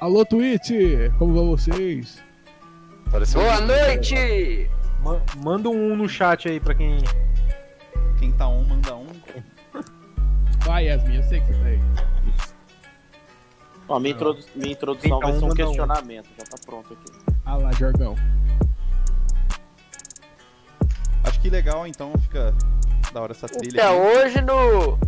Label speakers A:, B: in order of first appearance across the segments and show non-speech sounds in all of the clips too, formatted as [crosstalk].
A: Alô, Twitch! Como vão vocês?
B: Pareceu
C: Boa
B: um-
C: noite!
D: Ma- Manda um 1 no chat aí pra quem.
E: Quem tá um, manda um.
A: Vai, Yasmin, eu sei que você tá aí.
F: Ó, minha, introdu- minha introdução
D: Tenta
F: vai
D: um,
F: ser um
D: manda um.
F: questionamento, já tá pronto aqui.
A: Ah lá, Jorgão.
E: Acho que legal, então, fica da hora essa trilha.
C: Então,
E: aí.
C: hoje no,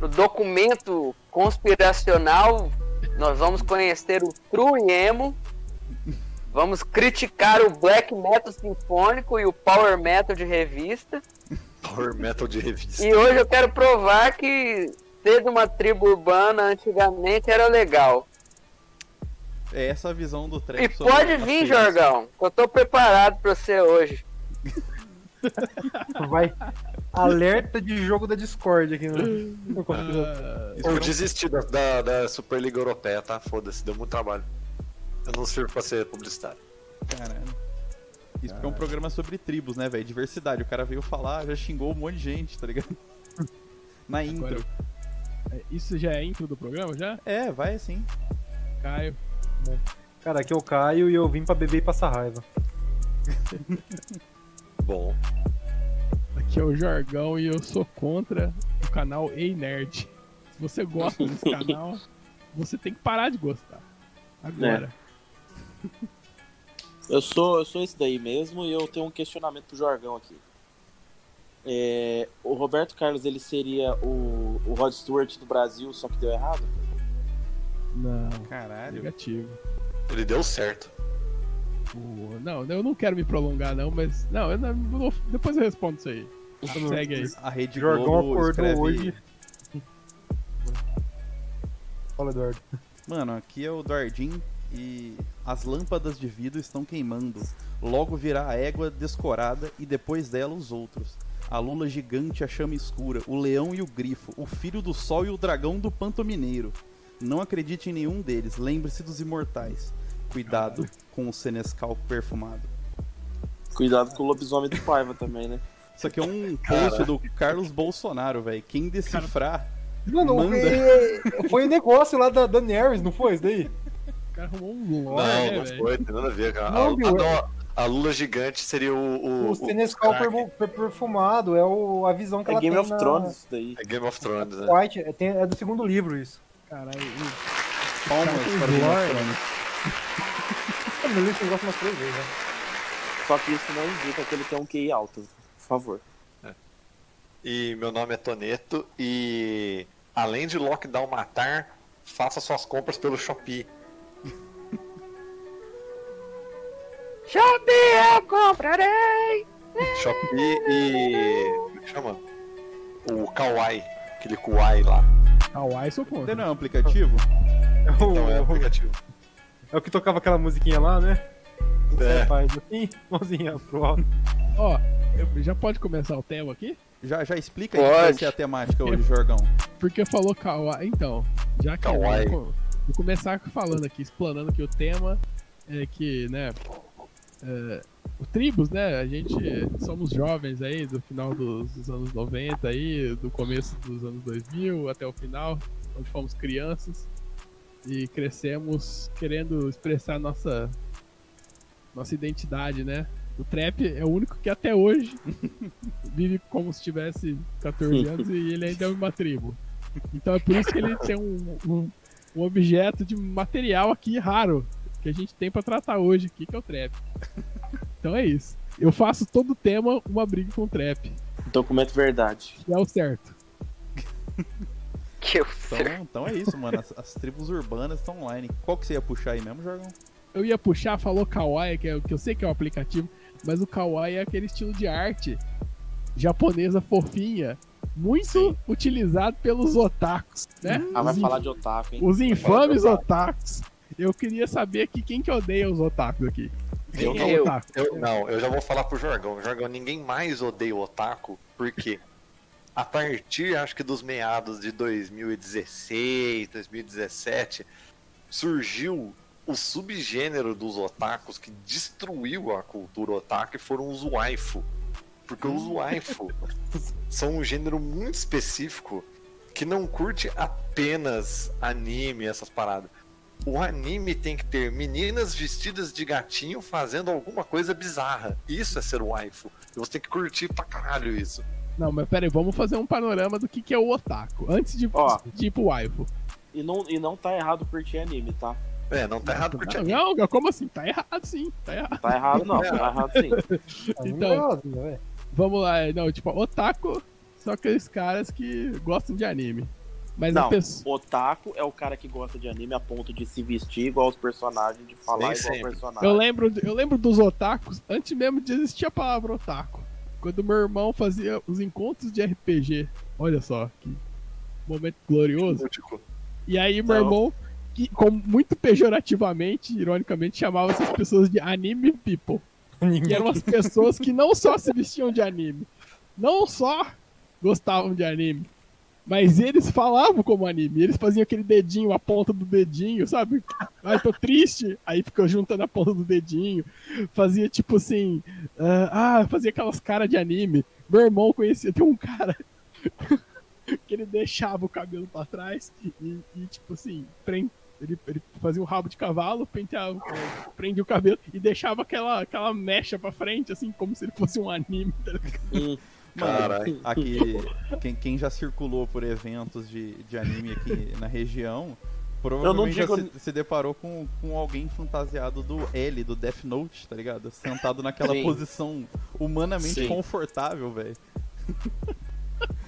C: no documento conspiracional, nós vamos conhecer o True Emo, vamos criticar o Black Metal Sinfônico e o Power Metal de revista,
B: Power Metal de revista.
C: e hoje eu quero provar que ser de uma tribo urbana antigamente era legal.
E: É essa a visão do trap.
C: E
E: sobre
C: pode
E: as
C: vir,
E: trilhas.
C: Jorgão, que eu tô preparado pra você hoje.
D: tipo, [laughs] Vai. Alerta de jogo da Discord aqui né? no. no computador.
B: Eu desisti da, da, da Superliga Europeia, tá? Foda-se, deu muito trabalho. Eu não sirvo pra ser publicitário.
E: Caralho. Isso porque é um programa sobre tribos, né, velho? Diversidade. O cara veio falar, já xingou um monte de gente, tá ligado? [laughs] Na intro.
A: É, Isso já é intro do programa, já?
E: É, vai assim.
A: Caio.
D: Cara, aqui eu caio e eu vim pra beber e passar raiva.
B: Bom,
A: Aqui é o Jorgão e eu sou contra o canal Ei Nerd. Se você gosta desse [laughs] canal, você tem que parar de gostar. Agora.
F: Eu sou, eu sou esse daí mesmo e eu tenho um questionamento pro Jorgão aqui. É, o Roberto Carlos, ele seria o, o Rod Stewart do Brasil, só que deu errado?
A: Não,
E: Caralho.
A: negativo.
B: ele deu certo.
A: Pô, Não, eu não quero me prolongar, não, mas. Não, eu não- vou- depois eu respondo isso aí. Ah, segue aí.
E: A Rede
D: Jorgão
E: Globo
D: acordou
E: escreve...
D: hoje. Fala, Eduardo.
E: Mano, aqui é o Dardim e as lâmpadas de vidro estão queimando. Logo virá a égua descorada e depois dela os outros. A lula gigante, a chama escura, o leão e o grifo, o filho do sol e o dragão do panto mineiro. Não acredite em nenhum deles, lembre-se dos imortais. Cuidado com o senescal perfumado.
F: Cuidado com o lobisomem do Paiva [laughs] também, né?
E: Isso aqui é um post do Carlos Bolsonaro, velho. Quem decifrar.
D: Mano,
E: Manda.
D: e- foi o negócio lá da Daenerys, não foi isso daí?
A: O cara arrumou um lore,
B: não,
A: né,
B: não
A: velho?
B: foi, tem nada a ver, cara.
D: Não,
B: a,
D: meu,
B: a-
D: eu-
B: não, a Lula gigante seria o. O,
D: O Senescal
B: craque.
D: perfu- per- perfumado, é o, a visão que
F: É
D: ela
F: Game
D: tem
F: of
D: na-
F: Thrones isso daí.
B: É Game of Thrones, né?
D: White, é, tem- é do segundo livro isso.
A: Caralho, o-
E: Palmas para o
D: Lore.
E: Bolsonaro.
D: Eu li esse negócio umas três vezes, né?
F: Só que isso não indica que ele tem um QI alto, por favor.
B: E meu nome é Toneto e além de lockdown matar, faça suas compras pelo Shopee.
C: Shopee, eu comprarei!
B: Shopee e. Como é que chama? O Kawaii, aquele Kawaii lá.
A: Kawaii sou
E: Você
A: contra.
E: não é um aplicativo?
D: É o,
B: Então é
D: é
B: o
D: o-
B: aplicativo.
D: é o que tocava aquela musiquinha lá, né?
B: É.
D: Faz assim, mãozinha pro alto.
A: Ó, eu- já pode começar o tema aqui?
E: Já, já explica aí
C: Pode.
E: qual que é a temática hoje, Jorgão.
A: Porque falou Kawaii. Então, já que
B: Kawaii.
A: eu vou, vou começar falando aqui, explanando que o tema é que, né? é, o Tribos, né? A gente somos jovens aí do final dos, dos anos 90 aí, do começo dos anos 2000 até o final, onde fomos crianças e crescemos querendo expressar nossa nossa identidade, né? O trap é o único que até hoje [laughs] vive como se tivesse 14 anos e ele ainda é uma tribo. Então é por isso que ele tem um, um, um objeto de material aqui raro que a gente tem pra tratar hoje aqui, que é o trap. Então é isso. Eu faço todo tema uma briga com o trap,
F: Documento verdade.
A: que é o certo.
C: Que eu
E: Então, então é isso, mano. As, as tribos urbanas estão online. Qual que você ia puxar aí mesmo, Jorgão?
A: Eu ia puxar, falou Kawaii, que, é, que eu sei que é um aplicativo, mas o Kawaii é aquele estilo de arte japonesa fofinha, muito
F: Sim.
A: utilizado pelos otakus, né?
F: Ah, vai
A: Os
F: falar de otaku, hein?
A: Os infames otakus. Eu queria saber aqui quem que odeia os otakus aqui.
B: Eu
A: Quem é
B: não,
A: otaku?
B: eu, não, eu já vou falar pro Jorgão. Jorgão, ninguém mais odeia o Otaku, porque a partir, acho que dos meados de 2016, 2017, surgiu o subgênero dos otakus que destruiu a cultura otaku e foram os waifu. Porque os waifu são um gênero muito específico que não curte apenas anime, essas paradas. o anime tem que ter meninas vestidas de gatinho fazendo alguma coisa bizarra. Isso é ser waifu. E você tem que curtir pra caralho isso.
A: Não, mas peraí, vamos fazer um panorama do que, que é o otaku. Antes de
F: Ó.
A: tipo waifu.
F: E não, e não tá errado curtir anime, tá?
B: É, não tá errado curtir
A: Não,
B: anime.
A: não, como assim? Tá errado sim, tá errado.
F: Tá
D: [laughs]
F: errado não, tá errado sim.
A: Então-
D: Então, velho.
A: Vamos lá, é, não, tipo, otaku são aqueles caras que gostam de anime. Mas a
F: Não,
A: pessoa.
F: otaku é o cara que gosta de anime a ponto de se vestir igual os personagens, de falar
B: Nem
F: igual os
B: sempre.
F: personagens.
A: Eu lembro, eu lembro dos otakus antes mesmo de existir a palavra otaku. Quando meu irmão fazia os encontros de RPG. Olha só, que momento glorioso.
B: Lúdico.
A: E aí, meu
F: Não.
A: irmão, que, com, muito pejorativamente, ironicamente, chamava essas pessoas de anime people. Que eram as pessoas que não só se vestiam de anime, não só gostavam de anime, mas eles falavam como anime. Eles faziam aquele dedinho, a ponta do dedinho, sabe? Ai, tô triste. Aí ficou juntando a ponta do dedinho. Fazia tipo assim. ah, ah, fazia aquelas caras de anime. Meu irmão conhecia, tem um cara [laughs] que ele deixava o cabelo pra trás e, e, tipo assim, pren- ele, ele fazia um rabo de cavalo, penteava, eh, prendia o cabelo e deixava aquela, aquela mecha pra frente, assim, como se ele fosse um anime. tá ligado?
E: Mano,
B: Caralho.
E: aqui, quem, quem já circulou por eventos de, de anime aqui na região, provavelmente
F: digo-
E: já se, se deparou com, com alguém fantasiado do L, do Death Note, tá ligado? Sentado naquela
F: Sim.
E: posição humanamente
F: Sim.
E: confortável, velho.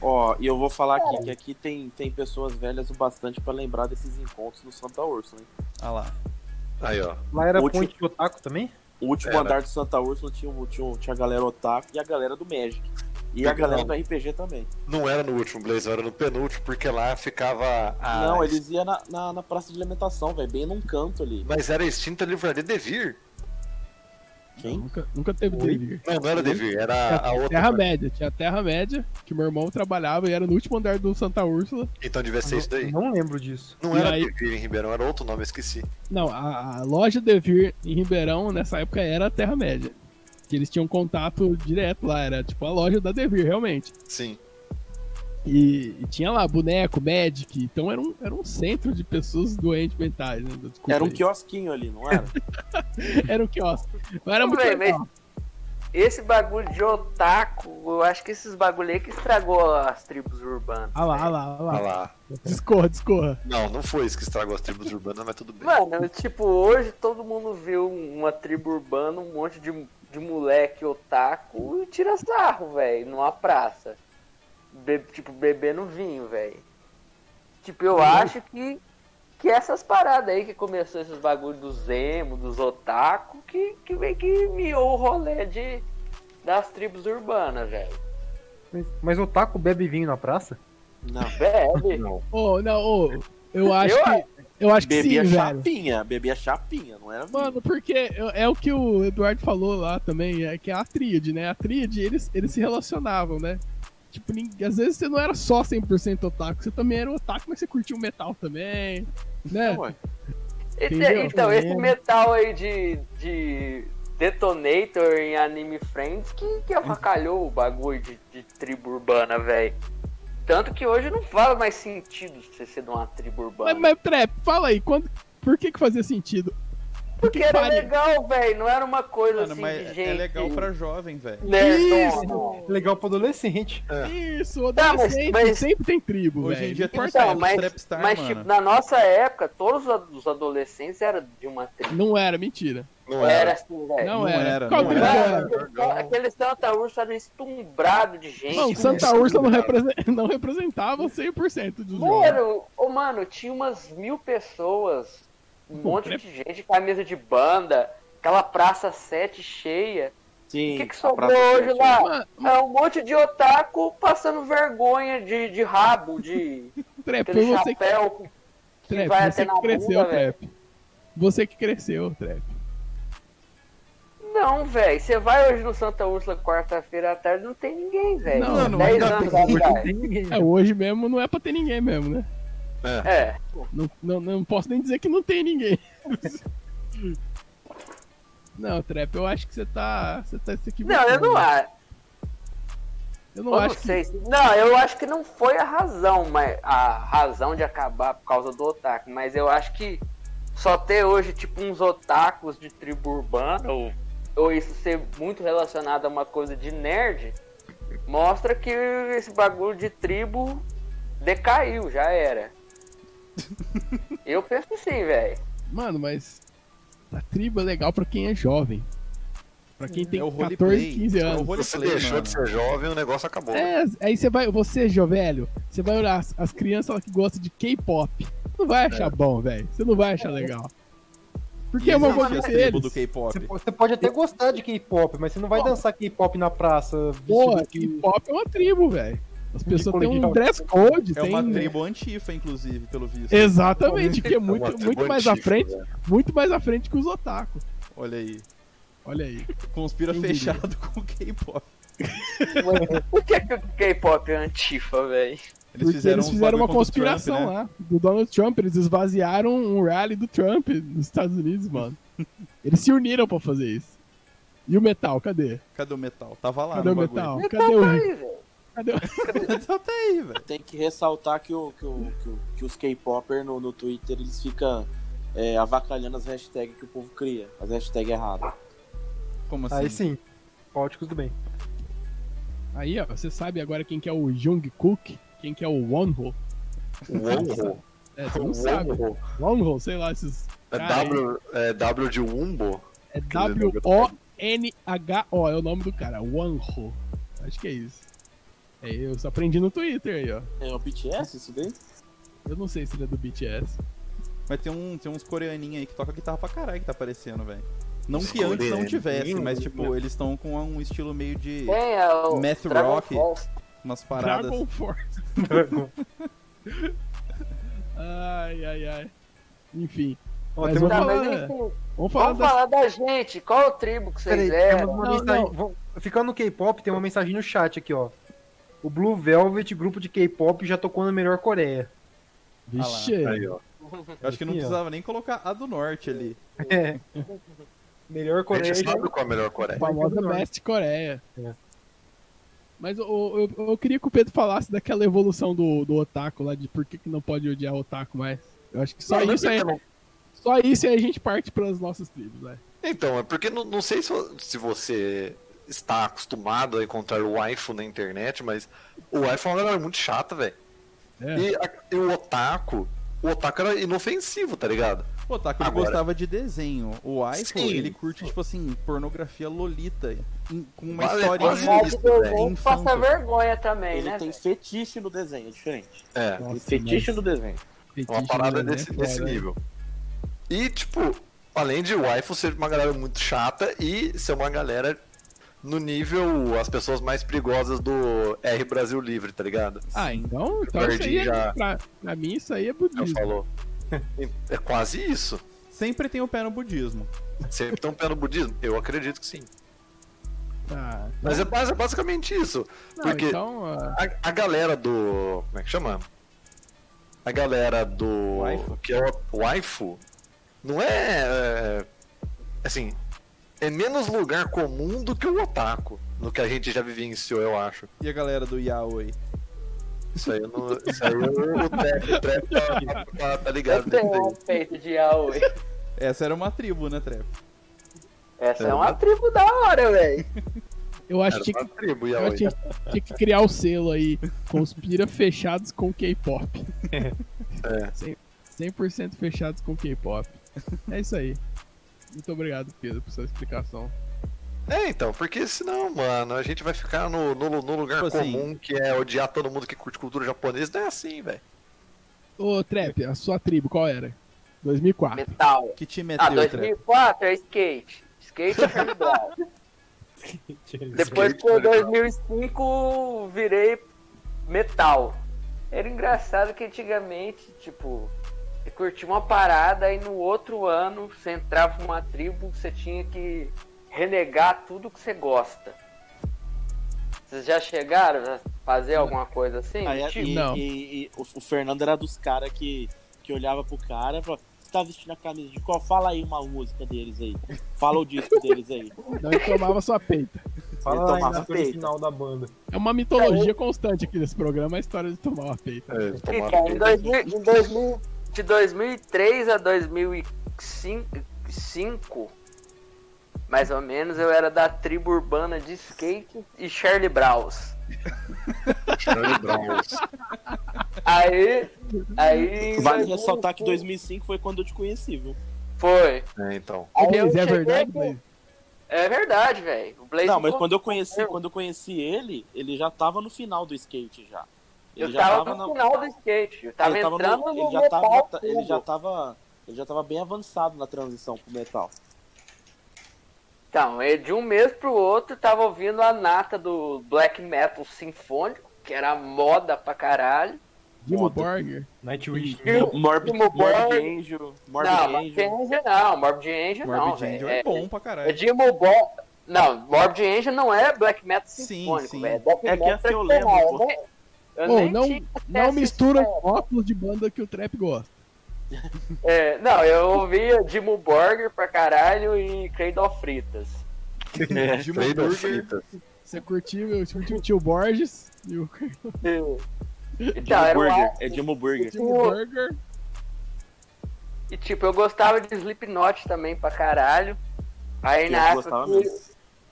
F: Ó, e eu vou falar aqui
C: É.
F: que aqui tem, tem pessoas velhas o bastante pra lembrar desses encontros no Santa Úrsula. hein?
E: Ah lá.
B: Aí, ó.
D: Lá era
F: Último-
D: ponte de otaku também?
F: O último
B: Era.
F: andar do Santa Úrsula tinha, o- tinha, o- tinha a galera otaku e a galera do Magic. E a galera do RPG também.
B: Não era no último Blazer, era no penúltimo, porque lá ficava a.
F: Não, eles iam na, na, na praça de alimentação, velho, bem num canto ali.
B: Mas era a extinta livraria Devir.
F: Quem?
A: Nunca, nunca teve
D: Oi?
A: delírio.
B: Não, não era Devir,
A: É,
B: era a é outra.
A: Terra-média, tinha a Terra-média, que meu irmão trabalhava e era no último andar do Santa Úrsula.
B: Então devia ser isso daí.
D: Não lembro disso.
B: Não
A: E
B: era
A: aí-
B: Devir em Ribeirão, era outro nome, eu esqueci.
A: Não, a, a loja Devir em Ribeirão, nessa época, era a Terra-média. Que eles tinham contato direto lá, era tipo a loja da Devir, realmente.
B: Sim.
A: E, e tinha lá boneco, Magic, então era um, era um centro de pessoas doentes mentais, né? Desculpa
F: Era um
A: aí.
F: quiosquinho ali, não
A: [laughs]
F: era?
A: Era um quiosque. Mas era
C: Tudo
A: muito
C: bem, mas-
A: legal.
C: Esse bagulho de otaku, eu acho que esses bagulho aí que estragou as tribos urbanas.
A: Ah lá, ah lá, ah
B: Ah
A: lá.
B: lá.
A: Discorra, discorra.
B: Não, não foi isso que estragou as tribos urbanas, mas tudo bem.
C: Mano, tipo, hoje todo mundo viu uma tribo urbana, um monte de, de moleque otaku e tira sarro, velho, numa praça. Be- tipo, bebendo vinho, velho. Tipo, eu acho que, que essas paradas aí que começou esses bagulhos dos emo, dos otaku, que, que meio que miou o rolê de, das tribos urbanas, velho.
D: Mas, mas otaku bebe vinho na praça?
F: Não.
C: Bebe.
A: Ô, não, ô, eu acho
C: Eu é
A: que. Eu acho que sim,
F: Bebia
A: velho.
F: chapinha, bebia chapinha, não era?
A: Mano, porque é- é o que o Eduardo falou lá também, é que é a tríade, né? A tríade, eles, eles se relacionavam, né? Tipo, nin- às vezes você não era só 100% otaku, você também era otaku, mas você curtia o metal também, né?
F: Não, ué.
C: Esse-
A: Entendeu?
C: então, esse
A: Entendeu?
C: metal aí de, de Detonator em Anime Friends que, que avacalhou o bagulho de, de tribo urbana, velho. Tanto que hoje não faz mais sentido você ser de uma tribo urbana.
A: Mas, mas Trap, fala aí, quando, por que que fazia sentido? Por que
C: Porque era
A: faria?
C: legal, velho. Não era uma coisa
E: Mano,
C: assim
E: mas
C: de
E: é
C: gente... né,
E: legal pra jovem, velho.
C: Nerdona.
A: Isso!
D: Legal pra adolescente.
B: É.
A: Isso,
C: Tá, mas-
A: adolescente
C: mas-
A: sempre tem tribo,
E: Hoje
A: Tipo, velho.
E: em dia tem
A: Não
E: trap,
C: Então, mas,
E: trapstar,
C: mas
E: mano.
C: tipo, na nossa época, todos os adolescentes eram de uma tribo.
A: Não era, mentira.
B: Não
C: Era
B: era.
C: assim, velho.
A: Não,
E: É, Não
A: era.
E: era,
A: Qual
E: não
A: tribo
C: Mano,
A: era?
C: aquele- Aquele Santa Ursa era estumbrado de gente.
A: Não,
C: velho.
A: Santa Úrsula não, é. represen- não representava 100% dos jogos.
C: Mano, ô, mano, tinha umas mil pessoas, um
A: Pô,
C: monte
A: né?
C: de gente, camisa de banda, aquela praça 7 cheia.
F: Sim.
C: O que, que
F: a
C: sobrou
F: praça
C: hoje
F: sete, né?
C: lá?
A: Mano,
C: É um monte de otaku passando vergonha de, de rabo,
A: [laughs]
C: de
A: Trap, foi
C: aquele
A: você que,
C: chapéu que
A: Trap,
C: vai
A: você
C: até
A: que
C: na
A: cresceu,
C: bunda, velho.
A: Trap. Você que cresceu, Trap.
C: Não, velho. Você vai hoje no Santa Úrsula quarta-feira à tarde, não tem ninguém, velho.
A: Não, não,
C: 10
A: ainda
C: anos
A: bem.
C: atrás.
A: É, hoje mesmo não é pra ter ninguém mesmo, né?
C: É.
A: Não, não, não posso nem dizer que não tem ninguém. [laughs] Não, Trap, eu acho que você tá. Você tá se
C: Não, eu
A: equivocando.
C: não acho.
A: Eu
C: Eu
A: não
C: não
A: acho que.
C: sei. se- Não, eu acho que não foi a razão, mas a razão de acabar por causa do otaku, mas eu acho que só ter hoje, tipo, uns otakus de tribo urbana, ou, ou isso ser muito relacionado a uma coisa de nerd, mostra que esse bagulho de tribo decaiu,
A: [laughs]
C: já era. Eu penso assim, que sim, velho.
A: Mano, mas a tribo é legal pra quem é jovem. Pra quem tem
E: É o
A: 14,
E: roleplay.
A: 15
E: É o
A: anos.
E: roleplay,
B: Você deixou
E: mano.
B: de ser jovem, o negócio acabou.
A: É, aí você vai, você, jovelho, você vai olhar as, as crianças lá que gostam de K-pop. Não vai achar
E: É.
A: bom, velho. Você não vai achar legal. Porque é uma
E: Existe
A: coisa
E: as tribos do
A: deles.
E: K-pop.
D: Você po- Você pode até gostar de K-pop, mas você não vai
A: Ó.
D: dançar K-pop na praça. vestido
A: Porra,
D: de-
A: K-pop é uma tribo, velho. As pessoas têm um
D: colegial.
A: dress code,
E: É
A: tem... né?
E: uma tribo antifa, inclusive, pelo visto.
A: Exatamente, que é
B: É uma
A: muito,
B: tribo
A: muito mais à
B: antiga,
A: frente,
B: né?
A: muito mais à frente que os otaku.
E: Olha aí.
A: Olha aí.
E: Conspira
A: Quem diria?
E: fechado [laughs] com o K-pop.
C: Por que, que o K-pop é antifa, velho?
E: Eles
A: porque
E: fizeram,
A: eles
E: uns
A: fizeram
E: bagulho
A: uma
E: contra o Trump,
A: conspiração
E: né?
A: lá do Donald Trump. Eles esvaziaram um rally do Trump nos Estados Unidos, mano. eles se uniram pra fazer isso. E o metal, cadê?
E: Cadê o metal? Tava lá
A: Cadê
E: no
A: o metal?
E: bagulho.
C: Então
A: Cadê
C: tá
A: o.
C: aí, velho.
A: Cadê o...
E: metal [laughs] tá aí, velho.
F: Tem que ressaltar que, o, que, o, que, o- que os K-Popper no, no Twitter eles ficam é, avacalhando as hashtags que o povo cria, as hashtags erradas.
E: Como assim?
D: Aí sim. Póticos
A: [laughs]
D: do bem.
A: Aí, ó, você sabe agora quem que é o Jungkook, quem que é o Wonho.
B: Um Wombo.
A: É, você não sabe.
B: Wombo.
A: Wonho, sei lá, esses.
B: um É
A: cara aí.
B: W, é W de Wumbo?
A: É W-O-N-H-O, é o nome do cara, Wanho. Acho que é isso. É, eu só aprendi no Twitter aí, ó.
F: É o BTS isso daí?
A: Eu não sei se ele é do BTS.
E: Mas tem, um, tem uns coreaninhos aí que toca guitarra pra caralho que tá aparecendo, velho. Não
B: Os
E: que antes não
B: coreaninhos. né?
E: tivesse, mas tipo, eles estão com um estilo meio de
C: Tem é, o
E: Math
C: Dragon
E: Rock.
C: Force.
E: umas paradas.
A: Dragon Force. Ai, ai, ai. Enfim,
D: Ó,
A: Mas
D: tem
A: vamos
D: uma...
C: Tá,
A: falar-
C: mas enfim,
A: vamos falar
C: vamos
A: das...
C: falar da gente. Qual tribo que vocês
D: Peraí, temos
C: eram?
D: uma
A: Não,
D: mensagem.
A: é não.
D: vamos- Ficando no K-pop, tem uma mensagem no chat aqui, ó. O Blue Velvet, grupo de K-pop, já tocou na melhor Coreia.
A: Vixe,
B: Aí, ó.
E: Eu acho que não
D: Aqui, ó.
E: precisava nem colocar a do norte ali.
D: É. Melhor
B: A
D: Coreia.
B: gente
D: já-
B: sabe qual é a melhor Coreia.
A: famosa
D: Vai, vai.
A: Best Coreia.
D: É.
A: Mas eu, eu, eu- eu queria que o Pedro falasse daquela evolução do, do otaku lá, de por que, que não pode odiar otaku mais. Eu acho que só
B: Não,
A: isso aí.
B: então,
A: Só isso aí a gente parte pras nossas tribos, né?
B: então, é porque não, não sei se, se você está acostumado a encontrar o waifu na internet, mas o waifu é uma galera muito chata, velho.
A: É.
B: E, a- e o otaku, o otaku era inofensivo, tá ligado?
E: Pô, Taco, ele
B: Agora-
E: gostava de desenho. O Aiko,
B: Sim.
E: ele curte, tipo assim, pornografia lolita. em- com uma
B: Vale,
E: história
B: é quase
C: Mas
B: isso, né?
C: o desenho
E: velho.
C: que passa
E: Infanto.
C: vergonha também,
F: Ele
C: né?
F: tem
C: velho?
F: fetiche no desenho, é diferente.
B: É.
F: Ele fetiche no desenho.
B: É uma
A: Fetiche,
B: parada
A: né?
B: desse,
A: É
B: desse
A: foda.
B: nível. E, tipo, além de waifu ser uma galera muito chata e ser uma galera no nível as pessoas mais perigosas do R Brasil Livre, tá ligado?
A: Ah, então, então
B: Perdi
A: isso aí é,
B: já.
A: pra, pra mim isso aí é
B: Já
A: budismo.
B: falou. É quase isso.
E: Sempre tem o pé no budismo.
B: Sempre estão pé no budismo? Eu acredito que sim.
A: Ah, então-
B: Mas é basi- basicamente isso.
A: não,
B: porque-
A: então, ah,
B: A, a galera do. Como é que chama? A galera do.
E: Waifu.
B: Que é o waifu. Não é, é. Assim. É menos lugar comum do que o otaku. No que a gente já vivenciou, eu acho.
E: E a galera do Yaoi?
B: Isso aí, eu não, isso aí eu- o trap, o trap tá, tá- tá ligado.
C: Eu
B: nisso
C: tenho um
B: aí.
C: peito de Aoi.
E: Essa era uma tribo, né, Trep?
C: Essa
B: É.
C: é uma tribo da hora, velho.
A: eu acho
B: Era
A: que, tinha
B: uma
A: que-
B: tribo,
A: eu acho
B: Yaoi.
A: que tinha que criar o selo aí. Conspira fechados com K-pop.
B: É.
A: Cem- 100% fechados com K-pop. É isso aí. Muito obrigado, Pedro, por sua explicação.
B: É, então, porque senão, mano, a gente vai ficar no, no, no lugar
E: Tipo assim.
B: comum que é odiar todo mundo que curte cultura japonesa. Não é assim, velho.
A: Ô, Trep, a sua tribo, qual era? 2004.
C: Metal.
E: Que é te
C: Ah,
E: meteu, Trep?
C: 2004 é skate. Skate é firmidão. Depois
B: Skate,
C: por
B: tá ligado.
C: 2005 virei metal. Era engraçado que antigamente, tipo, você curtia uma parada e no outro ano você entrava numa tribo, você tinha que renegar tudo que você gosta. Vocês já chegaram a fazer alguma coisa assim?
F: Aí, é
C: Tipo,
F: e,
A: Não.
F: e- e o o Fernando era dos caras que, que olhava pro cara e falava, você tá vestindo a camisa de qual? Fala aí uma música deles aí. Fala o disco deles aí.
A: Não Então, ele tomava sua peita.
D: Fala
F: Ele
D: lá
F: tomava
D: a
F: peito.
D: original da banda.
A: É uma mitologia constante aqui nesse programa, a história de tomar uma peita.
B: É,
C: Então,
B: tomara
C: em
B: que-
C: 2000, em 2000, de 2003 a 2000 e 5, mais ou menos, eu era da tribo urbana de skate e Charlie Browns.
B: Charlie Brown.
C: Aí, aí... em
F: Vale
C: 2005
F: ressaltar que 2005 foi quando eu te conheci, viu?
C: Foi.
B: É, então.
C: Aí eu
A: Mas é
C: cheguei
A: verdade,
C: com-
A: mas
C: É verdade, velho. O Blaze
F: Não, mas
C: me
F: quando eu conheci,
C: Eu-
F: quando eu conheci ele, ele já tava no final do skate já. Ele
C: eu
F: já
C: tava,
F: tava
C: no
F: na-
C: final do skate. Eu tava
F: ele tava no-
C: entrando no,
F: ele já
C: metal
F: tava, ele
C: fundo.
F: já tava, ele já tava bem avançado na transição pro metal.
C: Então, e de um mês pro outro, eu tava ouvindo a nata do black metal sinfônico, que era moda pra caralho.
A: Dimmu
F: Foda.
A: Borgir.
D: Nightwish.
F: Morbid,
C: Timo Borg.
F: Angel, Morbid
C: Não, Morbid
F: Angel.
C: Angel não, Morbid Angel não,
E: Morbid
C: velho.
E: Angel é bom pra caralho.
C: É Dimmu Borg... Não, Morbid Angel não é black metal
E: Sim,
C: sinfônico,
E: sim.
C: velho. black
F: É que
C: metal
F: essa eu
C: tradicional,
F: lembro, pô.
C: né? Eu
A: Pô,
C: nem
A: não,
C: tinha
A: não
C: essa
A: mistura
C: história.
A: rótulos de banda que o Trap gosta.
C: É, não, eu ouvia Dimmu Borgir pra caralho e Cradle of Fritas.
E: Jim
B: Trade
E: Burger.
B: Fritas.
A: Você curtiu, eu curti o Tio Borges e o [laughs]
C: Então, era um álbum-
F: É Jimbo Burger.
A: Tio Burger.
C: E tipo, eu gostava de Slipknot também pra caralho. Aí
F: Eu
C: na época
F: é gostava
C: que,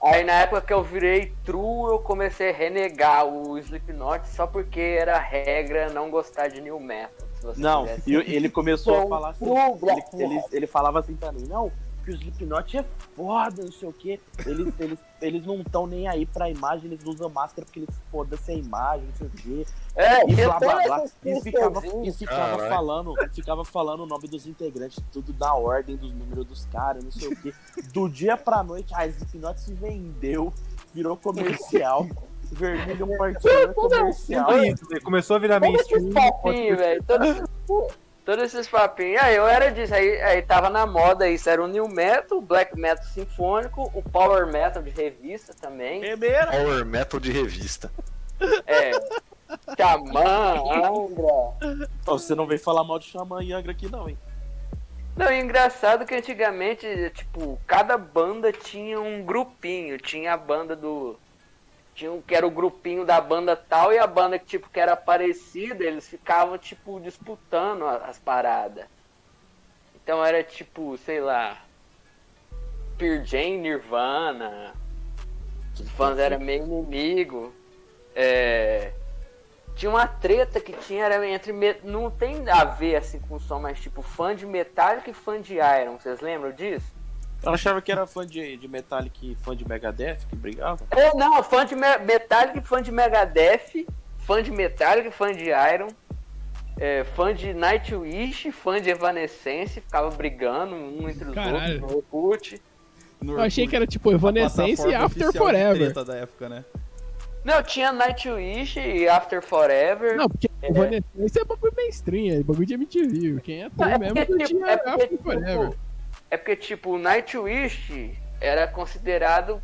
C: aí na época que eu virei true, eu comecei a renegar o Slipknot só porque era regra não gostar de New Metal. se você
F: Não,
C: quisesse.
F: e ele começou a falar assim,
C: Bom,
F: ele,
C: bom.
F: ele, ele falava assim pra mim, não, que o Slipknot é foda, não sei o quê. Eles, [laughs] eles, eles não estão nem aí pra imagem, eles usam máscara porque eles foda-se a imagem, não sei o quê.
C: é,
F: e
C: tinha
F: blá blá
C: todas
F: blá.
C: essas
F: E ficava,
C: questões.
F: e ficava
B: Caralho.
F: falando, ficava falando o nome dos integrantes, tudo da ordem, dos números dos caras, não sei o quê. Do dia pra noite, a Slipknot se vendeu, virou comercial. Vermelho Martins é comercial.
D: né? Começou a virar
C: Todos esses
D: mainstream.
C: papinhos, velho. Todos, todos esses papinhos. Aí eu era disso. Aí, aí tava na moda isso. Era o New Metal, o Black Metal Sinfônico, o Power Metal de revista também.
F: Primeiro,
B: Power Metal de revista.
C: É. Xamã, Angra.
F: você não veio falar mal de Xamã e Angra aqui não, hein?
C: Não, e engraçado é que antigamente, tipo, cada banda tinha um grupinho. Tinha a banda do. Tinha um que era o grupinho da banda tal e a banda que, tipo, que era parecida, eles ficavam, tipo, disputando a- as paradas. Então era tipo, sei lá. Pearl Jam, Nirvana. Os fãs eram meio inimigo. É, Tinha uma treta que tinha era entre. me- Não tem a ver assim com som, mas tipo, fã de Metallica e fã de Iron. Vocês lembram disso?
F: Eu achava que era fã de, de Metallica e fã de Megadeth que brigava.
C: É, não, fã de Me- Metallica e fã de Megadeth. Fã de Metallica e fã de Iron. é, fã de Nightwish, fã de Evanescence, ficava brigando um entre os
A: Caralho.
C: outros no Orkut.
E: No
A: Eu achei
E: Orkut,
A: que era tipo
E: a
A: Evanescence e
E: plataforma
A: After
E: oficial de
A: Forever.
E: treta da época, né?
C: Não, tinha Nightwish e After Forever.
A: Não, porque Evanescence é bagulho mainstream, é bagulho de MTV. Quem é
C: Não,
A: true mesmo que tinha
C: é porque,
A: After Forever.
C: é porque, tipo, Nightwish era considerado,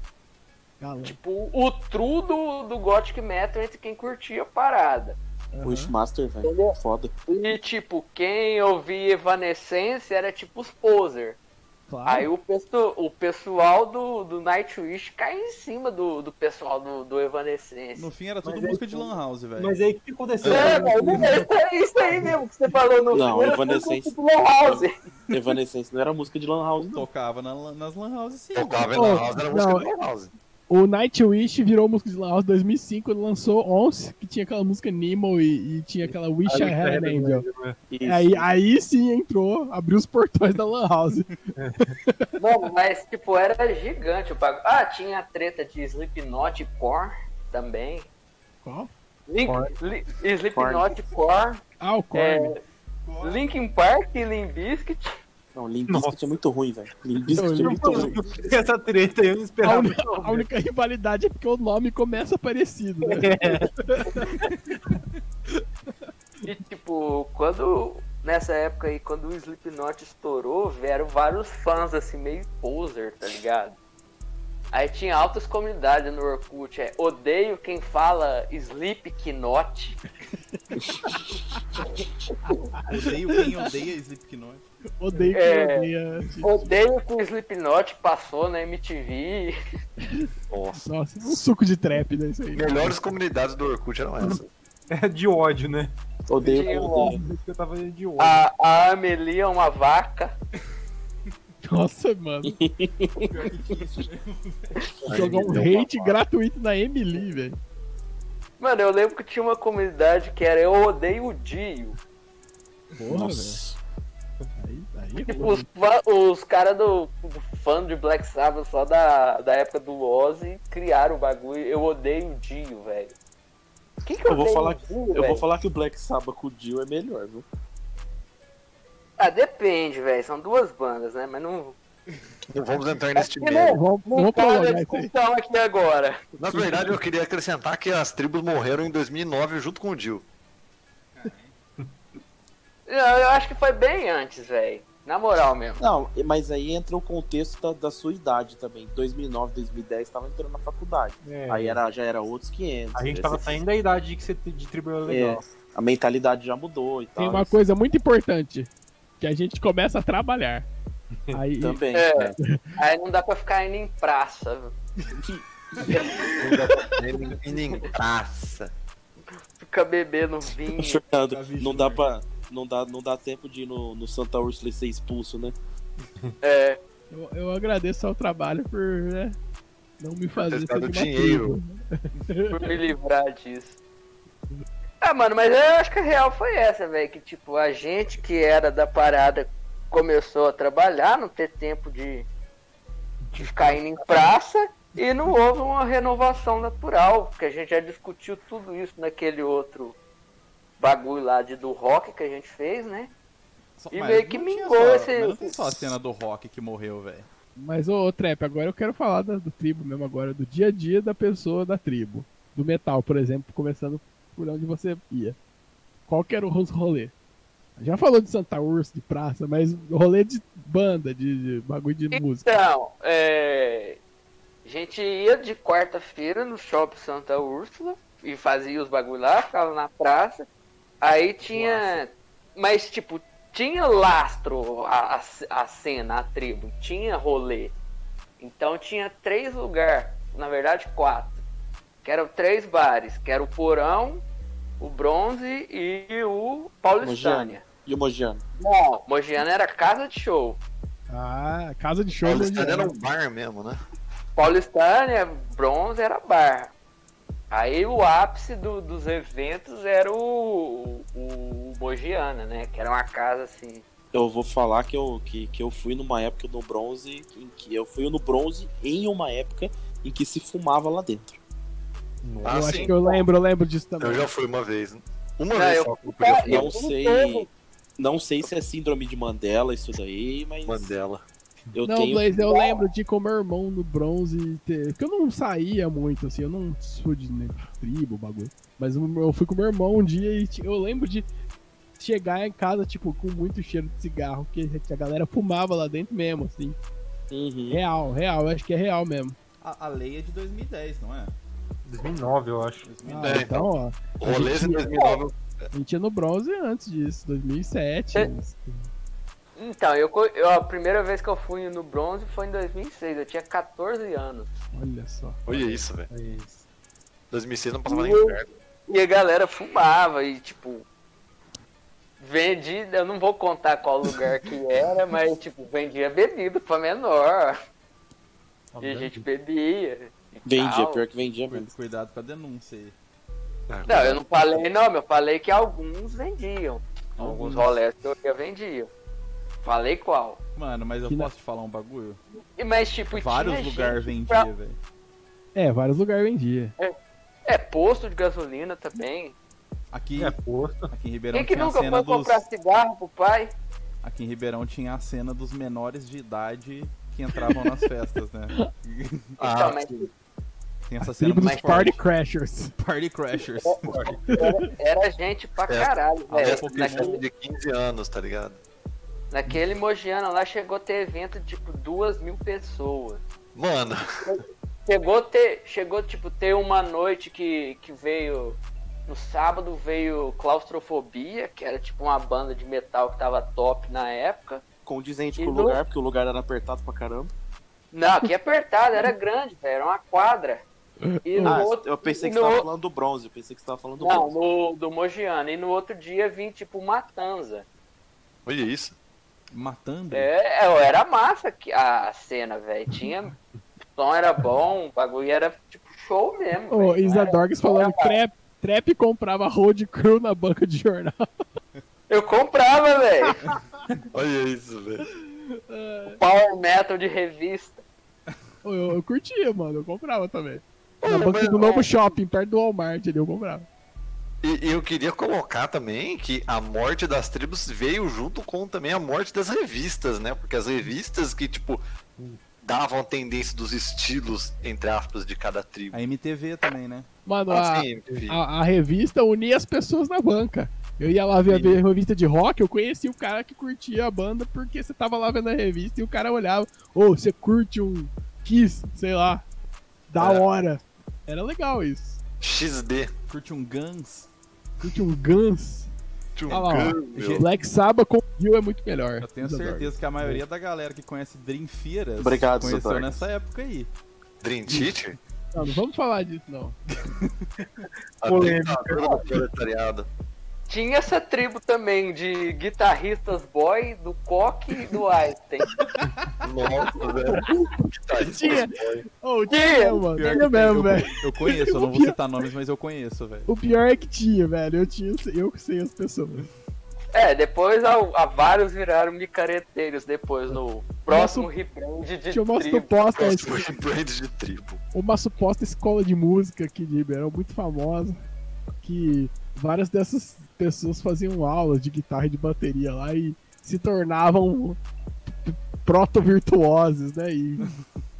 A: Galã.
C: tipo, o true do, do Gothic Metal entre quem curtia a parada.
F: O Wishmaster, velho. é
C: Entendeu?
F: Foda.
C: E, tipo, quem ouvia Evanescence era, tipo, os poser.
A: Claro.
C: Aí o, pesso- o pessoal do, do Nightwish cai em cima do, do pessoal do, do Evanescence.
E: No fim era tudo
D: Mas aí-
A: é
E: música de Lan House, velho.
D: Mas aí o que aconteceu?
C: É, velho, é isso aí mesmo que você falou no
F: Não,
C: era
F: Evanescence.
C: tudo House.
F: Evanescence não era música de Lan House, não.
E: Tocava na- nas Lan Houses sim.
B: Tocava
A: Ô,
B: na House, era música
A: não,
B: do House.
A: O Nightwish virou música de Lan House em 2005, ele lançou Once, que tinha aquela música Nemo e, e tinha aquela Wish I Had an É, Angel.
E: né?
D: né?
F: Isso.
A: Aí, aí sim entrou, abriu os portões da Lan House.
C: Mano, mas tipo, era gigante o bagulho. Ah, tinha a treta de Slipknot e Korn também.
A: Qual?
C: Link, li, Slipknot Korn,
A: Ah, o
C: é,
A: Korn.
C: Linkin Park e Limp Bizkit.
F: Não, Limp Bizkit é muito ruim, velho. Limp Bizkit é
A: Não,
F: muito ruim.
D: Essa treta aí eu não
A: a,
D: esperava.
A: única, a única rivalidade é porque o nome começa parecido, né?
C: [laughs] E tipo, quando. Nessa época aí, quando o Slipknot estourou, vieram vários fãs assim, meio poser, tá ligado? Aí tinha altas comunidades no Orkut, é odeio quem fala Slipknot.
E: Odeio quem odeia Slipknot.
A: Odeio que
C: É.
A: odeia. tipo,
C: Odeio que o Slipknot passou na MTV.
B: Nossa.
A: Nossa, um suco de trap, né? Isso aí.
B: Melhores comunidades do Orkut eram essas.
D: É de ódio, né?
F: Odeio,
A: é
C: Odeio.
F: odeio. Ah,
D: Isso que eu tava de ódio.
C: A, a Amelie é uma vaca.
A: Nossa, mano.
G: Pior que triste mesmo.
A: Jogar um hate gratuito na Emily, velho.
C: Mano, eu lembro que tinha uma comunidade que era Eu Odeio o Dio.
A: Porra, velho. Aí, aí é
C: Tipo,
A: foda.
C: os, fa- os caras do, do fã de Black Sabbath só da, da época do Ozzy criaram o bagulho. Eu odeio o Dio, velho. Quem que
F: Eu vou
C: odeia
F: falar
C: o
F: que-
C: Dio,
F: Eu
C: velho?
F: vou falar que o Black Sabbath com o Dio é melhor, viu?
C: Ah, depende, velho. São duas bandas, né? Mas não.
B: Não vamos entrar nesse
C: Porque
B: mérito.
A: Vamos, né?
C: Não
A: vamos
C: cabe a
A: prolongar isso aí.
C: discussão aqui agora.
B: Na verdade, eu queria acrescentar que as tribos morreram em 2009 junto com o Dio.
C: Eu, eu acho que foi bem antes, velho. Na moral mesmo.
F: Não, mas aí entra o contexto da, da sua idade também. 2009, 2010, tava entrando na faculdade.
D: É.
F: Aí era, já era outros 500.
D: A gente
F: né?
D: tava
F: Você-
D: saindo da idade de que você de tribo
F: É.
D: era legal.
F: A mentalidade já mudou e tal.
B: Tá.
A: Tem uma coisa muito importante. Que a gente começa a trabalhar. Aí,
B: Tá.
F: Também.
C: É.
F: né?
C: Aí não dá pra ficar indo em praça. viu? [laughs]
B: E nem praça.
C: Fica bebendo vinho.
F: [laughs] Fernando,
G: Tá
F: não dá
G: vigiando.
F: pra. Não dá, não dá tempo de ir no, no Santa Úrsula e ser expulso, né?
C: É.
A: eu, eu agradeço ao trabalho por né, não me fazer
B: ter dado
A: ser de uma
B: dinheiro.
A: tribo.
C: por me livrar disso. Ah, mano, mas eu acho que a real foi essa, velho. Que tipo, a gente que era da parada começou a trabalhar, não ter tempo de, de ficar indo em praça e não houve uma renovação natural, porque a gente já discutiu tudo isso naquele outro bagulho lá de do rock que a gente fez, né?
E: Só-
C: E
E: mas
C: meio que
E: não tinha
C: mingou
E: só-
C: esse-
E: Mas não tem só a cena do Rock que morreu, velho.
A: Mas, ô, ô, Trap, agora eu quero falar da- do tribo mesmo agora, do dia a dia da pessoa da tribo. Do metal, por exemplo, começando por onde você ia. Qual que era o ros- rolê? Já falou de Santa Ursa, de praça, mas rolê de banda, de, de bagulho de música.
C: Então, é, a gente ia de quarta-feira no Shopping Santa Úrsula e fazia os bagulho lá, ficava na praça. Aí tinha. Mas, tipo, tinha lastro a, a, a cena, a tribo, tinha rolê. Então tinha três lugares, na verdade quatro. Que eram três bares, que era o Porão, o Bronze e o Paulistânia.
F: E o Mogiano?
C: Não, Mogiana era casa de show.
A: Ah, casa de show.
B: Eles
A: onde
B: era
A: era.
B: um bar mesmo, né?
C: Paulistânia, bronze era bar. Aí o ápice do- dos eventos era o, o, o Mogiana, né? Que era uma casa assim.
F: Eu vou falar que eu, que, que eu fui numa época no bronze. Em que eu fui no bronze em uma época em que se fumava lá dentro.
B: Ah,
A: eu acho
B: sim.
A: que eu lembro, eu lembro disso também.
B: Eu já fui uma vez. Uma
C: Não,
B: vez
C: eu-
B: só que eu podia
C: Eu
F: Não
C: fui
F: sei.
C: todo.
F: Não sei se é síndrome de Mandela, isso daí, mas
B: Mandela.
F: eu
A: não,
F: tenho.
A: Blaze, eu lembro de ir com meu irmão no bronze. e ter- Porque eu não saía muito, assim, eu não sou de né, tribo, bagulho. Mas eu eu fui com meu irmão um dia e ti- eu lembro de chegar em casa, tipo, com muito cheiro de cigarro, que a galera fumava lá dentro mesmo, assim.
F: Uhum.
A: Real, real, eu acho que é real mesmo.
E: A, a lei é de 2010, não é?
D: 2009, eu acho.
E: 2010.
A: Ah,
B: É,
A: então, ó,
B: Rolês em 2009.
A: a gente ia no bronze antes disso, 2007.
C: É.
A: isso.
C: Então, eu, co- eu- a primeira vez que eu fui no bronze foi em 2006, eu tinha 14 anos.
A: Olha só.
B: Olha isso, velho.
D: É isso.
B: 2006 não passava nem
C: Meu
B: perto.
C: E a galera fumava e, tipo, vendia. Eu não vou contar qual lugar que era, mas, tipo, vendia bebida pra menor. E a gente bebia. e
F: Vendia,
C: tal.
F: pior que vendia mesmo.
E: Cuida- Cuidado com a denúncia aí.
B: Ah,
C: Não, eu não falei nome, eu falei que alguns vendiam. Alguns rolés que eu ia vendiam. Falei qual.
E: Mano, mas eu
A: Que na-
E: posso te falar um bagulho?
C: E, mas tipo,
E: Vários
C: tinha
E: lugares
C: gente
E: vendia, velho.
A: É, vários lugares vendia.
C: pra- É, posto de gasolina também.
E: Aqui,
D: É posto.
E: aqui em Ribeirão
C: Quem que
E: tinha a
C: nunca foi
E: cena dos.
C: comprar cigarro pro pai?
E: Aqui em Ribeirão tinha a cena dos menores de idade que entravam nas festas, né?
C: então, mas
E: Tem essa cena
A: Tribo dos
E: muito forte.
A: Party Crashers.
E: Party Crashers.
C: É. era gente pra
B: Festa.
C: caralho,
E: Ah,
C: velho.
E: um pouquinho
C: Naquele,
B: de 15 anos, tá ligado?
C: naquele Mogiana lá chegou a ter evento de tipo duas mil pessoas.
B: Mano, [laughs]
C: Chegou a ter. Chegou, tipo, ter uma noite que, que veio. No sábado veio Claustrofobia, que era tipo uma banda de metal que tava top na época.
F: Condizente
C: E
F: com o
C: no-
F: lugar, porque o lugar era apertado pra caramba.
C: Não, aqui é apertado, era grande, velho, era uma quadra. E no
F: Ah,
C: outro,
F: eu pensei que
C: no
F: você tava
C: outro-
F: falando do bronze, eu pensei que você tava falando do
C: Não,
F: bronze.
C: no, do Mogiana. E no outro dia vim, tipo, Matanza.
B: olha isso.
F: Hum.
E: matando.
C: É, eu era massa que- a a cena, velho. Tinha. O som era bom, o bagulho era tipo show mesmo.
A: Ô,
C: velho.
A: Isa Dogs falando trap, trap comprava road crew na banca de jornal.
C: Eu comprava, velho.
B: Olha isso, velho.
C: Power Metal de revista.
A: Ô, Eu, eu curtia, mano, eu comprava também. Na
B: Ô,
A: banca
B: mas-
A: do Novo Shopping, perto do Walmart ali, eu comprava.
B: E, e eu queria colocar também que a morte das tribos veio junto com também a morte das revistas, né? Porque as revistas que, tipo, davam a tendência dos estilos, entre aspas, de cada tribo.
E: A MTV também, né?
A: Mano, a,
B: Assim, enfim.
A: a, a revista unia as pessoas na banca. Eu ia lá ver a revista de rock, eu conheci o cara que curtia a banda porque você tava lá vendo a revista e o cara olhava, ô, você curte um Kiss, sei lá, da
B: É.
A: hora. Era legal isso.
B: XD.
E: Curte um Guns.
A: Curte um Guns. Olha lá, ó.
B: Meu.
A: Black Sabbath com Dio é muito melhor.
E: Eu tenho
A: Isa Dogs.
E: certeza que a
A: É.
E: maioria da galera que conhece Dream Feiras
F: Obrigado,
E: conheceu
F: Sotaque.
E: nessa época aí.
B: Dream Teacher?
A: Não, não vamos falar disso, não.
B: A
D: Polêmica.
B: ditadura do proletariado.
C: Tinha essa tribo também de guitarristas boy, do Coque e do Einstein.
B: Nossa, velho. Que tá isso,
A: Tinha.
B: boy?
A: Ô, o
C: Tinha,
A: tinha, mano.
E: Pior que
A: Tinha
E: tem,
A: É mesmo,
E: eu-
A: velho.
E: Eu conheço, eu não vou citar nomes, mas eu conheço, velho.
A: O pior é que tinha, velho. Eu tinha, eu que sei as pessoas.
C: É, depois a, a vários viraram micareteiros depois no próximo rebrand de
A: Tinha uma
C: tribo.
A: suposta,
B: Próximo de brand de tribo.
A: uma suposta escola de música aqui de Ribeirão, muito famosa, que várias dessas pessoas faziam aulas de guitarra e de bateria lá e se tornavam proto-virtuosos, né? E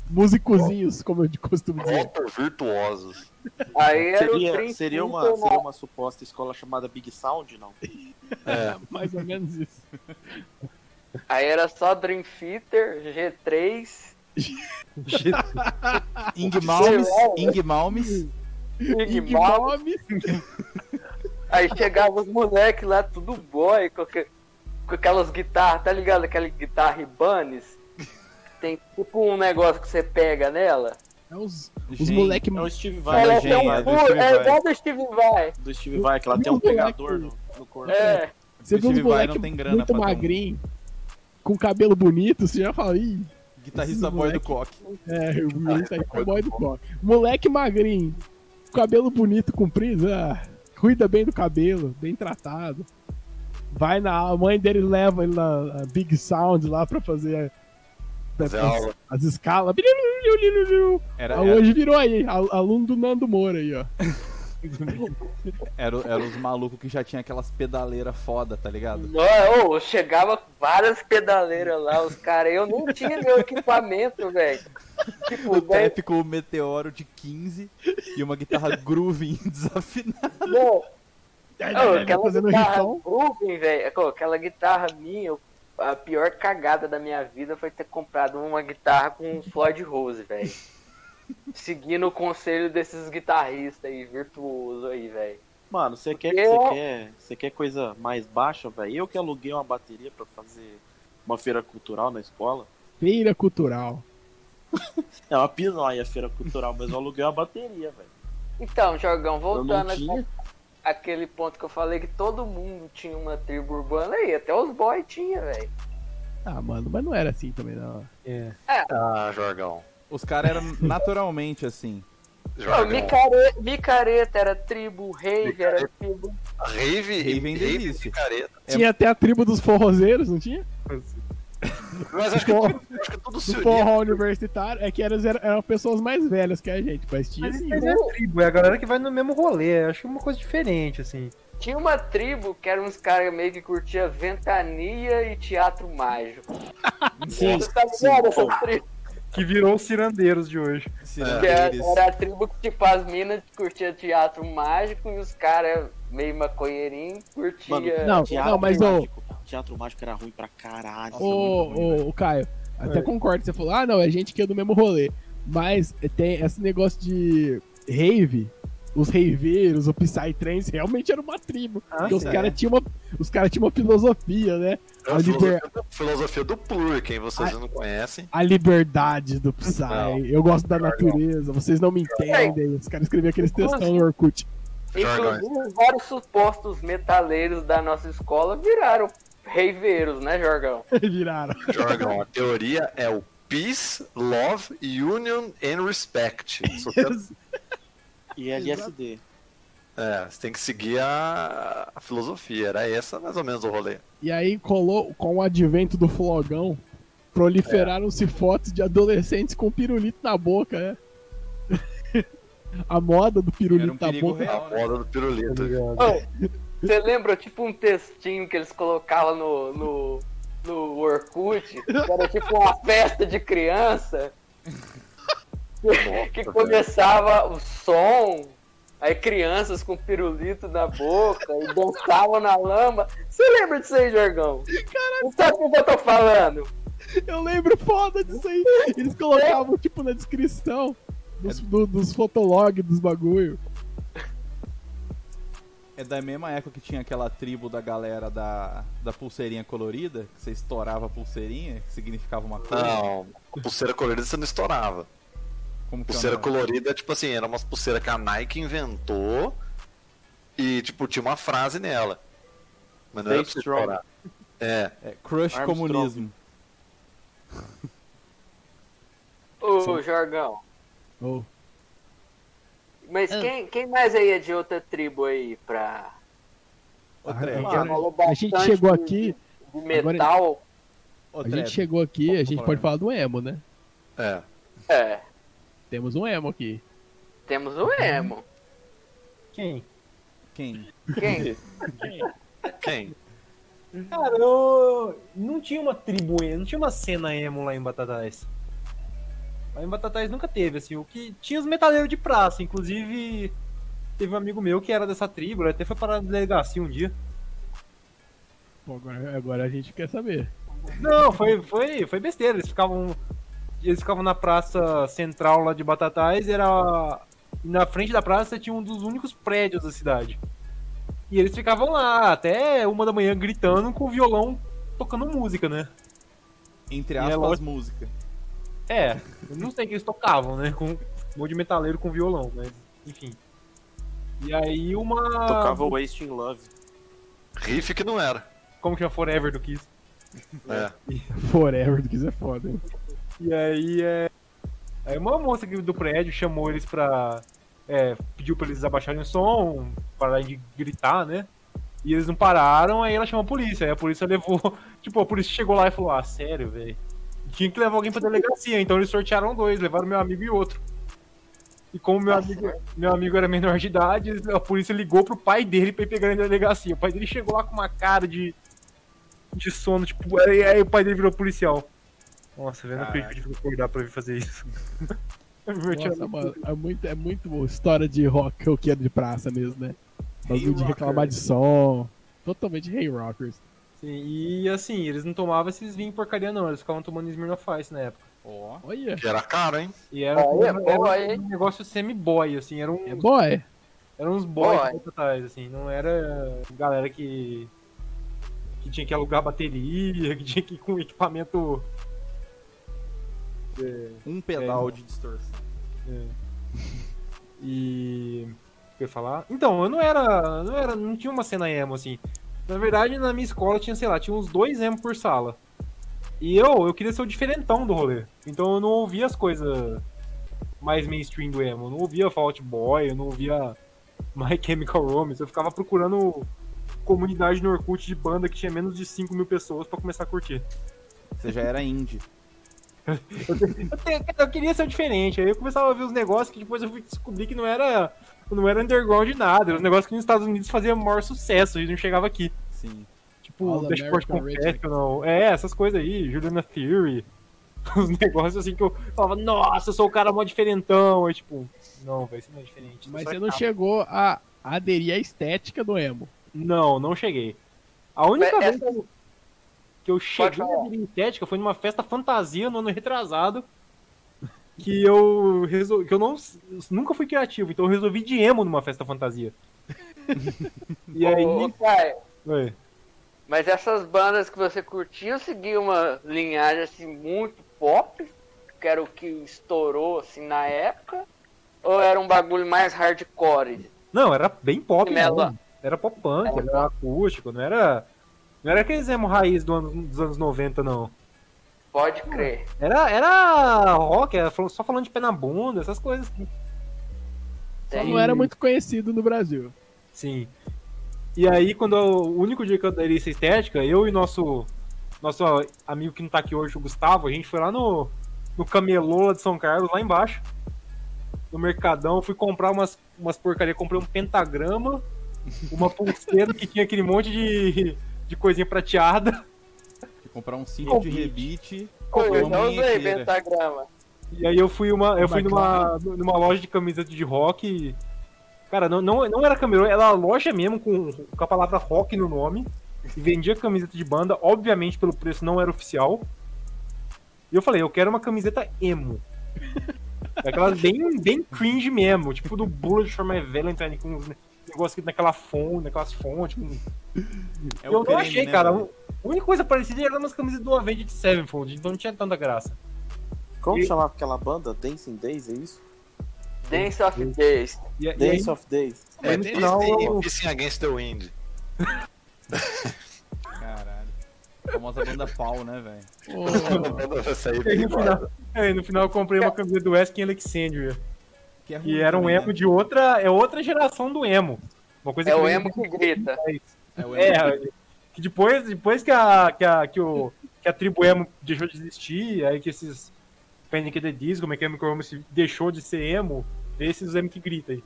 A: musicozinhos, como eu costumo
B: [laughs]
A: dizer.
B: Motor virtuosos.
C: Aí era o
F: Seria,
C: Dream
F: seria,
C: Theater,
F: uma, seria
C: né?
F: uma suposta escola chamada Big Sound, não?
B: É.
A: Mais ou menos isso.
C: Aí era só Dream Theater, G3,
E: Ing Malmes,
C: Sei lá,
E: Ing Malmes.
C: Big
A: Ig
C: Mom.
A: Bob,
C: Aí chegavam os moleques lá, tudo boy, com, aque- com aquelas guitarras, tá ligado? Aquela guitarra Ibanez. Tem tipo um negócio que você pega nela.
A: É os, os
E: Gente,
A: moleque
F: É o Steve Vai,
E: Fala,
C: Ela
F: né,
E: gente,
C: tem um
E: é
F: é
E: do
C: furo,
E: Steve
C: é
E: Vai.
C: igual do Steve Vai.
F: do Steve Vai, que ela tem um
A: Meu
F: pegador no,
A: moleque.
F: no corpo.
C: É.
A: Você
E: O
A: viu uns
E: Steve Vai
A: moleque
E: não tem grana
A: muito
E: pra dar um-
A: magrinho, com cabelo bonito, você já fala, ih,
E: Guitarrista boy do Coque.
A: é, o menino tá aí com o boy do coque. Moleque magrinho, cabelo bonito, comprido, ah, cuida bem do cabelo, bem tratado. Vai na. A mãe dele leva ele na na Big Sound lá pra fazer né, as,
B: Fazer aula.
A: as escalas. Brilhulhulhulhulhulhul.
E: Era,
A: Ah,
E: era,
A: Hoje virou aí, al- aluno do Nando Moura aí, ó.
E: era, era os malucos que já tinha aquelas pedaleiras foda, tá ligado?
C: Não, é, ô, chegava várias pedaleiras lá, os caras. Eu não tinha meu equipamento, velho. Tipo,
E: O
C: velho,
E: Tep com o meteoro de 15 e uma guitarra grooving [laughs] desafinada.
C: não. Ô, aquela
A: fazendo
C: guitarra
A: riffão.
C: Grooving, velho. Ô, Aquela guitarra minha, eu- a pior cagada da minha vida foi ter comprado uma guitarra com um Floyd Rose, velho. Seguindo o conselho desses guitarristas aí, virtuoso aí, velho.
F: Mano, você quer,
C: Eu-
F: você quer, você quer coisa mais baixa, velho? Eu que aluguei uma bateria pra fazer uma feira cultural na escola.
A: Feira cultural.
F: É uma pinóia a feira cultural, mas eu aluguei uma bateria, velho.
C: Então, Jorgão,
F: Eu
C: voltando
F: não
C: a-
F: tinha.
C: àquele ponto que eu falei que todo mundo tinha uma tribo urbana aí, até os boys tinha, velho.
A: Ah, mano, mas não era assim também, não.
B: Ah, Jorgão.
E: Os caras eram naturalmente assim.
C: Ô,
B: Jorgão.
C: Micare... Micareta era tribo, rave era
B: Micareta.
C: tribo.
B: Rave,
E: Rave ainda
B: rave
E: existe.
B: de careta.
E: É-
A: Tinha até a tribo dos forrozeiros, não tinha?
B: Mas acho que, acho que tudo se
A: do
B: unia.
A: forró universitário é que eram, eram pessoas mais velhas que a gente, mas tinha
D: [laughs] Mas
A: assim.
D: isso aí não é tribo, é a galera que vai no mesmo rolê. Acho que é uma coisa diferente, assim.
C: Tinha uma tribo que eram uns caras meio que curtia ventania e teatro mágico.
F: [laughs] Sim,
C: Você tá
F: sim.
C: ligado
F: Pô, É,
C: essa tribo?
D: Que virou os cirandeiros de hoje.
C: Que era,
E: Cirandeiros.
C: era a tribo que, tipo, as minas curtia teatro mágico e os caras meio maconheirinho
F: Mano,
B: É,
C: curtia...
A: Não,
F: teatro
A: não, mas, ô-
F: mágico, teatro mágico era ruim pra caralho.
A: Ô, ô, ô, Caio, até concordo. Você falou, ah, não, é gente que é do mesmo rolê. Mas tem esse negócio de rave, os raveiros, o Psytrance, realmente era uma tribo.
B: Ah,
A: porque os
E: sim.
A: caras tinham uma, os cara tinham uma filosofia, né?
B: É
A: A
B: a
A: liber-
B: filosofia, filosofia do Plur, quem vocês não conhecem.
A: A liberdade do Psy,
B: Não. assim?
A: eu gosto da natureza, vocês não me entendem. Os caras escreviam aqueles textão no Orkut. [laughs]
C: Inclusive, vários supostos metaleiros da nossa escola viraram reiveiros, né, Jorgão?
A: Viraram.
B: Jorgão, a teoria é o Peace, Love, Union and Respect. Só que
F: E LSD.
B: é, você tem que seguir a, a filosofia. Era essa mais ou menos o rolê.
A: E aí colou com o advento do flogão,
E: É.
A: proliferaram-se fotos de adolescentes com pirulito na boca, né? [laughs] A moda do pirulito
E: Era um
A: na
E: perigo
A: boca.
B: A
A: [laughs]
E: real, né?
B: moda do
D: tá
B: pirulito.
C: Ô, Você lembra, tipo, um textinho que eles colocavam no, no, no Orkut? Que era tipo uma festa de criança. [laughs] que começava o som, aí crianças com pirulito na boca e dançavam na lama. Você lembra disso aí, Jorgão? Não sabe o que eu tô falando?
A: Eu lembro foda disso aí. Eles colocavam, tipo, na descrição dos, do- dos fotolog dos bagulho.
E: É da mesma época que tinha aquela tribo da galera da, da pulseirinha colorida, que você estourava a pulseirinha, que significava uma coisa.
B: Não, a pulseira colorida você não estourava.
E: Como que é o
B: Pulseira
E: nome?
B: colorida, tipo assim, era umas pulseiras que a Nike inventou e, tipo, tinha uma frase nela. Mas não era pra
E: Stay
B: você
E: strong.
B: estourar. É,
E: É, crush
F: Armstrong.
E: comunismo.
C: Ô, Jorgão.
A: Ô.
C: Mas
A: Ah.
C: quem, quem mais aí é de outra tribo aí pra.
E: Ô,
A: Ah,
F: é.
E: Trevor,
A: Agora,
C: falou
A: a gente
C: bastante
A: chegou
C: de-
A: aqui,
C: de
A: Agora-
C: metal?
E: ô,
A: a
E: Trevor,
A: gente chegou aqui, a gente
E: falar.
A: pode falar do emo, né?
B: é.
C: É,
A: Temos um emo aqui.
C: temos o emo.
D: é Quem?
E: quem?
C: Quem?
B: Quem?
D: Cara, eu... não tinha uma tribo emo, não tinha uma cena emo lá em Batatais. Lá em Batatais nunca teve, assim, o que tinha os metaleiros de praça, inclusive teve um amigo meu que era dessa tribo, ele até foi parar na delegacia um dia.
A: Bom, agora, agora a gente quer saber.
D: Não, foi, foi, foi besteira, eles ficavam eles ficavam na praça central lá de Batatais, era na frente da praça tinha um dos únicos prédios da cidade. E eles ficavam lá até uma da manhã gritando com o violão tocando música, né?
E: Entre
D: E é
E: aspas,
D: lógico-
E: música.
D: É, eu não sei que eles tocavam, né? Com um monte de metaleiro com violão, mas enfim. E aí uma.
F: Tocava Wasting Love.
B: Riff que não era.
D: Como que chama Forever do Kiss?
B: É.
A: [laughs] Forever, do que isso é foda. hein?
D: E aí é. Aí uma moça aqui do prédio chamou eles pra. É, pediu pra eles abaixarem o som, pararem de gritar, né? E eles não pararam, aí ela chamou a polícia. Aí a polícia levou. [laughs] Tipo, a polícia chegou lá e falou: Ah, sério, velho. Tinha que levar alguém pra delegacia. Então eles sortearam dois, levaram meu amigo e outro. E como meu amigo, meu amigo era menor de idade, eles- a polícia ligou pro pai dele pra ir pegar ele na delegacia. O pai dele chegou lá com uma cara de. de sono, tipo. Aí, aí o pai dele virou policial. Nossa, vendo o
B: Caraca.
D: prejuízo de acordar pra vir fazer isso. [laughs] Meu tio-
A: Nossa, mano, é muito, é muito boa história de rock que eu quero de praça mesmo, né? Bagulho de reclamar de som. Totalmente hey rockers.
D: Sim, e assim, eles não tomavam esses vinhos porcaria, não. Eles ficavam tomando Smirnoff Ice na época.
E: Ó.
A: Olha,
B: Que era caro, hein?
D: E era,
C: Olha,
D: era
C: boa,
D: um
C: hein?
D: negócio semi-boy, assim. Eram
A: é boy.
D: Eram uns boys
C: Boy.
D: totais, assim, não era galera que. que tinha que alugar bateria, que tinha que ir com equipamento.
E: Um pedal
D: É,
E: de distorção.
D: é. E. O que eu ia falar? Então, eu não era. não era. não tinha uma cena emo, assim. Na verdade, na minha escola tinha, sei lá, tinha uns dois emo por sala. E eu, eu queria ser o diferentão do rolê. Então eu não ouvia as coisas mais mainstream do emo. Eu não ouvia Fault Boy, eu não ouvia [laughs] My Chemical Romance. Eu ficava procurando comunidade no Orkut de banda que tinha menos de 5 mil pessoas pra começar a curtir.
E: Você já era indie.
D: Eu, te- cara, eu queria ser diferente. Aí eu começava a ver os negócios que depois eu fui descobrir que não era, não era underground nada. Era um negócio que nos Estados Unidos fazia maior sucesso e não chegava aqui.
E: Sim.
A: All
D: Tipo, Dashboard
A: American
D: Confessional. É, essas coisas aí. Juliana Theory. [laughs] Os negócios assim que eu falava, nossa, eu sou o cara mó diferentão. Aí tipo, não, vai ser não é diferente.
A: Mas
D: Só
A: você
D: que-
A: não chegou a aderir à estética do emo.
D: Não, não cheguei. A única
C: Mas
D: vez que eu- que eu cheguei
C: É, falar.
D: na vida estética foi numa festa fantasia no ano retrasado. Que eu resolvi. Que eu não, nunca fui criativo, então eu resolvi de emo numa festa
C: [laughs]
D: fantasia. e aí.
C: Ô, ô, Caio,
D: Ué,
C: mas essas bandas que você curtiu seguiam uma linhagem assim muito pop, que era o que estourou assim na época, ou era um bagulho mais hardcore?
D: Não, era bem pop,
C: Mela.
D: mesmo. Era pop punk, era acústico, não era. Não era aqueles emo raiz do ano- dos anos 90, não.
C: Pode crer.
D: Era, era rock, era fal- só falando de pé na bunda, essas coisas.
A: Só
C: Tem.
A: não era muito conhecido no Brasil.
D: Sim. E aí, quando eu- o único dia que eu dei essa estética, eu e nosso nosso amigo que não tá aqui hoje, o Gustavo, a gente foi lá no, no camelô lá de São Carlos, lá embaixo, no Mercadão, fui comprar umas, umas porcaria, comprei um pentagrama, uma pulseira que tinha aquele monte de, de coisinha prateada,
E: Comprar um cinto de rebite.
C: Pô, eu
E: uma
C: não
E: manhã
C: usei
E: inteira.
C: pentagrama.
D: e aí eu fui, uma, eu fui numa, numa loja de camisas de rock, e, cara, não, não, não era camelô, era loja mesmo com, com a palavra rock no nome, e vendia camiseta de banda, obviamente pelo preço não era oficial. E eu falei, eu quero uma camiseta emo. [laughs] Daquelas bem, bem cringe mesmo, tipo do Bullet for My Valentine, com uns negócios escrito naquela fonte, naquelas fontes. com-
E: É
D: eu
E: o creme,
D: não achei,
E: né,
D: cara.
E: mano?
D: A única coisa parecida era umas camisas do Avenged Sevenfold, então não tinha tanta graça.
F: Como
D: E-
F: chamava aquela banda? Dancing Days, é isso?
C: Dance of Days.
D: E, e aí,
F: Dance of Days.
D: aí,
B: É,
D: no
B: tem
D: final, eu-
B: esse Fishing Against the Wind.
E: Caralho. A famosa banda pau, né, velho?
A: Ô,
B: Essa aí é
D: E aí, no
B: perigosa.
D: final, aí, no final eu comprei uma camisa do Weskin Alexandria.
E: Que é ruim
D: E era um
E: também,
D: emo
E: né?
D: de outra. É outra geração do emo. Uma coisa
C: É
D: que
C: o
D: eu-
C: emo que grita.
E: É o emo.
D: É, que depois, depois que, a, que, a, que, o, que a tribo emo deixou de existir, aí que esses Panic! at the Disco, como é que é emo se deixou de ser emo, veio esses emo que grita aí.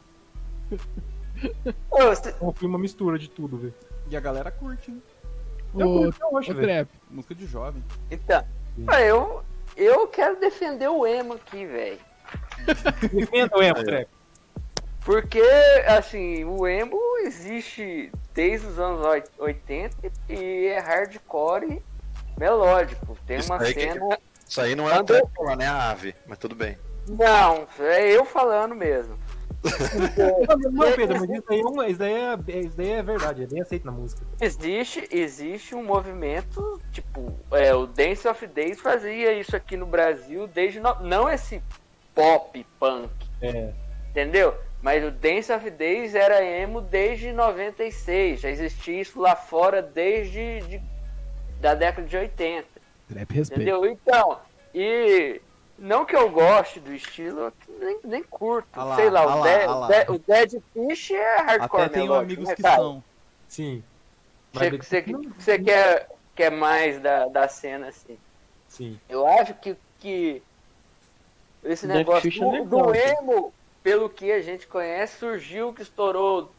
C: Ô, você-
D: Então foi uma mistura de tudo, velho.
E: E a galera curte, hein?
D: Eu
A: ô,
D: curto até hoje,
A: ô,
D: velho.
A: Trap,
E: Música de jovem.
C: Então, ah, eu, eu quero defender o emo aqui, velho.
D: Defenda o emo,
A: É.
D: Trap.
C: Porque, assim, o emo existe desde os anos oit- 80 e é hardcore melódico. Tem
B: Isso
C: uma
B: aí que-
C: cena.
B: Isso aí
D: Ah,
B: não é um
C: Andou.
B: trap, não, né? A ave, mas tudo bem.
C: Não, é eu falando mesmo.
D: Não, Pedro, mas isso daí, é um- isso, daí é, isso daí é verdade, é bem aceito na música.
C: Existe, existe um movimento, tipo, é, o Dance of Days fazia isso aqui no Brasil desde. no- não esse pop punk.
D: É.
C: Entendeu? Mas o Dance of Days era emo desde 96. Já existia isso lá fora desde de- da década de 80.
A: Trap respeito.
C: Entendeu? Então, e não que eu goste do estilo, eu nem, nem curto.
E: Ah lá,
C: Sei lá,
E: ah
C: o,
E: lá,
C: Dead-
E: ah lá.
C: o Dead Fish é hardcore
E: Até tenho
C: melódico,
E: amigos
C: né,
E: que
C: cara?
E: são.
D: Sim,
C: Você, você, você quer, quer mais da, da cena, assim.
D: sim.
C: Eu acho que, que esse
F: Death
C: negócio
F: Fish é
C: do,
F: legal,
C: do
F: cara.
C: emo, pelo que a gente conhece, surgiu que estourou,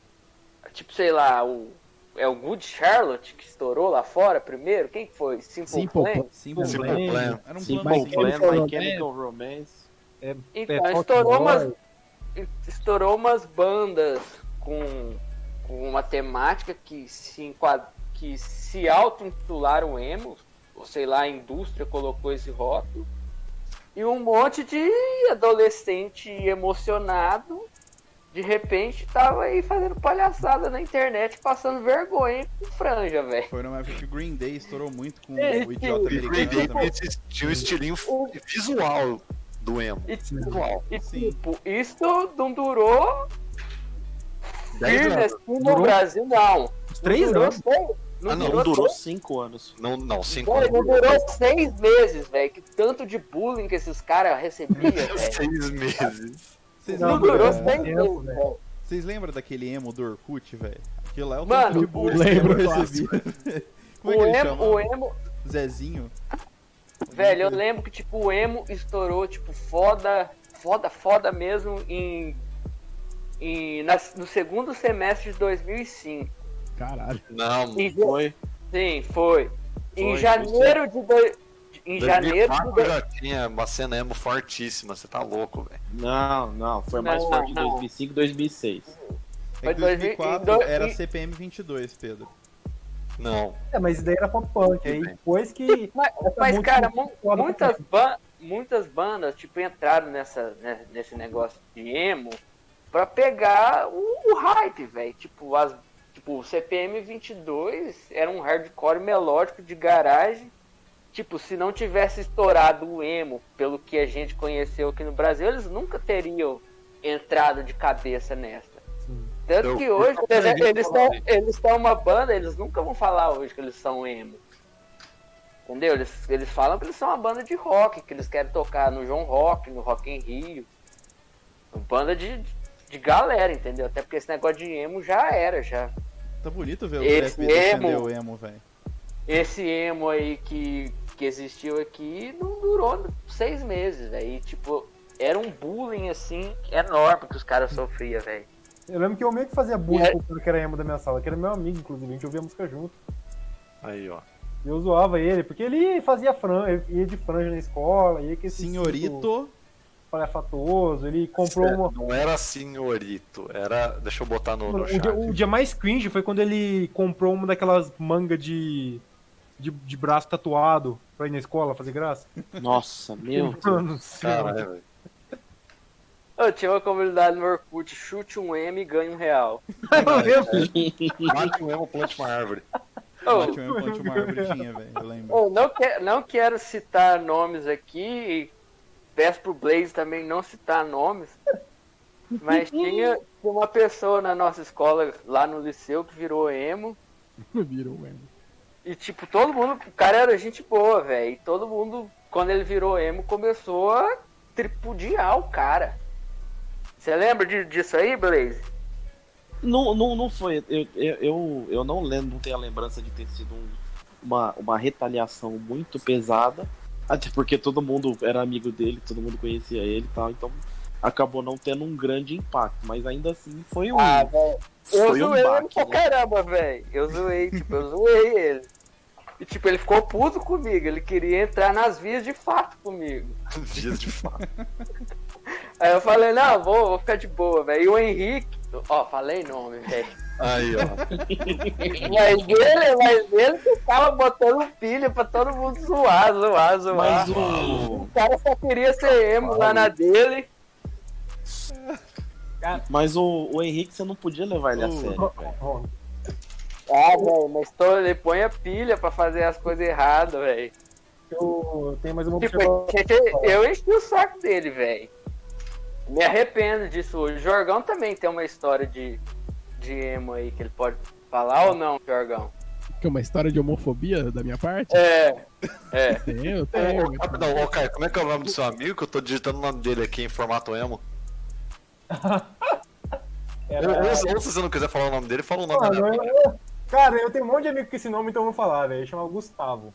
C: tipo, sei lá, o, é o Good Charlotte que estourou lá fora primeiro? Quem que foi? Simple,
A: Simple
C: Plan?
A: Plan.
E: Sim,
D: Sim,
E: plano.
B: Simple Plan.
E: Era um plano
F: Simple
E: assim.
F: Plan,
A: Chemical
F: My Chemical Romance.
C: Então,
D: Pet Shop
C: estourou
D: Boys.
C: umas, estourou umas bandas com, com uma temática que se, enquad... que se auto-intitularam emo, ou sei lá, a indústria colocou esse rótulo, e um monte de adolescente emocionado de repente tava aí fazendo palhaçada na internet, passando vergonha com franja, velho.
E: Foi numa época que o Green Day estourou muito com
C: É,
E: o idiota
B: E Green Day
E: americano também.
B: esse- tinha um estilinho f- visual do emo.
C: E,
B: Visual.
C: e,
E: Sim.
C: tipo, isso não durou
B: Dez
C: firme
B: anos.
C: assim no
D: Durou?
C: Brasil, não.
D: Os
C: Não
D: três
C: durou
D: anos.
C: seis-
B: Ah, não,
F: Não durou cinco anos.
B: Não, não, cinco
C: Pô,
B: anos.
C: não durou seis meses, velho. Que tanto de bullying que esses caras recebiam, velho.
B: Seis meses.
E: Vocês
C: Não
E: lembram-
C: durou
D: durou
C: seis
D: tempo,
C: meses, velho.
E: Vocês lembram daquele emo do Orkut, velho? Aquilo lá é o
C: Mano,
E: tanto de
C: eu
E: bullying
A: lembro.
E: que eu recebi. [laughs] Como é
C: O
E: que ele
C: emo, o
E: chama?
C: emo,
E: Zezinho? É
C: velho, eu lembro que, tipo, o emo estourou, tipo, foda, foda, foda mesmo em. em nas- no segundo semestre de 2005.
A: Caralho. [laughs]
B: Não,
C: Em, ja-
F: Foi.
C: sim, foi. Em
F: Foi,
C: janeiro de. doi- Em janeiro de.
B: 2004
C: doi-
B: já tinha uma cena emo fortíssima. Você tá louco, velho.
F: Não, não. Foi mais
C: Não,
F: forte em
C: não.
F: 2005 2006.
E: É
C: Foi
E: que
C: 2004
E: 2004
C: e-
E: era CPM 22, Pedro.
B: Não.
D: É, mas isso daí era pop punk. Aí depois que.
C: [laughs] Mas,
D: Essa
C: mas,
D: música
C: cara,
D: é
C: mu-
D: foda
C: muitas, ba- muitas bandas tipo, entraram nessa, né, nesse negócio de emo pra pegar o, o hype, velho. Tipo, as, tipo, o CPM 22 era um hardcore melódico de garagem. Tipo, se não tivesse estourado o emo, pelo que a gente conheceu aqui no Brasil, eles nunca teriam entrado de cabeça nessa.
D: Sim.
C: Tanto
B: Eu-
C: que hoje
B: eu-
C: eles-
B: eu-
C: eles estão eles tão uma banda, eles nunca vão falar hoje que eles são emo. Entendeu? Eles, eles falam que eles são uma banda de rock, que eles querem tocar no João Rock, no Rock em Rio. Uma banda de, de galera, entendeu? Até porque esse negócio de emo já era, já.
E: Tá bonito ver o
C: Esse
E: Pepe defender
C: emo.
E: o emo, velho.
C: Esse emo aí que, que existiu aqui não durou seis meses, velho. E, tipo, era um bullying, assim, enorme que os caras sofriam, velho.
D: Eu lembro que eu meio que fazia
C: É.
D: bullying com o cara que era emo da minha sala, que era meu amigo, inclusive, a gente ouvia música junto.
B: Aí, ó.
D: Eu zoava ele, porque ele fazia franja, ele ia de franja na escola, ia com esse cinto
E: Senhorito,
D: Palhafatoso, ele comprou
B: É,
D: uma.
B: Não era senhorito, era. Deixa eu botar no,
D: Mano,
B: no
D: o,
B: chat.
D: dia, o dia mais cringe foi quando ele comprou uma daquelas mangas de, de, de braço tatuado pra ir na escola fazer graça. [laughs]
F: Nossa, meu.
D: Mano, do céu.
B: Caralho, velho.
C: Eu tinha uma comunidade no Orkut, chute um M e ganha um [laughs] real.
D: Eu lembro.
B: Mate um emo, plante uma árvore. [laughs]
C: Ô,
E: bate um emo plante uma arvorezinha, velho. Eu lembro.
C: ô, não, que- não quero citar nomes aqui e peço pro Blaze também não citar nomes. Mas tinha tinha uma pessoa na nossa escola, lá no liceu, que virou emo.
A: Virou o emo.
C: E, tipo, todo mundo. O cara era gente boa, velho. E todo mundo, quando ele virou emo, começou a tripudiar o cara. Você lembra de- disso aí, Blaze?
F: Não, não, não foi. Eu, eu, eu, eu não lembro, não tenho a lembrança de ter sido um- uma, uma retaliação muito pesada. Até porque todo mundo era amigo dele, todo mundo conhecia ele e tal, então acabou não tendo um grande impacto. Mas ainda assim foi um.
C: Ah, velho. Eu
F: foi um
C: zoei ele
F: baque,
C: pra
F: né?
C: caramba, velho. Eu zoei, tipo, eu zoei ele. E, tipo, ele ficou puto comigo. Ele queria entrar nas vias de fato comigo.
B: Dias de fato.
C: Aí eu falei, não, vou, vou ficar de boa, velho. E o Henrique. Ó, falei nome, velho.
F: [laughs]
B: Aí, ó.
C: Mas ele, mas ele ficava botando pilha pra todo mundo zoar, zoar, zoar.
F: Mas o,
C: O cara só queria ser emo lá na dele.
F: mas o, o Henrique, você não podia levar ele a
E: O-
F: sério, velho.
D: Ó,
C: Ah, velho, mas todo, ele põe a pilha pra fazer as coisas erradas, velho.
D: Eu tenho mais uma
C: Tipo,
D: observação.
C: eu- eu enchi o saco dele, velho. Me arrependo disso hoje. O Jorgão também tem uma história de, de emo aí que ele pode falar ou não, Jorgão?
A: Que é uma história de homofobia da minha parte?
C: É. [laughs] É.
A: Tem, eu tenho.
B: Ô, ô, Rapidão, ô, Caio, como é que é o nome do seu amigo? Que eu tô digitando o nome dele aqui em formato emo.
D: Era-
B: Eu, eu- ou se você não quiser falar o nome dele, fala o nome
D: É, Mano,
B: dele.
D: eu- eu- Cara, eu tenho um monte de amigo com esse nome, então eu vou falar, velho. Chama Gustavo.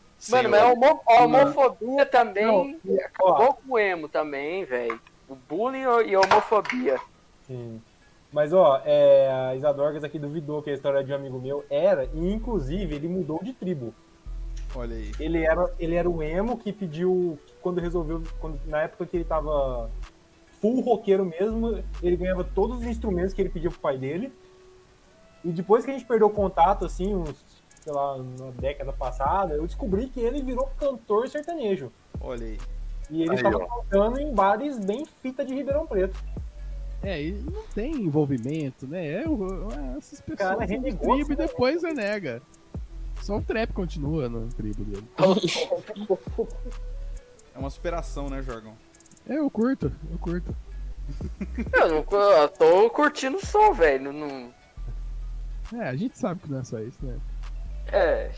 C: Mano, é
B: Senhor.
C: mas a homo- a homofobia também
D: Não, é,
C: acabou com o emo também, velho. O bullying e a homofobia.
D: Sim. Mas, ó, é, a Isadorgas aqui duvidou que a história de um amigo meu era, e inclusive ele mudou de tribo.
E: Olha aí.
D: Ele era, ele era o emo que pediu, que quando resolveu, quando, na época que ele tava full roqueiro mesmo, ele ganhava todos os instrumentos que ele pedia pro pai dele. E depois que a gente perdeu o contato, assim, uns, sei lá, na década passada, eu descobri que ele virou cantor sertanejo.
E: Olha aí.
D: E ele
B: Aí,
D: tava
B: ó.
D: cantando em bares bem fita de Ribeirão Preto.
A: É, e não tem envolvimento, né? É, o- o- essas pessoas
D: Cara,
A: cara,
D: rende
A: tribo
D: gosto,
A: e
D: né?
A: depois renega. Só o trap continua no tribo dele.
E: É uma superação, né, Jorgão?
A: É, eu curto, eu curto.
C: Eu, não, cu- eu tô curtindo o som, velho. Não,
A: É, a gente sabe que não é só isso, né?
C: é.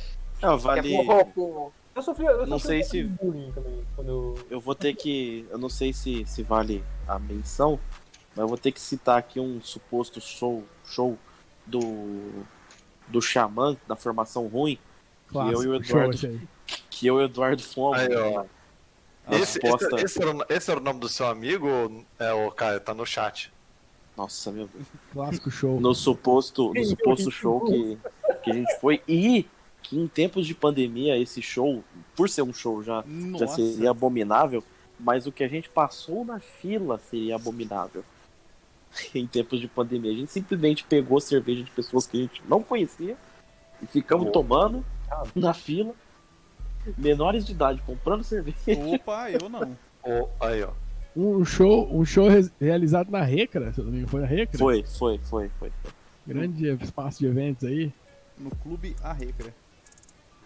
F: Ah,
C: é
F: vale.
C: pouco-
D: Eu sofri, eu
F: Não
D: sofri
F: sei
D: bastante bullying também quando eu
F: Eu vou ter que. Eu não sei se, se vale a menção, mas eu vou ter que citar aqui um suposto show, show do. do Xamã, da formação ruim,
A: Clássico,
F: eu e o
A: show
F: Eduardo-
A: esse aí.
F: que eu e o Eduardo fomos. né?
B: Aí, ó.
F: cara. As
B: Esse,
F: bosta-
B: esse, esse era, o- esse era o nome do seu amigo? ou- É, o Caio, tá no chat.
F: Nossa, meu Deus.
A: Clássico show.
F: No suposto, no suposto show que, que a gente foi. E que em tempos de pandemia, esse show, por ser um show já, já
E: Nossa.
F: seria abominável, mas o que a gente passou na fila seria abominável. [laughs] em tempos de pandemia. A gente simplesmente pegou cerveja de pessoas que a gente não conhecia e ficamos tomando [laughs] na fila. Menores de idade comprando [laughs] cerveja.
E: Opa, eu não.
B: Ô, aí, ó.
A: Um show, um show re- realizado na Recra, se eu não me engano, foi na Recra.
F: Foi, foi, foi, foi. foi.
A: Grande espaço de eventos aí.
E: No clube a recra.
F: É.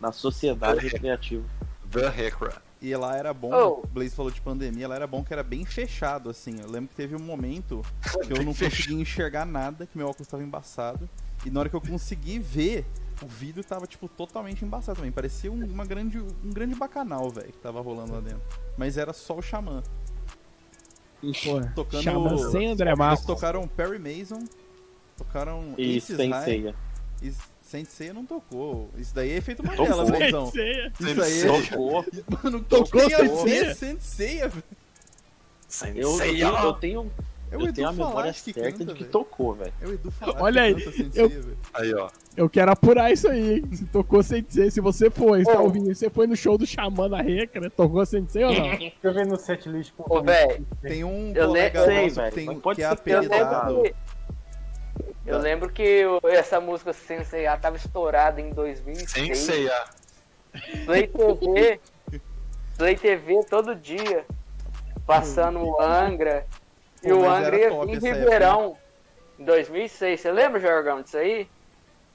F: Na sociedade recreativa.
B: The Recra.
E: E lá era bom,
C: Oh.
E: o Blaze falou de pandemia, lá era bom que era bem fechado, assim. Eu lembro que teve um momento que eu
B: Bem
E: não
B: fechado.
E: conseguia enxergar nada, que meu óculos tava embaçado. E na hora que eu consegui ver, o vidro tava, tipo, totalmente embaçado também. Parecia um, uma grande, um grande bacanal, velho, que tava rolando lá dentro. Mas era só o Xamã.
A: Porra,
E: Tocando-
A: Xamã sem André
E: Eles
A: Matos.
E: tocaram Perry Mason, tocaram
F: E
E: Aces
F: sem
E: High,
F: ceia.
E: E Sensei não tocou. Isso daí é efeito
B: Tocou.
E: Mandela, Blazão.
A: Sensei.
E: Isso aí é...
F: Tocou.
E: [laughs] Mano,
A: Tocou
E: tocou
A: Sensei?
E: Sensei, velho.
F: Eu, eu,
B: Sensei,
F: tenho, eu
B: ó.
F: tenho,
E: É o
F: eu
E: Edu
F: tenho a memória
E: Falas que
F: certa
E: canta,
F: de que
E: velho.
F: tocou, velho.
E: É
A: [laughs]
E: o Edu Falas
A: Olha aí,
E: que canta Sensei,
A: eu-
E: velho.
B: Aí, ó.
A: Eu quero apurar isso aí, hein? Se tocou Sensei, se você foi, está
C: Ô.
A: ouvindo, você foi no show do Xamã na Reca, né? Tocou Sensei ou não?
E: [laughs]
D: Deixa eu ver no setlist. pô.
C: Ô, velho,
E: Tem um
C: Eu
E: colega
F: sei,
E: nosso que,
F: velho,
E: tem,
F: mas pode
E: que é
F: ser que tenha
C: eu lembro
E: apelidado...
C: que... Eu lembro que o- essa música Sensei A tava estourada em 2006.
B: Sensei, ó.
C: Play TV, Play TV todo dia, passando o Angra.
E: Pô,
C: e o
E: mas
C: Angra
E: era
C: ia
E: top
C: vir em
E: essa
C: Ribeirão, em 2006. Você lembra, Jorgão, disso aí?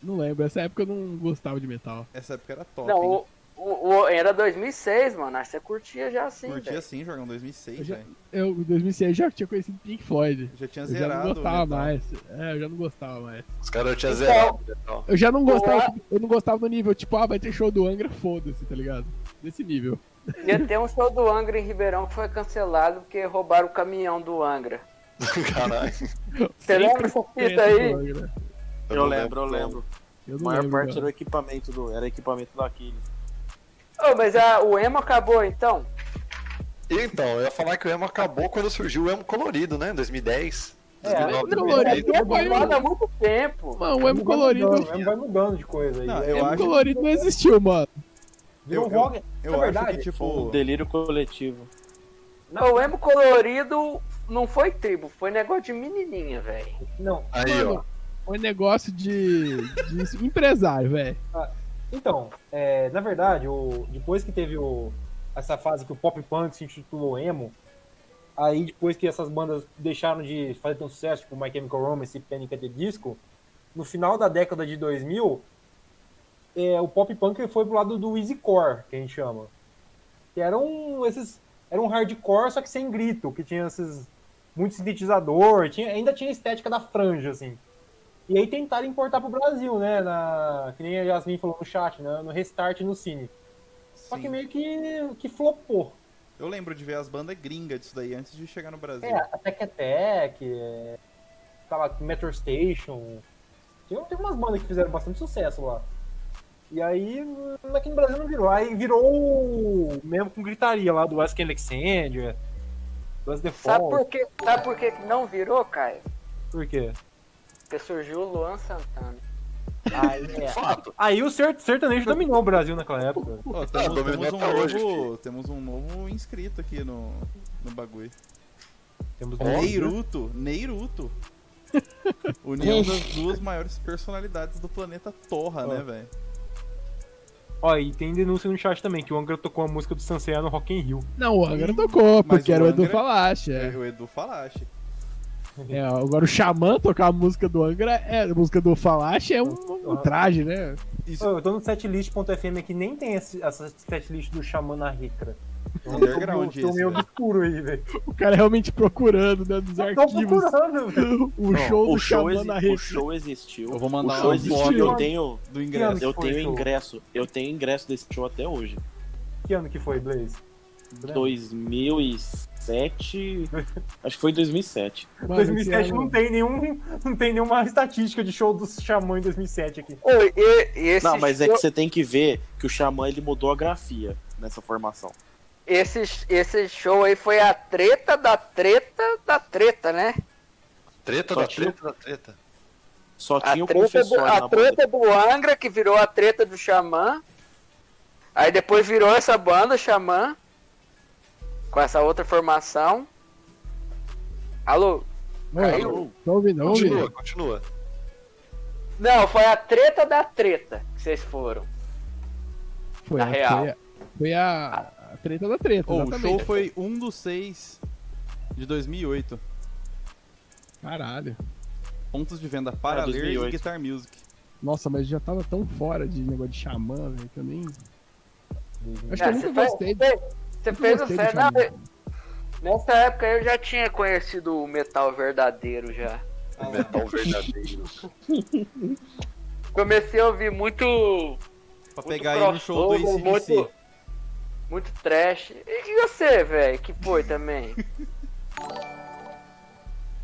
A: Não lembro, essa época eu não gostava de metal.
E: Essa época era top,
C: Não,
E: hein?
C: o, o, o- era 2006, mano. Acho que você curtia já assim,
E: Curtia
C: velho.
E: assim, jogando 2006,
A: Eu já-
E: velho.
A: Eu, em 2006, eu já tinha conhecido Pink Floyd.
E: Já tinha
A: Eu já não
E: zerado.
A: gostava
E: o metal.
A: mais. É, eu já não gostava mais.
B: Os caras tinham
C: Então-
B: zerado. né, pessoal.
A: Eu já não gostava,
C: Olá.
A: tipo, eu não gostava do nível, tipo, ah, vai ter show do Angra, foda-se, tá ligado? Desse nível.
C: Ia ter um show do Angra em Ribeirão que foi cancelado porque roubaram o caminhão do Angra.
B: [laughs] Caralho.
C: Você
A: Sempre
C: lembra essa fita
A: perto do
C: aí?
A: Angra.
F: Eu, lembro, eu lembro.
A: né? Eu
F: A
A: não
F: maior
A: lembro,
F: parte
A: cara.
F: era o equipamento do. Era equipamento do Aquiles.
C: Ô, mas a- o emo acabou então?
B: Então, eu ia falar que o emo acabou quando surgiu o emo colorido, né? 2010.
F: É,
A: colorido.
C: Emo
A: Acabou, hein,
C: acabou há muito tempo.
A: Mano, o
D: Vai
A: emo colorido.
D: mudando, vai mudando de coisa aí. um
E: Não,
D: né?
E: eu
A: emo
E: acho-
A: colorido não existiu, mano.
D: Virou
E: eu-
D: voga.
E: Eu
D: Na
E: acho
D: verdade,
E: que,
F: Um
E: tipo...
F: delírio coletivo.
C: O emo colorido não foi tribo, foi negócio de menininha, velho.
D: Não,
B: Aí, ó.
A: Foi um negócio de, de empresário, velho.
D: Então, é, na verdade, o- depois que teve o- essa fase que o pop punk se intitulou emo, aí depois que essas bandas deixaram de fazer tão sucesso, tipo My Chemical Romance e Panic! at the Disco, no final da década de 2000, é, o pop punk foi pro lado do easycore, que a gente chama. Que eram esses, era um hardcore, só que sem grito, que tinha esses muito sintetizador, tinha- ainda tinha a estética da franja, assim. E aí tentaram importar pro Brasil, né? Na, que nem a Yasmin falou no chat, né? No restart e no cine. Só que
E: sim.
D: meio que, que flopou.
E: assim, Eu lembro de ver as bandas gringas disso daí antes de chegar no Brasil.
D: É, a Tecatec, é, tava Metro Station. Tinha, teve umas bandas que fizeram bastante sucesso lá. E aí, hum, aqui no Brasil não virou. Aí virou o- mesmo com gritaria lá do Ask Alexandria, do Ask The
C: Sabe
D: Fall.
C: por, quê? Sabe por quê que não virou, Caio?
D: Por quê?
C: Porque surgiu o Luan Santana. Ah,
D: Aí,
C: é.
B: Fato.
D: aí o ser- sertanejo dominou o Brasil naquela época.
E: Ó,
B: Ah,
E: temos,
B: dominou
E: temos um
B: até hoje,
E: novo, temos um novo inscrito aqui no, no bagulho. É,
D: Temos
E: né?
D: né?
E: Neiruto, [laughs] Neiruto. União das duas maiores personalidades do planeta Torra, né, velho?
D: Ó, e tem denúncia no chat também, que o Angra tocou a música do Sanseia no Rock in Rio.
A: Não, o Angra tocou, porque
E: o
A: era o Edu
E: Angra-
A: Falache. É.
E: O Edu Falache.
A: É, agora o Xamã tocar a música do Angra, é, a música do Falache é um, um traje, né?
E: Isso
D: Ô, eu tô no setlist.fm aqui, nem tem esse, essa setlist do Xamã na Ricra.
E: é underground
D: Tô
F: né?
E: esse, velho.
D: meio obscuro aí, velho.
A: O cara é realmente procurando né, dos
D: Eu Tô
A: arquivos. [laughs]
D: procurando, velho.
A: O
F: Não,
A: show do
F: o, show
A: Xamã
F: exi-
A: na
F: o
A: Reca.
F: show existiu.
E: Eu vou
F: O
E: mandar
F: show
E: uma
D: existe,
E: foto
F: existiu.
D: mano.
F: Eu tenho,
E: do
D: Anos
E: ingresso.
D: que
F: eu
D: foi o
F: tenho
D: show?
F: ingresso. Eu tenho ingresso desse show até hoje.
D: Que ano que foi, Blaze?
F: 2007. acho que foi em 2007.
A: Mano,
D: 2007
A: esse
D: não
A: ano-
D: tem, nenhum, não tem nenhuma estatística de show do Xamã em 2007 aqui.
C: Oi, e, e esse
F: Não, mas é
C: show-
F: que você tem que ver que o Xamã ele mudou a grafia nessa formação.
C: esse, esse show aí foi a treta da treta da treta, né?
B: Treta
F: Só
B: da
F: tinha-
B: treta da treta.
F: Só
C: A
F: tinha
E: um
F: o
C: treta, é
F: confessor
C: do,
F: na
C: a
F: banda.
C: treta é do Angra, que virou a treta do Xamã. Aí depois virou essa banda, Xamã. Com essa outra formação. Alô?
A: Oi,
C: Caiu?
A: Tá ouvindo, vamos
B: Continua,
A: ver.
B: continua.
C: Não, foi a treta da treta que vocês foram.
A: Foi,
C: Na
A: a-
C: real.
A: foi a- foi a, a treta da treta,
E: Ô, o
A: exatamente.
E: show foi 1 do 6 de 2008.
A: Caralho.
E: Pontos de venda para
F: É,
E: ler e
F: 2008.
E: Guitar Music.
A: Nossa, mas eu já tava tão fora de negócio de Xamã, velho, que eu nem... Acho que
C: Ah,
A: eu nunca
C: você foi-
A: gostei.
C: você- Você fez o
A: gostei
C: certo.
A: do
C: Não,
A: Xamã.
C: eu- Nessa época eu já tinha conhecido o metal verdadeiro já.
B: Metal Tá um verdadeiro.
C: Comecei a ouvir muito.
E: Pra
C: muito
E: pegar aí no show do
C: crossover,
E: ACDC.
C: Muito, muito trash. E, e você, velho? Que foi também?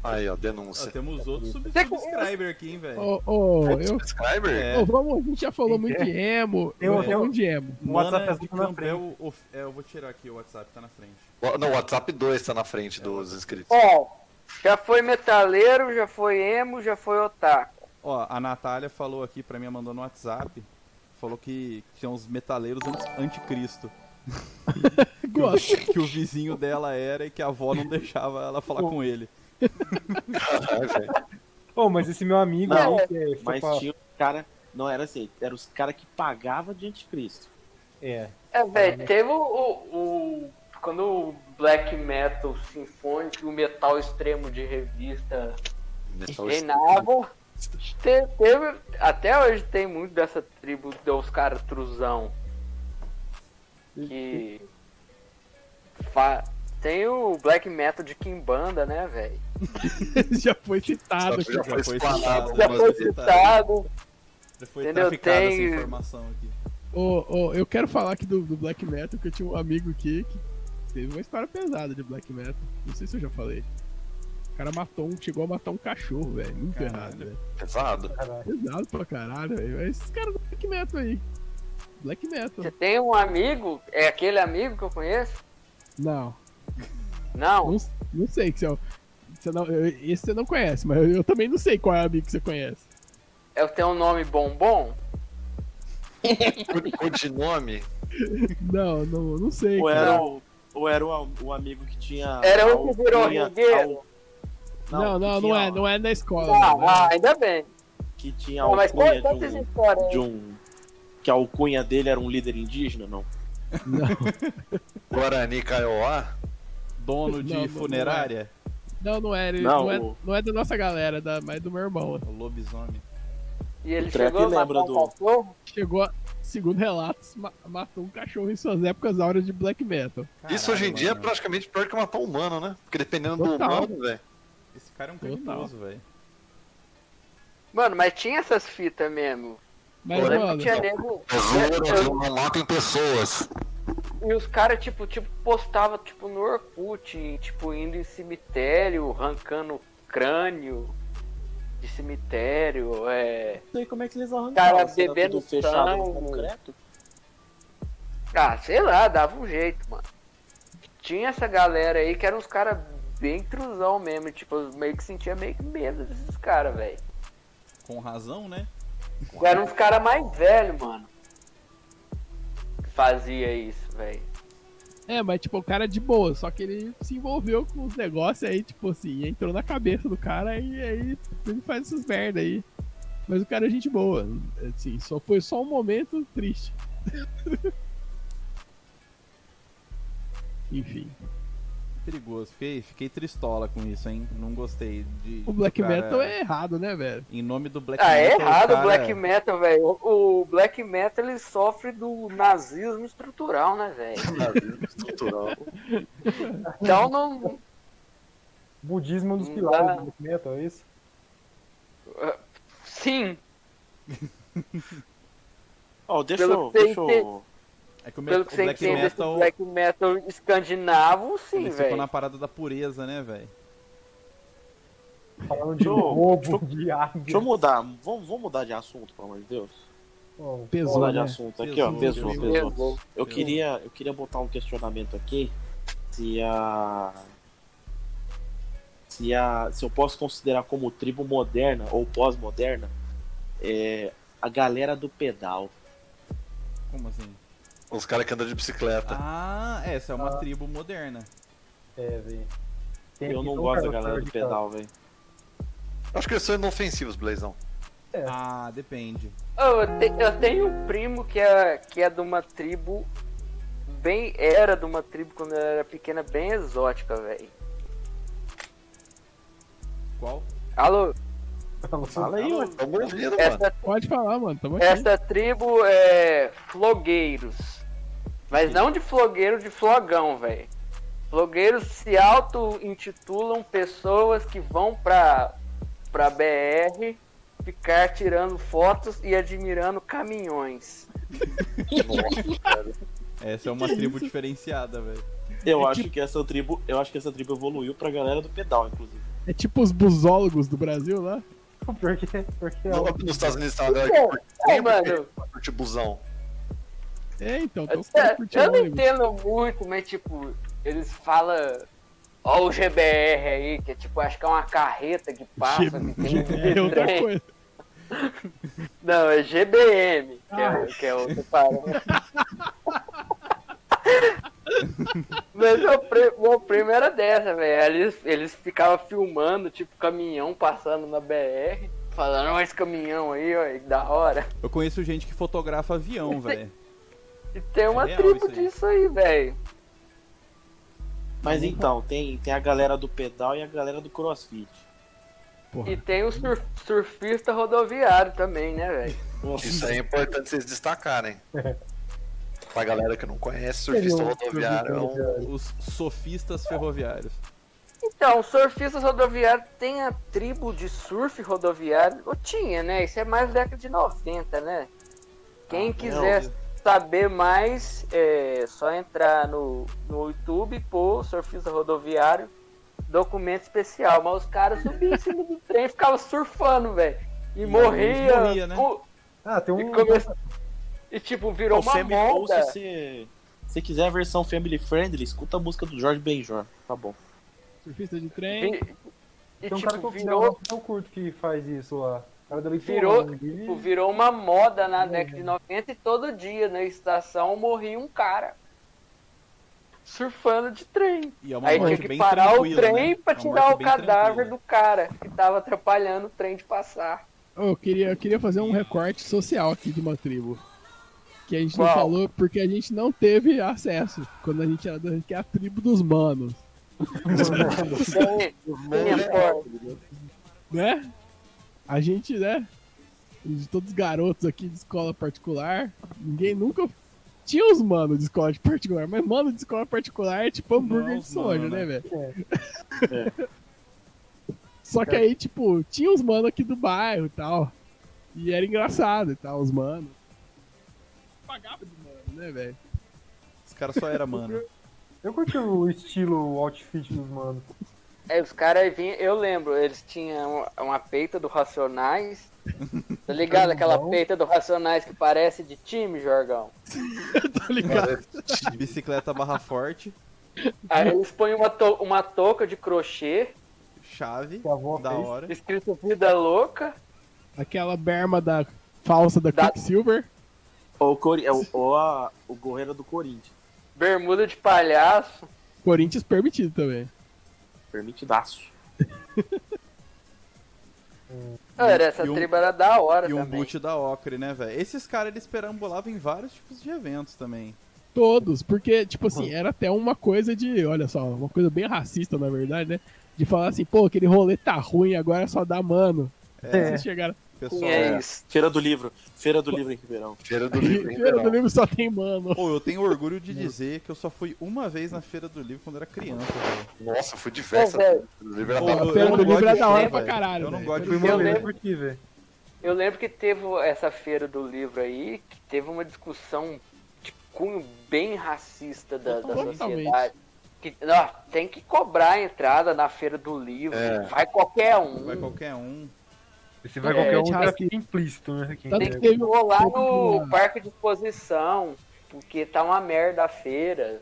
B: Aí, ó,
E: Ó,
B: denúncia.
E: temos outro sub
C: Você-
E: subscriber aqui, hein, velho.
A: Ô, ô, eu.
B: Subscriber?
E: É,
A: Ô, vamos, a gente já falou muito de emo.
D: Eu-
A: Eu,
D: eu-
A: muito de emo.
D: O
E: Mana
F: é
D: WhatsApp
E: de
D: tá na frente.
E: Campbell of- É, eu vou tirar aqui o WhatsApp, tá na frente.
B: O- Não, o WhatsApp 2 tá na frente dos inscritos.
C: Ó, já foi metaleiro, já foi emo, já foi otaku.
E: Ó, a Natália falou aqui pra mim, mandou no WhatsApp. Falou que tinha uns metaleiros anti-
C: [laughs]
E: anticristo.
A: Gosto.
E: Que o vizinho dela era e que a avó não deixava ela falar com ele.
B: Caralho, velho.
D: Ô, mas esse meu amigo
F: Não,
D: aí, que é, foi
F: Mas
D: pra-
F: tinha os cara. Não era assim, eram os caras que pagavam de anticristo.
D: É.
C: É, velho, teve o, o- o- Quando o black metal sinfônico e o metal extremo de revista
B: Metal
C: reinavam, te- teve- até hoje tem muito dessa tribo dos caras truzão. Que. fa- Tem o black metal de Kimbanda, né, velho?
A: [laughs] já foi citado aqui.
B: Já foi
E: Já foi
B: explanado
E: explanado.
C: Já
B: algumas
C: foi
B: vezes.
E: né?
C: citado.
E: Já tá- foi
C: Entendeu?
E: traficada
C: Tem-
E: essa informação aqui.
A: Ô, ô, eu quero falar aqui do, do Black Metal, que eu tinha um amigo aqui que teve uma história pesada de Black Metal. Não sei se eu já falei. O cara matou um, chegou a matar um cachorro, velho. Muito
E: Caralho.
A: errado, velho.
B: Pesado.
A: Pesado pra caralho, velho. Mas Esses caras do Black Metal aí. Black Metal.
C: Você tem um amigo, é aquele amigo que eu conheço?
A: Não,
C: Não.
A: não, não sei que você, é o- você não, eu- Esse você não conhece, mas eu, eu também não sei qual é o amigo que você conhece.
C: Eu tenho um nome bombom?
B: Codinome?
A: Não, não, não sei.
F: Ou
A: cara.
F: era, o, ou era o, o amigo que tinha.
C: Era o que virou
F: tinha-
C: Rigueiro?
A: Não, não, não
F: que tinha-
A: é, não é na escola.
C: Ah,
A: não,
C: ah,
A: né?
C: ainda bem.
F: Que tinha
C: Não, mas
F: alcunha
C: qual-
F: de
C: qual que é essa
F: um,
C: história
F: de
C: aí?
F: um. Que a alcunha dele era um líder indígena, não?
B: Guarani Kaiowá?
E: Dono de
A: Não, não, é. não
E: funerária?
A: Não, não era. ele-
F: Não,
A: Não, é,
F: o-
A: não é da nossa galera, é da, mas do meu irmão.
E: O lobisomem.
C: E ele
F: O Trap
C: chegou a matar
F: lembra
C: um
F: do-
C: cachorro?
A: Chegou, a- segundo relatos, ma- matou um cachorro em suas épocas áureas de black metal.
B: Isso hoje em
E: Caralho,
B: dia é
E: mano.
B: praticamente pior que matar um humano, né? Porque dependendo do
A: Total.
B: humano, velho.
E: Esse cara é um
A: Total.
E: criminoso, velho.
C: Mano, mas tinha essas fitas mesmo.
A: Mas,
C: Eu lembro
A: mano,
C: que tinha nego. eu- eu-
B: É não matem pessoas.
C: E os caras, tipo, tipo, postava tipo no Orkut, e, tipo, indo em cemitério, arrancando crânio de cemitério, é.
F: Não sei como é que eles arrancaram.
C: Cara,
F: se era
C: bebendo
F: tudo fechado em
C: sangue.
F: concreto.
C: Ah, sei lá, dava um jeito, mano. Tinha essa galera aí que eram uns caras bem truzão mesmo, e, tipo, eu meio que sentia meio que medo desses caras, velho.
E: Com razão, né?
C: Eram uns caras mais velhos, mano. Que fazia isso, velho.
A: é, mas tipo, o cara é de boa, só que ele se envolveu com os negócios aí, tipo assim, entrou na cabeça do cara e aí ele faz essas merda aí. Mas o cara é gente boa, assim, só foi só um momento triste. [laughs] Enfim,
E: Perigoso. Fiquei, fiquei tristola com isso, hein? Não gostei de.
A: o black
E: do cara-
A: metal é errado, né, velho?
E: Em nome do black
C: Ah,
E: metal.
C: é errado
E: cara...
C: o black metal, velho. O o black metal ele sofre do nazismo estrutural, né, velho?
B: Estrutural.
C: Então não.
D: Budismo é um dos
C: Não
D: pilares
C: dá.
D: do black metal, é isso?
C: Sim,
F: Ó, deixa
C: Pelo
F: eu.
C: que
F: Deixa
C: tem-
F: eu...
E: É que o, me-
C: pelo
E: o
C: que você
E: black
C: entende, esse
E: metal.
C: black metal escandinavo, sim,
E: Ele ficou na
C: velho.
E: parada da pureza, né, velho?
D: Falando de
F: Deixa eu-
D: lobo, de águia.
F: Deixa eu mudar. Vamos, vamos mudar de assunto, pelo amor de Deus.
D: Ó,
F: Vamos
A: Pesou,
F: mudar de
A: né?
F: assunto aqui, ó.
E: Pesou,
F: Pesou,
E: pesou.
F: pesou.
E: Pesou.
F: Eu queria, eu queria botar um questionamento aqui. Se a. Se a. Se eu posso considerar como tribo moderna ou pós-moderna é, a galera do pedal.
E: Como assim?
B: Os caras que andam de
D: Tá.
B: bicicleta.
E: Ah, essa é uma tribo moderna.
D: É, velho. Tem
F: Eu
D: aqui
F: não
D: tão
F: gosto da
D: cara
F: galera do
D: forte, cara.
F: pedal,
D: [laughs]
F: velho.
B: Acho que eles são inofensivos, Blazão.
D: É.
E: Ah, depende.
C: Ô, Eu, te- eu tenho um primo que é, que é de uma tribo. Bem. Era de uma tribo quando eu era pequena, bem exótica, velho.
E: Qual?
C: Alô,
D: tá
F: Fala aí, ué.
B: Tamo ouvindo, um mano.
C: essa
A: assim?
C: É.
A: Pode falar, mano, tamo aqui.
C: Esta tribo é Flogueiros. Mas não de flogueiro, de flogão, velho. Flogueiros se auto-intitulam pessoas que vão pra, pra BR ficar tirando fotos e admirando caminhões.
F: Tipo,
E: Essa é
D: [laughs]
E: uma tribo diferenciada, velho.
F: Eu acho que essa tribo, eu acho que essa tribo evoluiu pra galera do pedal, inclusive.
A: É tipo os busólogos do Brasil lá.
D: [laughs] Porque, porque é
B: Não,
D: ela-
B: nos Estados Unidos tá andando
C: Pô,
B: aqui por
C: é,
B: tempo,
C: mano.
B: por tibuzão.
A: É, então,
C: Eu,
A: tem os caras
C: eu
A: curtindo
C: não
A: ônibus.
C: entendo muito, mas tipo, eles falam. Ó o GBR aí, que é tipo, acho que é uma carreta que passa. que tem
A: [laughs]
C: um
A: É outra
C: trem.
A: coisa.
C: Não, é GBM, que é, que é outro parâmetro. [laughs] Mas meu, pri- meu primo era dessa, velho. Eles, eles ficavam filmando, tipo, caminhão passando na BR. Falando, ó, esse caminhão aí, ó, que da hora. [laughs]
E: Eu conheço gente que fotografa
D: [laughs]
E: avião, velho.
C: E tem uma
E: real isso
C: tribo
E: aí.
C: disso aí, velho.
F: Mas
D: Uhum.
F: então, tem, tem a galera do pedal e a galera do crossfit.
C: E tem o sur- surfista rodoviário também, né, velho?
B: Isso aí é importante vocês destacarem. Pra galera que não conhece, surfista
D: Entendeu?
B: rodoviário é um
E: Os sofistas ferroviários.
C: Então, surfistas rodoviários tem a tribo de surf rodoviário. Ou tinha, né? Isso é mais década de 90, né? Quem
F: Ah,
C: quiser
F: meu
C: saber mais, é só entrar no, no YouTube e pôr surfista rodoviário, documento especial. Mas os caras subiam em cima do trem e ficavam surfando, velho. E,
E: E
C: morria.
E: alguns morria, né?
C: pô,
D: Ah, tem
C: e,
D: um.
C: começa- e, tipo, virou
F: Ô,
C: uma
F: Sammy Paul,
C: moda.
F: se você, se quiser a versão family friendly, escuta a música do Jorge Benjor. Tá bom.
A: Surfista de trem.
C: E, e,
D: Tem um cara
C: tipo,
D: que eu,
C: virou
D: eu curto que faz isso lá. O cara da leitura,
C: Virou,
D: né? Ele-
C: Tipo, virou uma moda na década de 90 e todo dia na estação morria um cara surfando de trem.
E: E é uma
C: Aí tinha
E: morte
C: que
E: bem
C: parar o
E: tranquila,
C: trem
E: né?
C: pra
E: É uma
C: tirar
E: morte
C: o
E: bem
C: cadáver
E: tranquila.
C: do cara que tava atrapalhando o trem de passar.
A: Ô, Eu queria, eu queria fazer um recorte social aqui de uma tribo. Que a gente não
C: Qual?
A: falou porque a gente não teve acesso quando a gente era adolescente, que é a tribo dos manos.
C: Quem- quem é forte?
A: né? A gente, né? De todos os garotos aqui de escola particular, ninguém nunca. Tinha os mano de escola de particular, mas mano de escola particular é tipo hambúrguer
E: Não,
A: de soja,
E: mano,
A: né,
E: né? É.
A: velho? [laughs] Só que aí, tipo, tinha os mano aqui do bairro e tal. E era engraçado e tal, os mano. Pagava de mano, né, velho? [laughs]
E: Os caras só era mano.
C: [laughs]
D: Eu curti o estilo, o outfit dos manos.
C: É, os caras vinham, eu lembro, eles tinham uma peita do Racionais.
E: [laughs]
C: Tá ligado? Aquela peita do Racionais que parece de time, Jorgão.
A: Tá
B: É.
A: ligado?
E: Bicicleta barra forte,
C: Aí eles põem uma, to- uma touca de crochê,
E: chave,
D: Que a avó
E: da
D: fez.
E: hora.
C: escrito Vida Louca.
A: Aquela berma da falsa da,
C: Da-
A: Quicksilver.
F: Ou, o Cori- é o- ou a- o Gorreira do Corinthians.
C: Bermuda de palhaço.
A: Corinthians permitido também.
F: Permitidaço.
C: Cara, essa
E: e um-
C: tribo era da hora
E: E um
C: também.
E: boot da Ocre, né, velho? Esses caras, eles perambulavam em vários tipos de eventos também.
A: Todos, porque, tipo assim,
C: Uhum.
A: era até uma coisa de, olha só, uma coisa bem racista, na verdade, né? De falar assim, pô, aquele rolê tá ruim, agora é só dá mano.
D: É.
A: Vocês chegaram.
E: Pessoal,
C: E é isso.
F: Feira do livro. Feira do livro em Ribeirão.
B: feira do
A: [laughs]
B: livro. hein,
A: Feira do
B: verão.
A: livro só tem mano.
E: Pô, eu tenho orgulho de dizer que eu só fui uma vez na Feira do Livro quando era criança, velho.
B: Nossa, fui diversa.
C: Ô, velho.
B: do livro era
E: Pô,
B: pra-
A: A
E: eu-
A: Feira
E: eu não
A: do Livro
E: gosto
A: é
E: de
A: da hora
E: feira,
A: pra
E: velho.
A: caralho,
E: Eu não
A: velho.
E: gosto de
D: Foi
E: feira.
C: Eu
D: uma vez que eu
C: lembro.
D: curti, velho.
C: Eu lembro que teve essa feira do livro aí, que teve uma discussão de cunho bem racista da, da
A: Totalmente.
C: sociedade. Que, não, tem que cobrar a entrada na feira do livro.
B: É.
C: Vai qualquer um.
E: Vai qualquer um.
D: Esse vai
C: É,
D: qualquer
F: tipo,
D: um já
A: Chassi.
D: fica implícito, né? Aqui,
A: Tanto
D: né?
A: que teve um
C: Vou lá
A: pouco de
E: Uhum.
C: no
A: uma-
C: parque de exposição, porque tá uma merda a feira.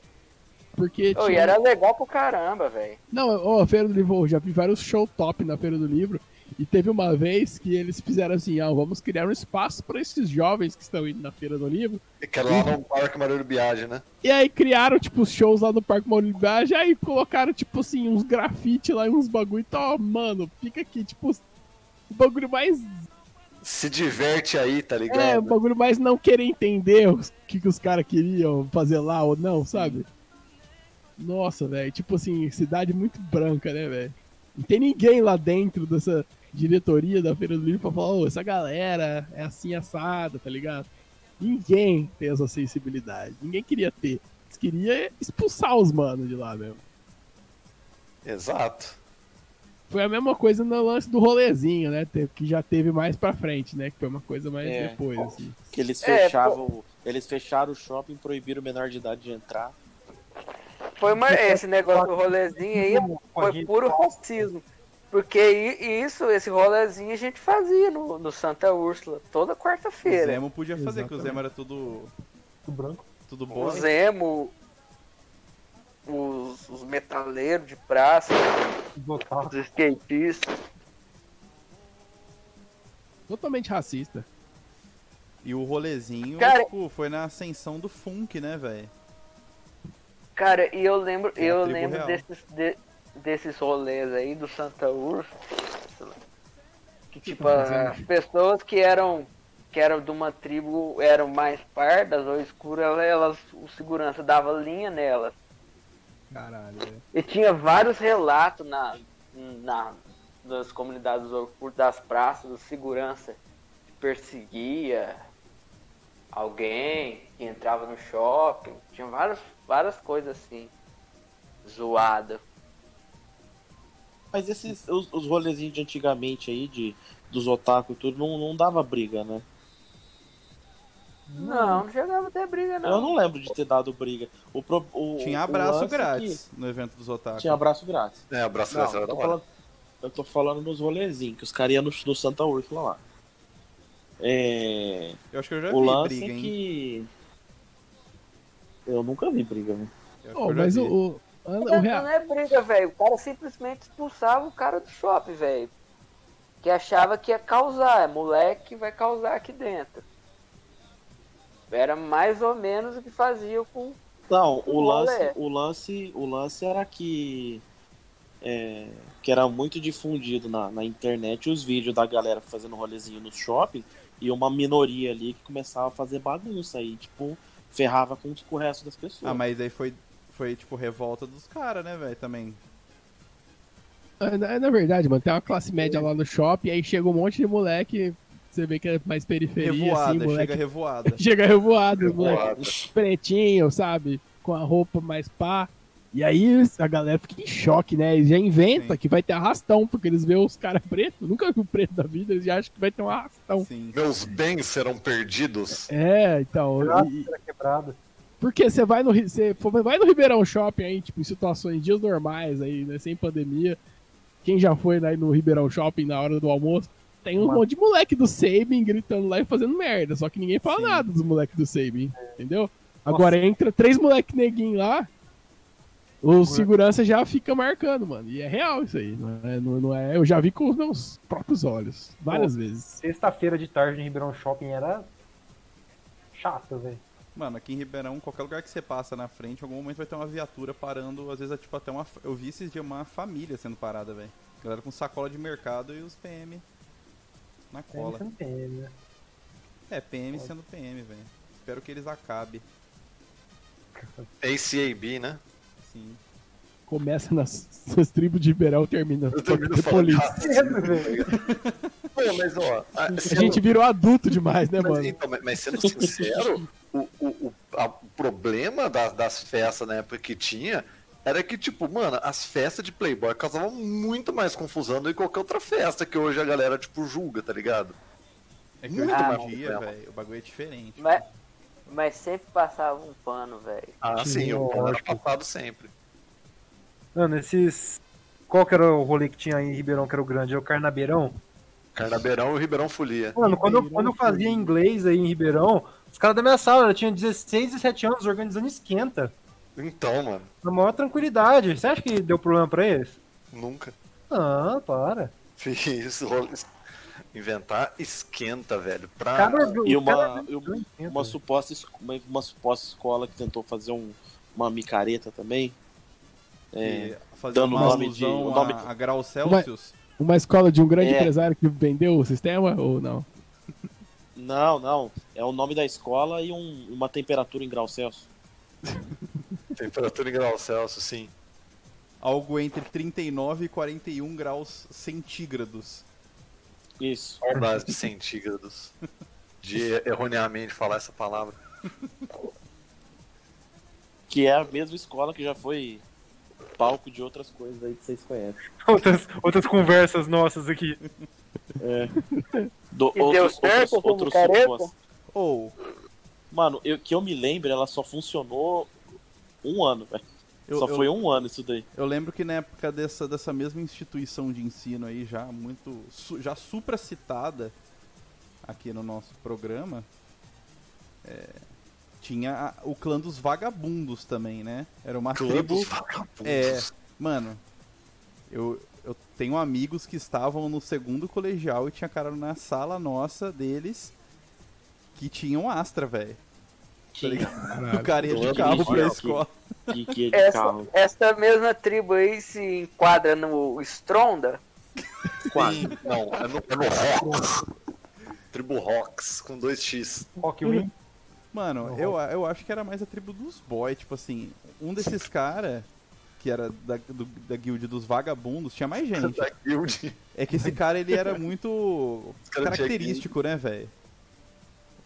A: Porque
C: Ô, e
A: tinha-
C: era legal pro caramba, velho.
A: Não, ó, a Feira do Livro, eu já vi vários show top na Feira do Livro. E teve uma vez que eles fizeram assim, ah, vamos criar um espaço pra esses jovens que estão indo na Feira do Livro.
B: Que era lá no Parque Maria Biagem, né?
A: E aí criaram, tipo, os shows lá no Parque Maurílio de Biagem, aí colocaram, tipo assim, uns grafite lá e uns bagulho. Então, ó, mano, fica aqui, tipo, os- o bagulho mais.
B: Se diverte aí, tá ligado?
A: É, o bagulho mais não querer entender o que, que os caras queriam fazer lá ou não, sabe? Nossa, velho, tipo assim, cidade muito branca, né, velho? Não tem ninguém lá dentro dessa diretoria da Feira do Livro pra falar, ô, essa galera é assim assada, tá ligado? Ninguém tem essa sensibilidade. Ninguém queria ter. Eles queriam expulsar os manos de lá mesmo.
B: Exato.
A: Foi a mesma coisa no lance do rolezinho, né? Te- Que já teve mais pra frente, né? Que foi uma coisa mais
F: É.
A: depois, assim.
F: Que eles
C: É,
F: fechavam. Eles fecharam o shopping, proibiram o menor de idade de entrar.
C: Foi uma- esse negócio do rolezinho aí é foi puro racismo. Porque i- isso, esse rolezinho a gente fazia no, no Santa Úrsula, toda
E: O
C: quarta-feira.
E: Zemo podia fazer, que o
A: Exatamente.
E: Zemo era tudo,
D: branco.
E: tudo bom.
C: O Zemo, os, os metaleiros de praça,
D: Botar.
C: os skatistas.
A: Totalmente racista.
E: E o rolezinho,
C: Cara-
E: tipo, foi na ascensão do funk, né, velho?
C: Cara, e eu lembro,
E: Tem É a
C: eu
E: tribo
C: lembro
E: real.
C: desses, de- desses rolês aí do Santa Úrsula. Que tipo,
A: tá fazendo?
C: as pessoas que eram que eram de uma tribo eram mais pardas ou escuras, ela- elas, o segurança dava linha nelas.
A: Caralho, né?
C: E tinha vários relatos na, na, das comunidades ocultas, das praças, do segurança que perseguia alguém que entrava no shopping. Tinha várias, várias coisas assim, zoada.
F: Mas esses. Os, os rolezinhos de antigamente aí, de, dos otaku e tudo, não, não dava briga, né?
C: Não, não chegava a ter briga, não.
F: Eu não lembro de ter dado briga. O, pro- o-
E: Tinha
F: o
E: abraço
F: lance
E: grátis no evento dos otaku.
F: que- Tinha abraço grátis.
B: É, abraço
F: Não,
B: dessa
F: eu,
B: era da
F: tô
B: hora.
F: falando, eu tô falando nos rolezinhos, que os caras iam no, no Santa Úrsula lá. É,
E: Eu acho que eu já
F: o
E: vi
F: lance
E: briga,
F: é
E: hein?
F: que. Eu nunca vi briga, né?
E: Eu acho
A: Oh,
E: que eu já
A: mas
E: vi.
A: o, o, o,
C: Não,
A: real,
C: não é briga, velho. O cara simplesmente expulsava o cara do shopping, velho. Que achava que ia causar. É moleque que vai causar aqui dentro. Era mais ou menos o que fazia com.
F: Não, o
C: O
F: lance,
C: rolê.
F: o lance, o lance era que é, que era muito difundido na, na internet os vídeos da galera fazendo rolezinho no shopping e uma minoria ali que começava a fazer bagunça e tipo ferrava com, com o resto das pessoas.
E: Ah, mas aí foi, foi tipo, revolta dos caras, né, velho, também.
A: Na, na verdade, mano, tem uma classe média lá no shopping, aí chega um monte de moleque, você vê que é mais periferia,
E: Revoada,
A: assim, moleque.
E: chega
A: [laughs]
E: revoada.
A: Chega revoado, moleque.
B: Revoado.
A: Pretinho, sabe? Com a roupa mais pá. E aí a galera fica em choque, né? Eles já inventa
E: Sim.
A: que vai ter arrastão, porque eles veem os caras pretos, nunca viu preto da vida, eles já acham que vai ter um arrastão.
E: Sim.
B: Meus bens serão perdidos.
A: É, então. e- e-
D: Graça quebrada.
A: porque você vai no Ri- você for- vai no Ribeirão Shopping aí, tipo, em situações, dias normais aí, né? Sem pandemia. Quem já foi lá no Ribeirão Shopping na hora do almoço, tem um
D: Mano.
A: monte de moleque do Sabin gritando lá e fazendo merda. Só que ninguém fala
E: Sim.
A: nada dos moleques do Sabin, entendeu? Agora entra três moleque neguinho lá, o segurança já fica marcando, mano. E é real isso aí. Não é, não- não é- eu já vi com os meus próprios olhos, várias vezes.
D: Sexta-feira de tarde no Ribeirão Shopping era chato, velho.
E: Mano, aqui em Ribeirão, qualquer lugar que você passa na frente, em algum momento vai ter uma viatura parando, às vezes é tipo até uma. Eu vi esses dias uma família sendo parada, velho. Galera com sacola de mercado e os PM na cola.
D: Você não tem, né?
E: É, PM sendo PM, velho. Espero que eles acabem,
B: ACAB, né?
E: sim.
A: Começa nas, nas tribos de Ribeirão, termina
B: Eu
A: na
B: tô vendo
A: É, de
B: falar de
A: polícia.
B: racismo, tá ligado? Ué, mas ó, a-
A: A
B: sendo-
A: gente virou adulto demais, né,
B: mas,
A: mano?
B: então, mas- mas sendo sincero, o, o, o, a- o problema da- das festas na época que tinha era que, tipo, mano, as festas de Playboy causavam muito mais confusão do que qualquer outra festa que hoje a galera, tipo, julga, tá ligado?
E: É que hoje
B: Muito
E: em
B: mais
E: dia,
B: problema.
E: velho, o bagulho é diferente.
C: Mas, mas sempre passava um pano, velho.
B: Ah,
D: Sim,
B: sim, eu era
D: lógico.
B: passado sempre.
D: Mano, esses. Qual que era o rolê que tinha aí em Ribeirão que era o grande? Era o Carnabeirão?
B: Carnabeirão e Ribeirão Folia.
D: Mano, quando eu,
A: Ribeirão
D: quando eu fazia
A: Folia.
D: inglês aí em Ribeirão, os caras da minha sala, eu tinha 16, 17 anos organizando esquenta.
B: Então, mano,
D: Na maior tranquilidade. Você acha que deu problema pra eles?
B: nunca [laughs]
D: Não, para.
B: fiz isso. rola- Inventar esquenta, velho. Pra...
D: Cada- os
F: Ah, E uma
D: caras-
F: e
D: não entendo.
F: uma suposta es- uma, uma suposta escola que tentou fazer um- uma micareta também. É,
E: E fazer
F: dando
E: uma
F: nome de-
E: alusão
F: o nome
E: a,
F: de-
E: a graus Celsius.
A: Uma escola de um grande
F: É.
A: empresário que vendeu o sistema ou não?
F: Não, não. É o nome da escola e um- uma temperatura em graus Celsius.
B: Temperatura em grau Celsius, sim.
E: Algo entre 39 e 41 graus centígrados.
F: Isso.
D: [laughs]
B: Saudades de centígrados. de erroneamente falar essa palavra.
F: Que é a mesma escola que já foi palco de outras coisas aí que vocês conhecem.
D: Outras, outras conversas nossas aqui.
F: Do,
C: E deu certo, como careta?
F: subpos-
E: Ou,
F: Mano, eu, que eu me lembro, ela só funcionou um ano, velho.
E: Eu-
F: Só
E: eu- Tá
F: foi um ano isso daí.
E: eu lembro que na época dessa, dessa mesma instituição de ensino aí, já muito. su- já supracitada aqui no nosso programa, é, tinha a- o clã dos vagabundos também, né? Era uma tribo.
B: Todos vagabundos.
E: É, mano, eu, eu tenho amigos que estavam no segundo colegial e tinha cara na sala nossa deles que tinham Astra, velho. Tá ligado? O cara ia de
F: Todo
E: carro pra
F: colegial
E: escola.
F: Que, que é de
C: Essa,
F: carro.
C: essa mesma tribo aí se enquadra no Stronda.
B: Sim, Não, é no, é no Rox. Tribo Rox, com dois X.
D: Rockwing.
E: Mano, eu, eu acho que era mais a tribo dos boy, tipo assim, um desses cara que era da, do, da guild dos vagabundos, tinha mais gente.
B: Da guild. [laughs]
E: É que esse cara, ele era muito
B: Os caras
E: característico, né, velho?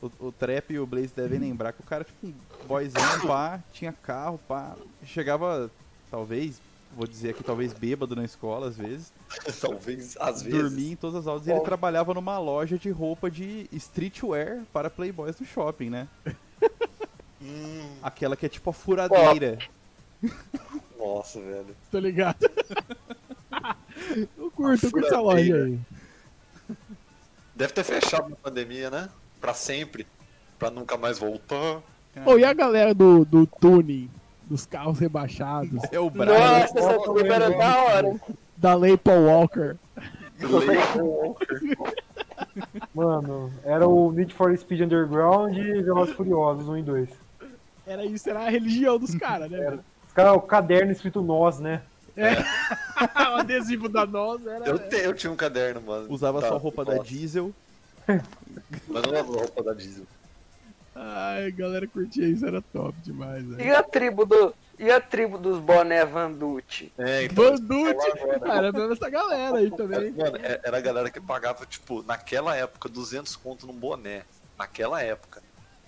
E: O, o Trap e o Blaze devem lembrar que o cara, tipo, um boyzão, pá, tinha carro, pá. Chegava, talvez, vou dizer aqui, talvez bêbado na escola, às vezes.
B: Talvez, às vezes.
E: Dormia em todas as aulas e ele trabalhava numa loja de roupa de streetwear para playboys do shopping, né?
B: Hum,
E: Aquela que é tipo a furadeira.
B: nossa, velho.
A: Tô ligado. eu curto, eu curto essa loja
B: furadeira.
A: aí.
B: Deve ter fechado na pandemia, né? Pra sempre. Pra nunca mais voltar.
A: Ô, e a galera do, do tuning, dos carros rebaixados,
E: É o Brian.
C: Nossa, essa tribo era da hora.
A: da Leipa Walker?
B: Leio-
D: Mano, era o Need for Speed Underground e Velozes e Furiosos 1 e 2.
A: Era isso, era a religião dos caras, né? mano?
D: Os caras, o caderno escrito nós, né?
A: [laughs] o adesivo da nós era.
B: Eu, te- eu tinha um caderno, mano.
E: Usava
B: Tá,
E: só roupa da
B: nossa,
E: Diesel.
B: Mas não usava roupa da Diesel.
A: Ai, a galera curtia isso, era top demais,
C: E
A: velho.
C: a tribo do. E a tribo dos boné Vanducci?
B: É, então.
A: Banducci, cara, era essa galera aí
B: Era,
A: também.
B: mano, é- era a galera que pagava, tipo, naquela época, 200 conto num boné. Naquela época.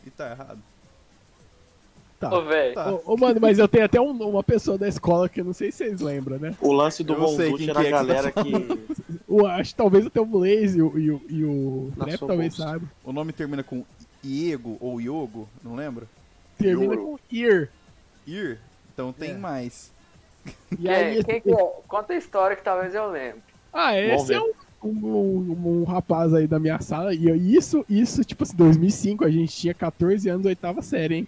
E: E tá errado.
A: Tá.
C: Ô, velho.
E: Tá.
A: Ô, ô, mano, mas eu tenho até um- uma pessoa da escola que eu não sei se vocês lembram, né?
F: O lance do
E: Eu sei
F: Vonducci
E: quem
F: era a
E: que é que tá
F: galera que.
A: O, acho que talvez até o Blaze e o, e o, e o
F: Na
A: Trap
F: sua
A: talvez
F: bolsa.
A: saibam.
E: O nome termina com Iego ou Iogo, não lembro.
A: Termina com Ear.
E: Ir. Então tem
A: É.
E: mais.
A: E
C: É,
A: aí,
C: quem que é? Conta a história que talvez eu lembre.
A: Ah, esse é um, um- um- um rapaz aí da minha sala. E eu- isso, isso, tipo assim, 2005, a gente tinha 14 anos, oitava série, hein?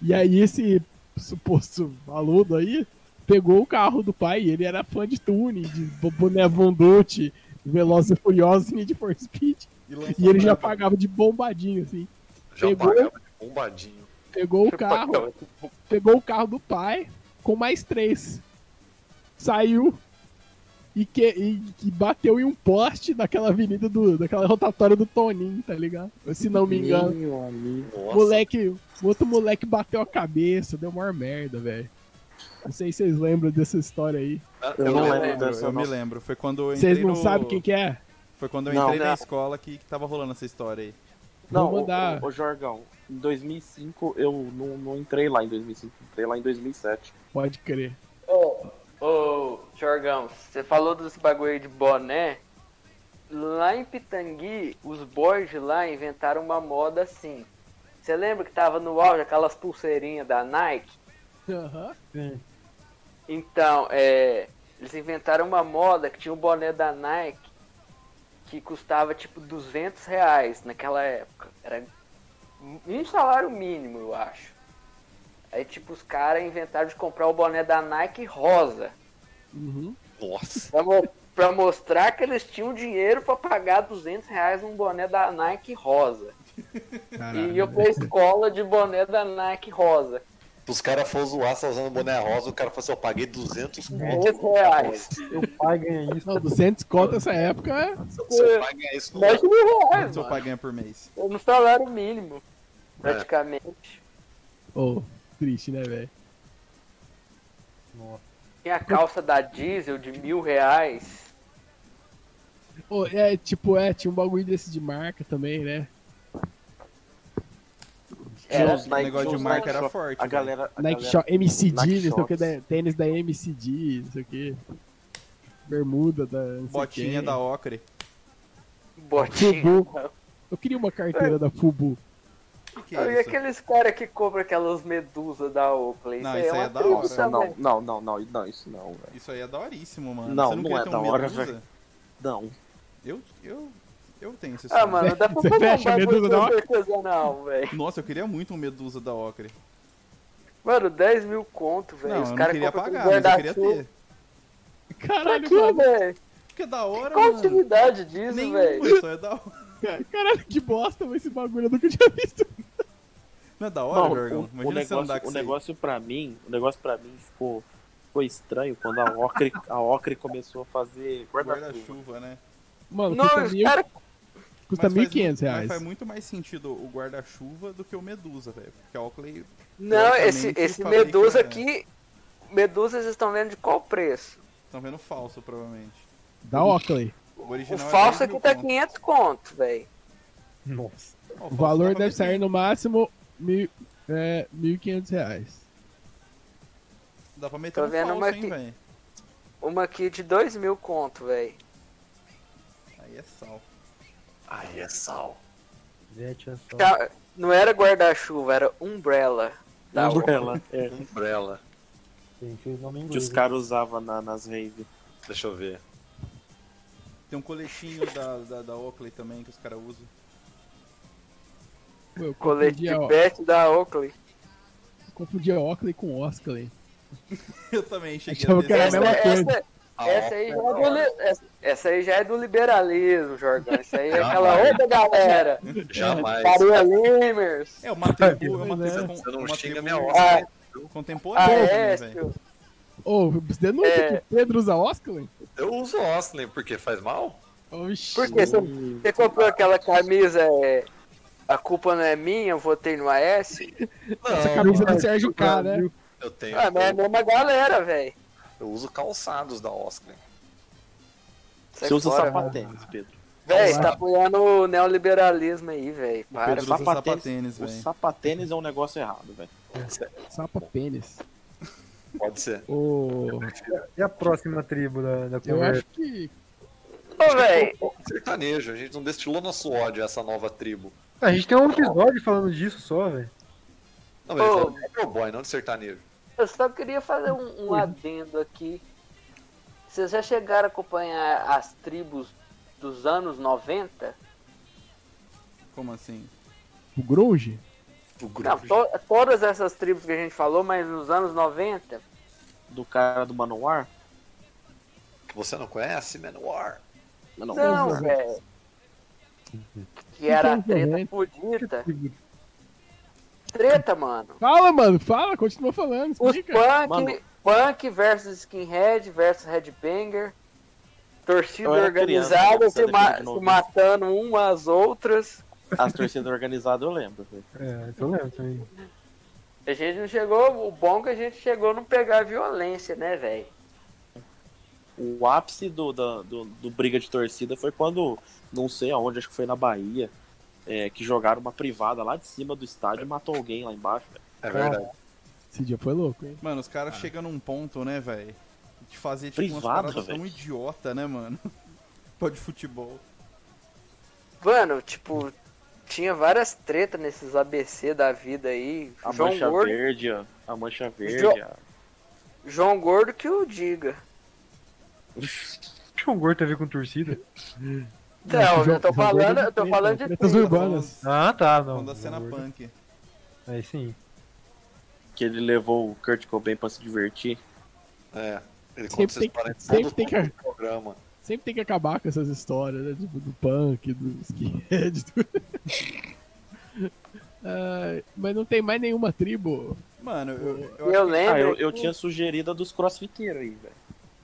A: E aí esse suposto aluno aí pegou o carro do pai. e Ele era fã de Tune, de Bo- Boné Vonducci, Velozes e Furiosos e Need for Speed. E ele já pagava de bombadinho, assim.
B: Já
A: Pegou?
B: pagava de bombadinho.
A: Pegou o carro, pegou o carro do pai com mais três. Saiu e que, e que bateu em um poste daquela avenida do. daquela rotatória do Toninho, tá ligado? Se não me engano.
F: Meu amigo.
B: Nossa.
A: Moleque. O outro moleque bateu a cabeça, deu maior merda, velho. Não sei se vocês lembram dessa história aí.
B: Ah,
F: Eu não
E: Eu,
F: lembro
E: lembro,
F: dessa,
E: eu me
F: não.
E: lembro. Foi quando eu entrei
A: Vocês não
E: no-
A: sabem quem que é?
E: Foi quando eu
F: Não.
E: entrei na
F: Não.
E: escola que, que tava rolando essa história aí.
F: Não,
A: Vou
F: ô,
A: mandar.
F: ô, ô, Jorgão, em 2005 eu não, não entrei lá em 2005, entrei lá em 2007.
A: Pode crer.
C: Ô, ô, Jorgão, você falou dos bagulho aí de boné. Lá em Pitangui, os boys de lá inventaram uma moda assim. Você lembra que tava no auge aquelas pulseirinhas da Nike?
A: Aham.
C: Então, é, eles inventaram uma moda que tinha um boné da Nike que custava tipo 200 reais naquela época. Era um salário mínimo, eu acho. Aí, tipo, os caras inventaram de comprar o boné da Nike rosa
A: Uhum.
B: Nossa.
C: pra, mo- pra mostrar que eles tinham dinheiro pra pagar 200 reais um boné da Nike rosa.
A: Caralho.
C: E eu pra escola de boné da Nike rosa.
B: Se os caras for zoar só usando boné rosa, o cara falou assim, eu paguei 200 conto.
C: 200 reais.
D: Seu pai ganha isso.
A: Não, 200 conto nessa época é.
B: Seu pai ganha isso no
C: Mais de mil reais,
E: Quanto seu
C: mano.
E: pai ganha por mês?
C: É No salário mínimo,
E: É.
C: praticamente.
A: Ô, triste, né, velho?
C: Tinha a calça da diesel de mil reais.
A: Ô, é, tipo, é, tinha um bagulho desse de marca também, né?
F: Era,
E: o negócio de
F: Joe's
E: marca
F: Nike
E: era
F: Shop.
E: forte.
F: A
E: velho.
F: galera. É, A
A: Nike
F: galera-
A: Shop, MCD,
B: Nike
A: não sei o que,
B: Shops.
A: da, tênis da MCD, não sei o que. Bermuda da. não sei
E: Botinha
A: quem.
E: da Ocre.
C: um Botinho.
A: Fubu. Eu queria uma carteira da Fubu.
E: Que que
C: E
E: é isso?
C: aqueles caras que compram aquelas medusas da Oakley.
E: Não, isso aí
C: uma
E: é da hora.
C: tribo
E: Nossa,
F: Não,
C: também.
F: não, não, não, não, isso não, velho.
E: Isso aí é daoríssimo, mano.
F: Não,
E: Você não,
F: não
E: queria
F: é
E: ter
F: da
E: um
F: hora,
E: medusa?
F: velho. Não.
E: Eu, eu, eu tenho esse
C: Ah,
E: sonho.
C: mano, dá pra
A: Você
C: fazer um
A: fecha a medusa da
C: bagulho
A: Oakley?
C: artesanal, velho.
E: Nossa, eu queria muito um Medusa da Ocre.
C: Mano, 10 mil conto, velho.
E: Não,
C: Os
E: eu não
C: caras
E: queria
C: compram
E: pagar,
C: um
E: mas eu queria
C: guarda-chuva.
E: ter.
C: Pra
A: Caralho,
C: quê,
A: mano.
C: velho?
E: Porque é da hora,
C: Qual a
E: mano.
C: utilidade disso, velho?
E: Nenhuma, só é da hora.
A: Caralho, que bosta, mas esse bagulho eu nunca tinha visto.
E: Não é da
F: Não,
E: hora, Jorgão?
F: o, o
E: Imagina você andar com
F: negócio, o
E: isso aí.
F: negócio pra mim, o negócio para mim ficou, ficou estranho quando a Ocre, a Ocre começou a fazer é guarda-chuva.
E: Guarda-chuva, né?
A: Mano,
C: Não,
A: custa,
C: os
A: mil,
C: caras.
A: custa
E: é, Mas faz
A: 1.500
E: muito- mas
A: reais.
E: faz muito mais sentido o guarda-chuva do que o Medusa, velho. Porque a Oakley
C: Não, esse,
E: Teoricamente,
C: esse
E: fabrica-
C: Medusa aqui. Medusa vocês estão vendo de qual preço?
E: estão vendo falso, provavelmente.
A: Da Oakley.
E: O,
C: O
E: original é
C: falso
E: 10
C: aqui
E: mil
C: tá
E: conto.
C: 500 conto, velho.
D: [laughs] Nossa.
E: Ó,
A: O
E: falso
A: valor
E: tava
A: deve sair
E: vendendo.
A: no máximo mil, é, 1.500 reais.
E: Dá pra meter
C: Tô
E: um
C: vendo
E: falso,
C: uma
E: hein,
C: aqui.
E: velho.
C: Uma aqui de 2 mil conto, velho.
E: Aí é sal.
B: Ai, é sal.
D: é
C: Tá, Não era guarda-chuva, era umbrella. Da
F: Umbrella, é,
B: Umbrella.
F: que os caras usavam na- nas raves.
B: Deixa eu ver.
E: Tem um coletinho da, da, da Oakley também que os caras usam. [laughs]
A: Pô, eu confundi,
C: Colete de
A: a,
C: pet da Oakley.
A: confundi a Oakley com Oskley.
E: Eu também cheguei
A: Achava
E: a
A: que era é a
E: desenhar.
C: Essa,
A: mesma
C: essa, essa
B: A
C: aí já é
B: Ocre-
C: do, li- essa- essa aí já é do liberalismo, Jorgão. Isso aí é
B: Jamais.
C: aquela outra galera.
B: [laughs] Jamais.
C: Maria Limers.
E: É uma
A: [laughs]
E: tribo, é uma
A: Né?
E: tribo, com-
B: Você não
E: uma tribo
B: xinga minha
C: Ah,
A: Ah,
E: contemporânea, é
A: é,
E: também, né, velho.
C: Aécio.
A: Ô, denúncia
C: É.
A: que o Pedro usa Oskley?
B: Eu uso Osley porque faz mal?
A: Oxi.
C: Por que você, você comprou aquela camisa? é, a culpa não é minha, eu votei no AS?
A: Essa
B: Não,
A: camisa do Sérgio K, né?
B: eu tenho.
C: Ah, mas é a
B: Eu,
C: mesma galera, velho.
B: eu uso calçados da Osley.
F: Você usa sapatênis, Pedro.
C: Véi, você tá apoiando o neoliberalismo aí, velho.
E: O Pedro
C: Para.
E: usa
F: sapatênis.
E: sapatênis,
F: O
E: velho.
F: sapatênis é um negócio errado, velho.
A: Sapa pênis.
B: Pode ser.
A: Ô,
D: né? E a próxima tribo da, da
A: eu
D: conversa?
A: acho que.
C: Ô, véi,
B: Sertanejo, a gente não destilou nosso ódio a essa nova tribo.
D: A gente tem um episódio falando disso só, velho.
B: Não, mas
C: Ô.
B: oh. é meu boy, não de sertanejo.
C: eu só queria fazer um, um adendo aqui. Vocês já chegaram a acompanhar as tribos dos anos 90?
E: Como assim?
A: O Grunge?
B: O
C: Não,
B: grupo.
C: to- todas essas tribos que a gente falou, mas nos anos 90?
F: Do cara do Manowar?
B: que Você não conhece, Manowar?
F: Não,
C: Não,
A: Nossa.
C: velho. Que era a
A: Então,
C: treta
A: realmente.
C: fudida. Treta, mano.
A: Fala, mano, fala, continua falando,
C: Os
A: explica.
C: punk,
F: Mano.
C: punk versus skinhead versus headbanger. Torcida
F: Eu era
C: organizada
F: criança,
C: se,
F: né,
C: ma-
F: de novo.
C: se matando umas outras.
F: [laughs] As torcidas organizadas eu lembro, velho.
D: É, eu lembro também.
C: A gente não chegou. O bom é que a gente chegou a não pegar violência, né, velho?
F: O ápice do, da- do, do briga de torcida foi quando, não sei aonde, acho que foi na Bahia, é, que jogaram uma privada lá de cima do estádio e matou alguém lá embaixo. velho.
B: É verdade.
A: Esse dia foi louco, hein?
E: Mano, os
B: Ah.
E: caras chegam num ponto, né, velho? De fazer tipo umas
F: Privado,
E: paradas tão
F: velho.
E: idiota, né, mano? [laughs] Pode futebol.
C: Mano, tipo, tinha várias tretas nesses ABC da vida aí.
F: A
C: João
F: mancha
C: Gordo,
F: verde, ó. a mancha verde.
C: Jo-
F: ó.
C: João Gordo que o diga.
D: Tinha um gordo a ver com torcida.
C: Não,
A: João-
C: eu tô
A: João Gordo
C: falando,
A: é
C: eu tô
A: treta,
C: falando de
A: tretas
C: tudo.
A: urbanas.
D: Ah, tá, não.
E: Quando a cena
D: Gordo.
E: punk.
D: Aí sim.
F: Que ele levou o Kurt Cobain pra se divertir.
B: É. Ele conta
A: Sempre
B: essas
A: tem,
B: paradas em
A: sempre
B: todo
A: tem que, tá
B: programa.
A: sempre tem que acabar com essas histórias, né? Tipo, do punk, do skinhead. [laughs] Do... Ah, mas não tem mais nenhuma tribo.
E: Mano, eu, eu,
C: Eu
E: acho
C: lembro.
F: Ah, eu, eu tinha sugerido a dos crossfiteiros aí, velho.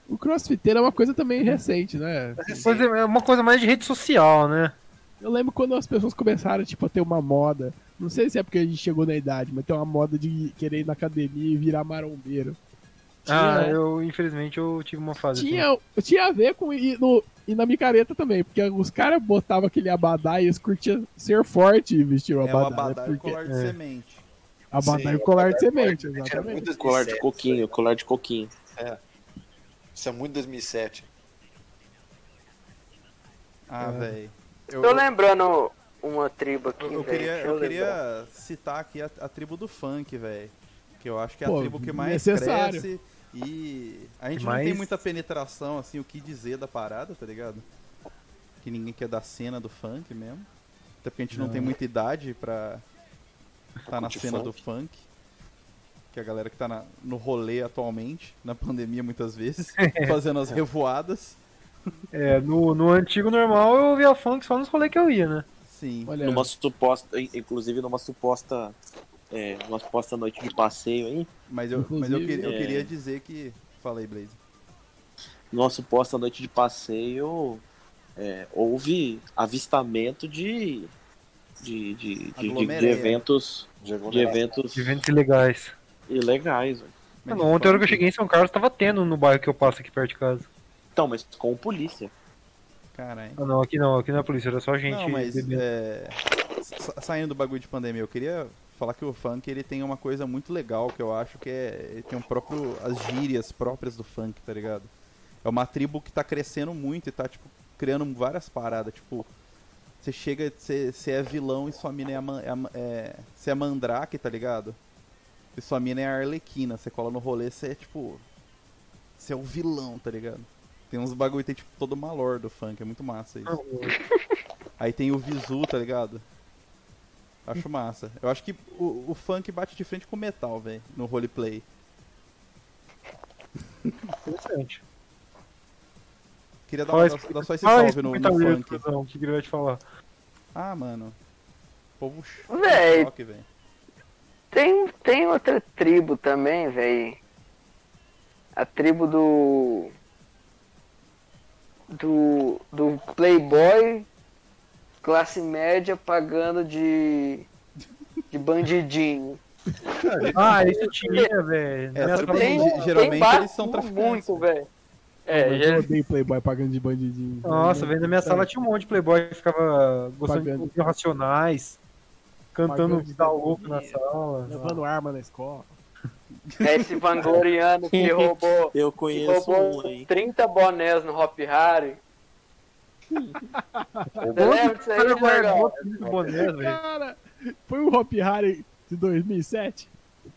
A: O crossfiteiro é uma coisa também recente, né?
E: assim,
D: Mas é uma coisa mais de rede social, né?
A: Eu lembro quando as pessoas começaram, tipo, a ter uma moda. Não sei se é porque a gente chegou na idade, mas tem uma moda de querer ir na academia e virar marombeiro.
D: Ah, eu, infelizmente, eu tive uma fase assim.
A: Tinha, tinha a ver com ir, no, ir na micareta também, porque os caras botavam aquele abadá e eles curtiam ser forte e vestir o
E: É o
A: abadá. né?
E: abadá e o
A: Porque-
E: colar de
D: é.
E: semente. É,
A: abadá
B: Sim, é-
A: e o colar de
B: abadá e o colar de
A: semente,
B: semente era
A: exatamente.
B: É muito
F: Colar de
C: é,
B: 2007,
F: coquinho, colar de coquinho.
B: Isso é muito 2007.
E: Ah,
A: É.
E: velho. Eu,
C: Tô
E: eu-
C: lembrando uma tribo aqui,
E: eu- eu
C: velho.
E: queria,
C: Deixa
E: eu
C: lembrar.
E: queria citar aqui a, a tribo do funk, velho. Que eu acho que é a
A: Pô,
E: tribo que mais
A: necessário.
E: cresce. E a gente não
D: Mais-
E: tem muita penetração, assim, o que dizer da parada, tá ligado? Que ninguém quer da cena do funk mesmo. Até porque a gente não, tem muita idade pra estar tá na
B: curtir
E: cena
B: funk.
E: do funk. Que é a galera que tá na- no rolê atualmente, na pandemia muitas vezes, fazendo as revoadas.
D: É, no, no antigo normal eu via funk só nos rolês que eu ia, né?
E: Sim.
C: É.
A: Olha,
F: Numa suposta, inclusive numa suposta, é, numa suposta noite de passeio aí,
E: Mas eu, mas eu,
A: Inclusive,
E: que- eu
F: é.
E: queria dizer que. Falei, Blaze.
F: numa suposta noite de passeio, é, houve avistamento de de, de, de- de- de,
C: é.
E: Aglomereia.
F: eventos,
B: Jogou
F: de eventos
D: De eventos ilegais.
F: ilegais. velho.
E: Mas
D: Mano, ontem, a hora que eu
E: funk-
D: cheguei em São Carlos, tava tendo no bairro que eu passo aqui perto de casa.
F: Então, mas com polícia.
E: Caralho.
D: Ah, não, aqui não, aqui não é polícia, era só gente
E: Não, mas
D: bebendo.
E: é, sa- saindo do bagulho de pandemia, eu queria falar que o funk ele tem uma coisa muito legal que eu acho que é ele tem um próprio as gírias próprias do funk, tá ligado? É uma tribo que tá crescendo muito e tá tipo criando várias paradas, tipo você chega, você você é vilão e sua mina é, a, man- é a ma- é- você é mandrake, tá ligado? E sua mina é a arlequina, você cola no rolê, você é tipo você é o vilão, tá ligado? Tem uns bagulho, tem tipo todo uma lore do funk, é muito massa
D: Ah,
E: isso. Aí tem o Visu, tá ligado? Acho massa. Eu acho que o, o funk bate de frente com o metal, velho, no roleplay.
D: Interessante.
E: Queria dar,
D: Fala
E: uma,
D: isso,
E: dar, dar só esse
D: fala
E: salve
D: isso pro
E: no, no
D: Vitalino,
E: funk.
D: Cruzão, o que que ele vai te falar.
E: Ah, mano. O povo ch-
C: Véi.
E: choque, velho.
C: Tem, tem outra tribo também, velho. A tribo do. Do. Do Playboy, classe média, pagando de. De bandidinho.
D: Ah, isso tinha, velho.
E: É,
D: Minha
E: só
D: sala-
E: tem-
C: Tem,
E: geralmente
C: tem vários
E: eles são traficantes,
C: Muito,
E: né?
C: velho. É,
A: mas eu odeio Playboy pagando de bandidinho.
D: Nossa, velho, na minha sala tinha um monte de playboy que ficava gostando de
A: Uhum. Pagando.
D: ouvir racionais, cantando
A: Pagando de
D: da louco na
A: bandidinha.
D: sala.
A: Levando arma na escola.
C: É
E: [laughs]
C: esse vangloriano que roubou,
G: Eu
C: que
G: conheço
C: roubou
G: um, hein?
C: 30 bonés no Hop Harry. Você lembra disso aí,
D: Cara, guardou
C: Jorgão?
D: tudo boné, velho.
A: Cara, foi o Hop Harry de 2007?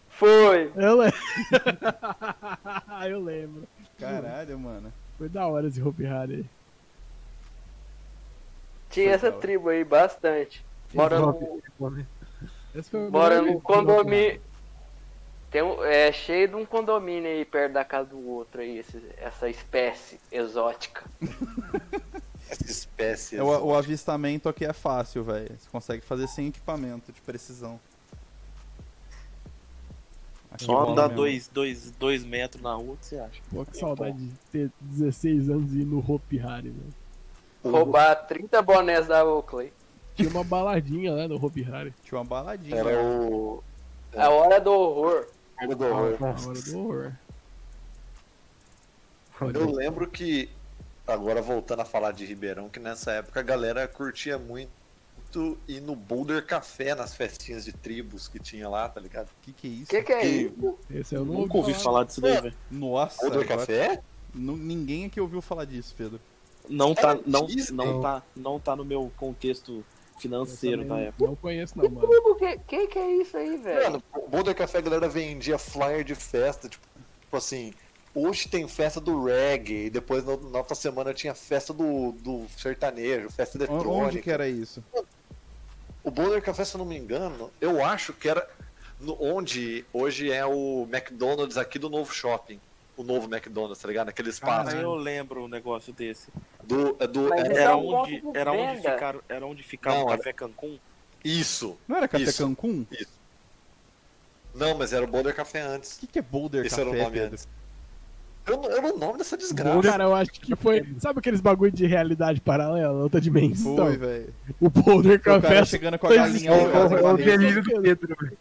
C: Foi.
A: Eu lembro. [laughs] eu lembro.
E: Caralho, mano.
A: Foi da hora esse Hop Harry.
C: Tinha essa
E: Legal.
C: tribo aí bastante.
D: é
C: Mora no,
D: Boné.
A: Esse foi o
C: mora
A: nome
C: no
A: do Hop Harry. é né?
C: condomínio. Tem um, é cheio de um condomínio aí perto da casa do outro aí, esse- essa espécie exótica.
B: Essa espécie.
E: É, O, o avistamento aqui é fácil, velho. Você consegue fazer sem equipamento de precisão. Aqui
G: Só
E: rola
G: andar
E: mesmo.
G: dois, dois, dois metros na rua, o que você acha?
A: Pô, que saudade de ter 16 anos e ir no Hop Harry, velho.
C: Roubar 30 bonés da Oakley.
A: Tinha uma baladinha lá no Hop Harry.
E: Tinha uma baladinha.
B: Era É o.
C: A hora do horror.
B: Era do horror.
A: Na hora do horror.
B: Eu lembro que, agora voltando a falar de Ribeirão, que nessa época a galera curtia muito ir no Boulder Café nas festinhas de tribos que tinha lá, tá ligado?
E: Que que é isso?
C: O que, que é
B: Que-
C: isso?
A: Esse eu não
G: Nunca ouvi falar disso daí, velho.
E: Nossa,
B: Boulder
E: agora-
B: Café?
E: nu- ninguém aqui ouviu falar disso, Pedro.
G: Não tá,
B: Era
G: não,
B: Disney.
G: não tá, não tá no meu contexto
A: Eu
G: financeiro
A: também
G: na
A: não-
G: época.
A: Não conheço não, tá, mano.
C: Tribo, que, que que é isso aí, velho?
B: Mano, o Boulder Café a galera vendia flyer de festa, tipo, tipo assim, hoje tem festa do reggae, e depois na na outra semana tinha festa do, do sertanejo, festa
E: O-
B: eletrônica.
E: Onde que era isso?
B: O Boulder Café, se eu não me engano, eu acho que era no- onde hoje é o McDonald's aqui do novo shopping. O novo McDonald's, tá ligado? Naquele espaço.
G: Cara, eu lembro um negócio desse.
B: Do, é do,
C: Mas Isso
B: é-
C: é
G: Era
C: um
G: onde,
C: ponto de
G: era onde
C: venda.
G: ficaram, era onde ficava
B: Não,
G: o
B: era-
G: Café Cancún?
B: Isso.
E: Não era Café
B: Isso.
E: Cancún?
B: Não, mas era o Boulder Café
E: O
B: antes.
E: que, que é Boulder
B: Esse era o
E: Café,
B: nome
E: Pedro?
B: antes. Eu, não- eu não o nome dessa desgraça.
A: Cara, eu acho que foi. Sabe aqueles bagulho de realidade paralela, outra dimensão?
E: Foi, velho.
A: O Boulder
E: O cara
A: Café.
E: chegando com a
A: Foi
E: galinha.
D: É o- é o
E: olhando a
D: é o
E: galinha.
D: delírio do Pedro, velho.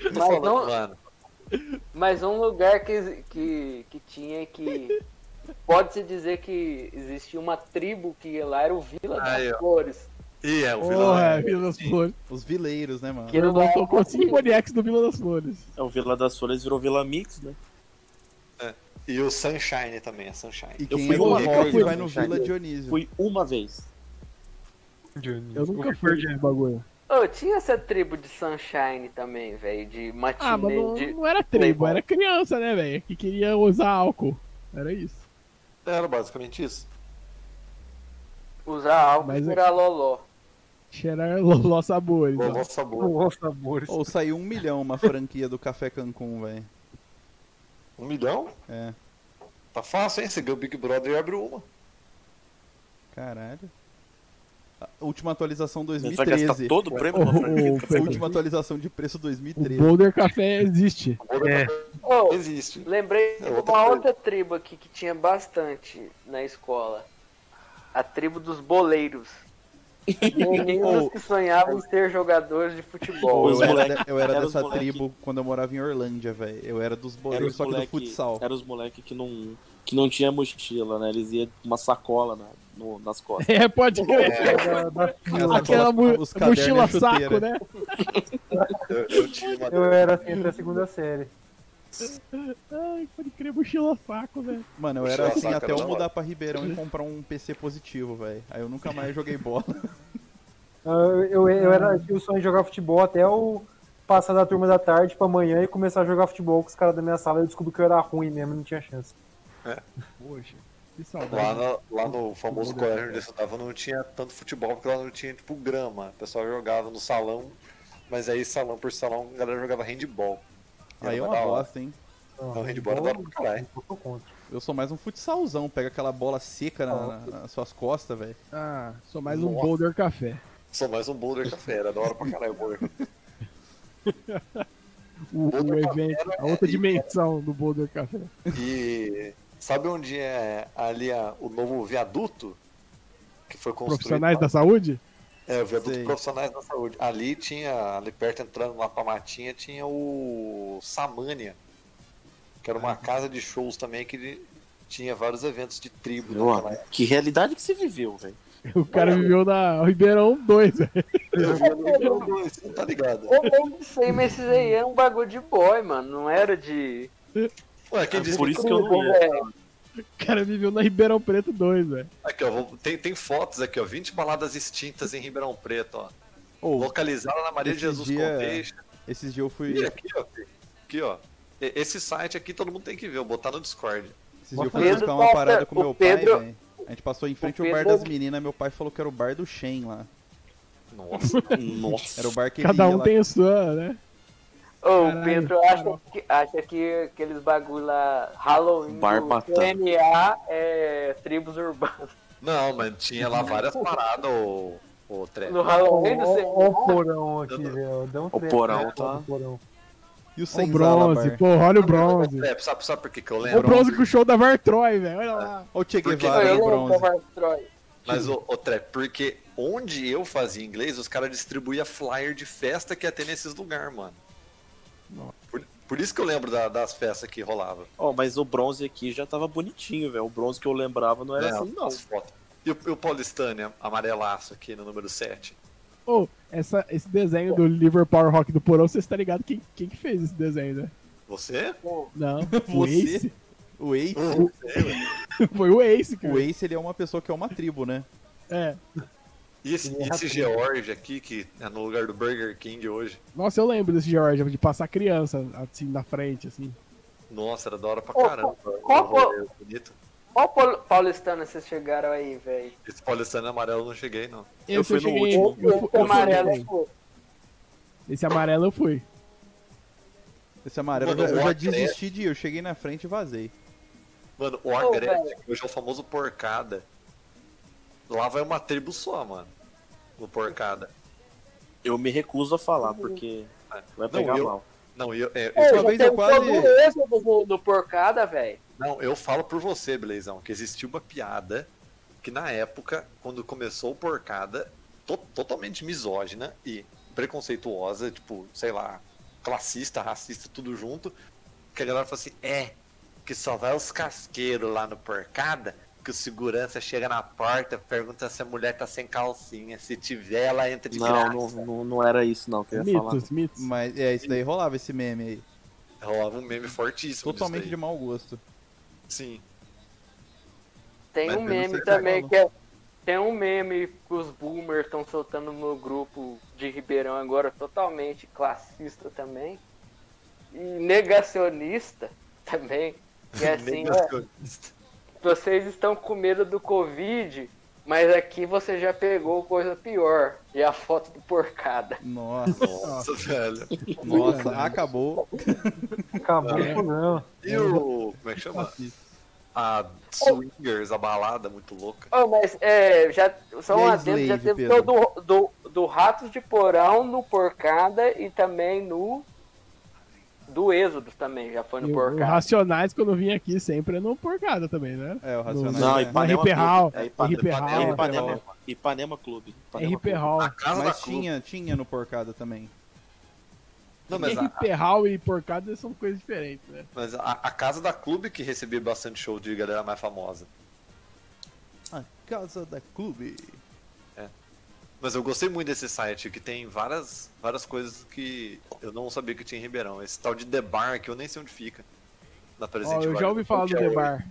B: Eu tô
C: Mas
B: falando,
C: não-
B: mano.
C: Mas um lugar que, que, que tinha que.
B: [laughs]
C: Pode-se dizer que existia uma tribo que ia lá era o Vila
B: Aí,
C: das
B: ó.
C: Flores.
B: Ih, é o
A: Porra,
B: vilão.
A: Vila das Flores.
E: Os vileiros, né, mano?
C: Que
A: Eu
C: não
A: não
C: é
A: tocou 5 NX do Vila das Flores.
G: É o Vila das Folhas virou Vila Mix, né?
B: E o Sunshine também, é Sunshine.
E: E
G: Eu
E: quem
G: fui
E: é do
G: uma
E: rock
G: vez,
E: vai no Vila Dionísio.
G: Fui uma vez.
A: Eu nunca fui
D: é
A: nesse bagulho.
C: Ô, tinha essa tribo de Sunshine também, velho. De matinê.
A: Ah, mas não,
C: de...
A: não era tribo, era criança, né, velho? Que queria usar álcool. Era isso.
B: Era basicamente isso.
C: Usar álcool
A: Mas-
B: é
C: e virar loló.
A: Cheirar loló sabores. ó.
B: Nossa, sabor.
D: Nossa, amores.
E: Ou saiu um milhão uma franquia do Café Cancún, velho.
B: Um milhão?
E: É.
B: Tá fácil, hein? Você ganha o Big Brother e abre uma.
E: Caralho. A última atualização
G: Você vai gastar
E: 2013.
G: todo o prêmio
A: Oh,
G: numa franquia
A: oh,
G: do Café
A: oh,
E: Última atualização de preço
A: O
E: 2013.
A: Boulder Café existe. [laughs]
D: É.
C: Ô,
B: Existe.
C: lembrei de
B: É
C: uma
B: outra coisa.
C: outra tribo aqui que tinha bastante na escola. A tribo dos
A: [laughs]
C: boleiros. Meninos
E: Ô.
C: que sonhavam em ser jogadores de futebol.
E: Pô, eu,
G: Os
E: era,
G: moleque-
E: de- eu era
G: era os
E: dessa
G: moleque-
E: tribo quando eu morava em Orlândia, velho. Eu era dos
G: Era
E: boleiros,
G: os
E: só que do
G: moleque,
E: futsal.
G: Era os moleque que não, que não tinha mochila, né? Eles iam com uma sacola na- no- nas costas.
A: É, pode crer.
D: Da- da-
E: Essa
A: Aquela
E: cola
A: mu-
E: ficava nos cadernos e
A: mochila
E: a
A: saco,
E: chuteira.
A: né?
B: Eu, eu tinha uma
D: Eu era assim até a segunda série.
A: Ai, pode crer, mochila saco, velho.
E: Mano, eu
B: Puxa,
E: era assim
B: saca,
E: até eu
B: não.
E: mudar pra Ribeirão e comprar um PC positivo, velho. Aí eu nunca mais joguei
B: [laughs]
E: bola.
D: Eu, Ah, eu, eu era eu tinha o sonho de jogar futebol até o passar da turma da tarde pra manhã e começar a jogar futebol com os caras da minha sala. Eu descobri que eu era ruim mesmo, não tinha chance.
A: Poxa, que
B: Lá
A: saudade.
B: no, lá no famoso
A: é.
B: colégio onde eu estudava não tinha tanto futebol, porque lá não tinha, tipo, grama. O pessoal jogava no salão, mas aí salão por salão a galera jogava handball. E
E: Aí é
B: era
E: uma
B: da hora.
E: bosta, hein?
D: Não,
B: Não, handball era da hora pra caralho.
D: eu tô contra.
E: Eu sou mais um futsalzão, pega aquela bola seca na- na- nas suas costas, velho.
A: Ah, sou mais um
B: Nossa.
A: Boulder Café.
B: Só mais um Boulder Café, era da hora pra caralho o Boulder Café.
A: O, o
B: Boulder Café
A: evento,
B: era-
A: a outra
B: é,
A: dimensão do Boulder Café.
B: E sabe onde é ali a- o novo viaduto que foi construído?
A: Profissionais
B: lá?
A: da saúde?
B: É, o viaduto
E: Sei.
B: profissionais da saúde. Ali tinha, ali perto entrando lá pra Matinha, tinha o Samania, que era uma casa de shows também que ele tinha vários eventos de tribo
G: Meu
B: naquela
G: amigo, que realidade que você viveu, velho.
A: O cara viveu na Ribeirão 2, velho.
B: um época. Você não tá ligado?
C: Eu lembro disso aí, mas isso aí era um bagulho de boy, mano. Não era de.
B: Ué, quem
G: É
B: disse
G: por
B: que-
G: isso que eu não ia.
C: É,
A: O cara viveu na Ribeirão Preto 2, velho.
B: tá Aqui, ó, vou- tem, tem fotos aqui, ó. 20 baladas extintas em Ribeirão Preto, ó.
E: Ou,
B: Localizada na Maria de
E: esse
B: Jesus
E: dia-
B: Condeixa.
E: esses dias eu fui.
B: E aqui, ó. Aqui, ó. E- Esse site aqui todo mundo tem que ver, vou botar no Discord.
E: Esses dias eu
C: O
E: fui
C: Pedro
E: buscar uma
C: volta-
E: parada com
C: o
E: meu
C: Pedro-
E: pai, velho. A gente passou em frente
C: o
E: ao bar
C: Pedro-
E: das meninas, meu pai falou que era o bar do Shen lá.
B: Nossa,
G: Nossa.
E: Era o bar que ele
A: Cada
E: ia
A: um
E: lá.
A: tem a sua, né?
C: Ô,
A: Caralho,
C: o Pedro
A: Carol.
C: acha que, acha que aqueles bagulho lá, Halloween,
G: Barbatana.
C: do CNA é tribos urbanas. [laughs]
B: Não, mas tinha lá várias paradas, ô, ô Trevor.
C: No
D: Ó,
C: Halloween do
D: ó, ó o
C: CNA,
D: porão aqui, velho. Dá um
G: O
D: trem,
G: porão
D: né?
G: tá-
D: O porão.
E: E o
A: Olha o
E: Senzala
A: um bronze,
E: Bar.
A: pô, olha o bronze.
B: É, sabe, sabe por que, que eu
A: O
B: lembro?
A: bronze com o show da Vartroy, velho. Olha lá.
E: Olha o Che
B: Porque-
E: Guevara
C: eu
E: no
C: lembro é da
E: bronze.
C: Vartroy.
B: Mas, ô, ô Trep, porque onde eu fazia inglês, os caras distribuíam flyer de festa que ia ter nesses lugares, mano. Por, por isso que eu lembro da- das festas que rolava.
G: Ó, mas o bronze aqui já tava bonitinho, velho. O bronze que eu lembrava não era
B: né,
G: assim, não.
B: as fotos. E o, e o Paulistânia, amarelaço aqui no número 7.
A: Ô, essa, esse desenho do Liverpool Power Rock do Porão, vocês estão ligados quem, quem que fez esse desenho, né?
B: Você?
A: Não, o
E: Você?
A: Ace. [laughs]
E: O Ace.
B: Uhum.
A: Foi o Ace que
E: O Ace, ele é uma pessoa que é uma tribo, né?
A: É.
B: E esse, e esse George aqui, que é no lugar do Burger King hoje.
A: Nossa, eu lembro desse George, de passar criança assim na frente, assim.
B: Nossa, era da hora pra
C: Ô,
B: caramba.
C: qual- qual-
B: Rolê é bonito.
C: Qual pol- paulistano vocês chegaram aí, velho?
B: Esse Paulistânia amarelo eu não cheguei, não.
G: Eu fui no
A: cheguei-
G: último.
A: eu fu-
C: Esse
A: eu fui
C: amarelo é
A: também.
C: pô.
A: Esse amarelo eu fui.
E: Esse amarelo, eu
B: Mano,
E: já- eu
B: o né?
E: já
B: Acre-
E: desisti de ir, eu cheguei na frente e vazei.
B: Mano, o
C: Ô,
B: Agreste, que hoje é o famoso Porcada. Lá vai uma tribo só, mano. No Porcada.
G: Eu me recuso a falar, porque vai
B: Não,
G: pegar
B: eu-
G: mal.
B: Não, eu, é,
C: Ô,
B: eu-
E: Uma
C: já
E: vez eu
C: tem
E: quase-
C: todo esse do, do porcada, velho.
B: não, eu falo por você, Blazão, que existiu uma piada que na época, quando começou o Porcada, to- totalmente misógina e preconceituosa, tipo, sei lá, classista, racista, tudo junto. que a galera fala assim, é, que só vai os casqueiros lá no porcada, que o segurança chega na porta, pergunta se a mulher tá sem calcinha, se tiver, ela entra de
G: Não,
B: graça.
G: não, não, não era isso não que eu ia falar.
A: Mitos, mitos.
E: Mas é, isso daí rolava esse meme aí.
B: Rolava um meme fortíssimo disso
E: Totalmente
B: daí.
E: de mau gosto.
B: Sim.
C: Tem
B: Mas
C: um
B: eu não sei
C: meme
E: que
C: também
E: tá
C: que é. Tem um meme que os boomers estão soltando no grupo de Ribeirão agora, totalmente classista também. E negacionista também. Que é assim, ó,
B: Negacionista.
C: vocês estão com medo do Covid, mas aqui você já pegou coisa pior. E a foto do porcada.
E: Nossa,
B: Nossa, velho.
E: nossa, acabou.
D: Acabou
G: É.
D: né? o problema.
B: E o. Como é que chama? A Swingers, a balada muito louca.
C: Oh, mas é, já, só
E: E
C: um
E: a
C: adendo, já
E: Slave,
C: teve
E: Pedro?
C: do, do, do Ratos de Porão no Porcada e também no. Do Êxodo também, já foi
A: E
C: no
A: o- o
C: Porcada.
A: Racionais, quando eu vim aqui, sempre é no porcada também, né?
E: É, o Racionais.
G: Não,
E: é.
A: e-
G: Ipanema
A: RP Hall,
G: Clube. É Ipanema,
A: RP Hall.
G: Ipanema, Ipanema, Ipanema Clube. Ipanema
A: RP
G: Clube.
A: Hall.
B: A casa da
E: Mas
B: clube.
E: tinha, tinha no porcada também.
B: Não, mas a,
A: RP Hall e porcada são coisas diferentes, né?
B: mas a, a casa da clube que recebia bastante show de galera mais famosa.
E: A casa da clube.
B: Mas eu gostei muito desse site, que tem várias, várias coisas que eu não sabia que tinha em Ribeirão. Esse tal de The Bar, que eu nem sei onde fica. Na
A: Ó,
B: presente
A: eu já
B: Vargas.
A: ouvi falar
B: um.
A: do The Bar.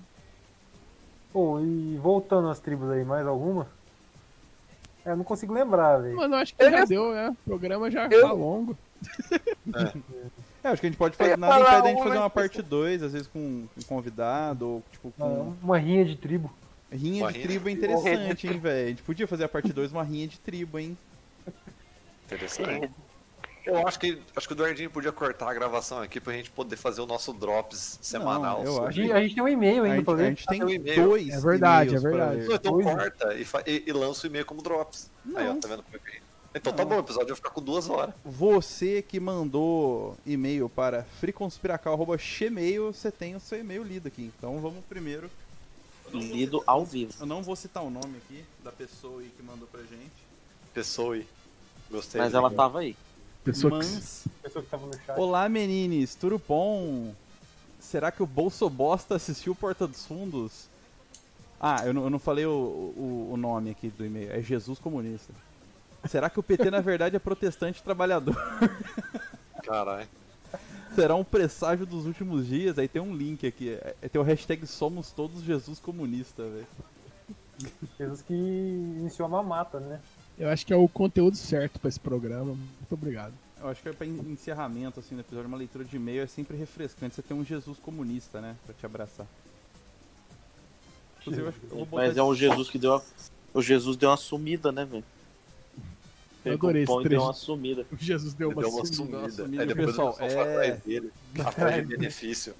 D: Pô, e voltando às tribos aí, mais alguma? É, eu não consigo lembrar, velho.
A: Mano, eu acho que
C: Eu
A: já
C: já-
A: deu, né? O programa já
C: Eu-
A: tá longo.
E: É, acho que a gente pode
C: Eu
E: fazer.
C: ia
E: Nada impede
C: falar um
E: a gente
C: uma,
E: fazer uma
C: mas-
E: parte 2, às vezes com um convidado, ou tipo,
D: É,
E: com.
D: Uma rinha de tribo.
E: Rinha
B: Uma
E: de
B: rinha.
E: tribo é interessante, hein, velho? A gente podia fazer a parte 2 uma rinha de tribo, hein?
B: Interessante. Eu acho que, acho que o Eduardinho podia cortar a gravação aqui pra gente poder fazer o nosso drops semanal.
E: eu
D: A
E: sobre-
D: gente, a gente tem um e-mail
E: A
D: ainda
E: gente,
D: pra
E: a
D: ler.
E: gente
B: tem um
E: tem
B: e-mail.
E: dois.
A: É verdade,
E: e-mails
A: é
E: pra
A: verdade.
B: Não,
E: ler.
B: então
D: Coisa.
B: corta e, fa- e- e lança o e-mail como drops. Aí, ó,
E: Não.
B: tá vendo como é que é? Então tá
E: Não.
B: bom, o episódio vai ficar com duas horas.
E: Você que mandou e-mail para freeconspiracal.gmail, você tem o seu e-mail lido aqui. Então vamos primeiro.
G: Lido ao vivo.
E: Eu não vou citar o nome aqui da pessoa aí que mandou pra gente.
B: Pessoa aí. Gostei.
G: Mas
B: do
G: ela tá
B: e-mail.
G: tava aí.
A: Pessoa que...
E: Mas.
D: Pessoa que tava no chat.
E: Olá menines, tudo bom? Será que o Bolso Bosta assistiu Porta dos Fundos? Ah, eu não, eu não falei o, o- o nome aqui do e-mail. É Jesus Comunista. Será que o PT na verdade é protestante trabalhador? [laughs]
B: Caralho.
E: Será um presságio dos últimos dias? Aí tem um link aqui. É, tem o hashtag Somos Todos Jesus Comunista, velho.
D: Jesus que iniciou a mamata, né?
A: Eu acho que é o conteúdo certo pra esse programa. Muito obrigado. [laughs]
E: Eu acho que é pra en- encerramento, assim, do episódio, uma leitura de e-mail é sempre refrescante. Você tem um Jesus comunista, né? Pra te abraçar. Inclusive, eu acho que eu vou botar
G: Mas é o
E: esse-
G: Jesus que deu a... O Jesus deu uma sumida, né, velho? Pegou
A: adorei
G: o pão
A: esse
G: e deu
A: trecho.
G: uma sumida.
A: O Jesus deu
B: Ele
A: uma,
B: deu uma
A: sumida.
B: sumida.
E: sumida.
B: Aí depois
E: Pessoal,
B: pessoal, ele
E: é-
B: foi atrás dele, atrás de benefício.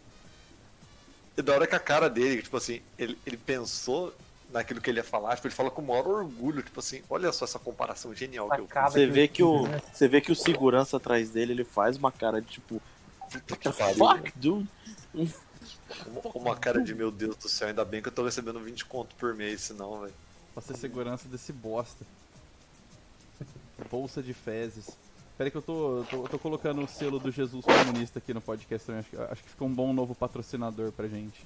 B: E da hora que a cara dele, tipo assim, ele, ele pensou naquilo que ele ia falar, tipo, ele fala com o maior orgulho, tipo assim, olha só essa comparação genial que eu fiz.
D: Sacada
G: Você vê
D: eu
B: um
G: que o,
D: fiz, né?
G: você vê que o segurança atrás dele, ele faz uma cara de tipo,
B: Puta que pariu.
G: fuck, dude.
B: Uma, uma cara de meu Deus do céu, ainda bem que eu tô recebendo 20 conto por mês, senão, velho.
E: Pra ser segurança desse bosta. Bolsa de fezes. Peraí que eu tô, eu tô, eu tô colocando o selo do Jesus comunista aqui no podcast também. Acho, que- acho que ficou um bom novo patrocinador pra gente.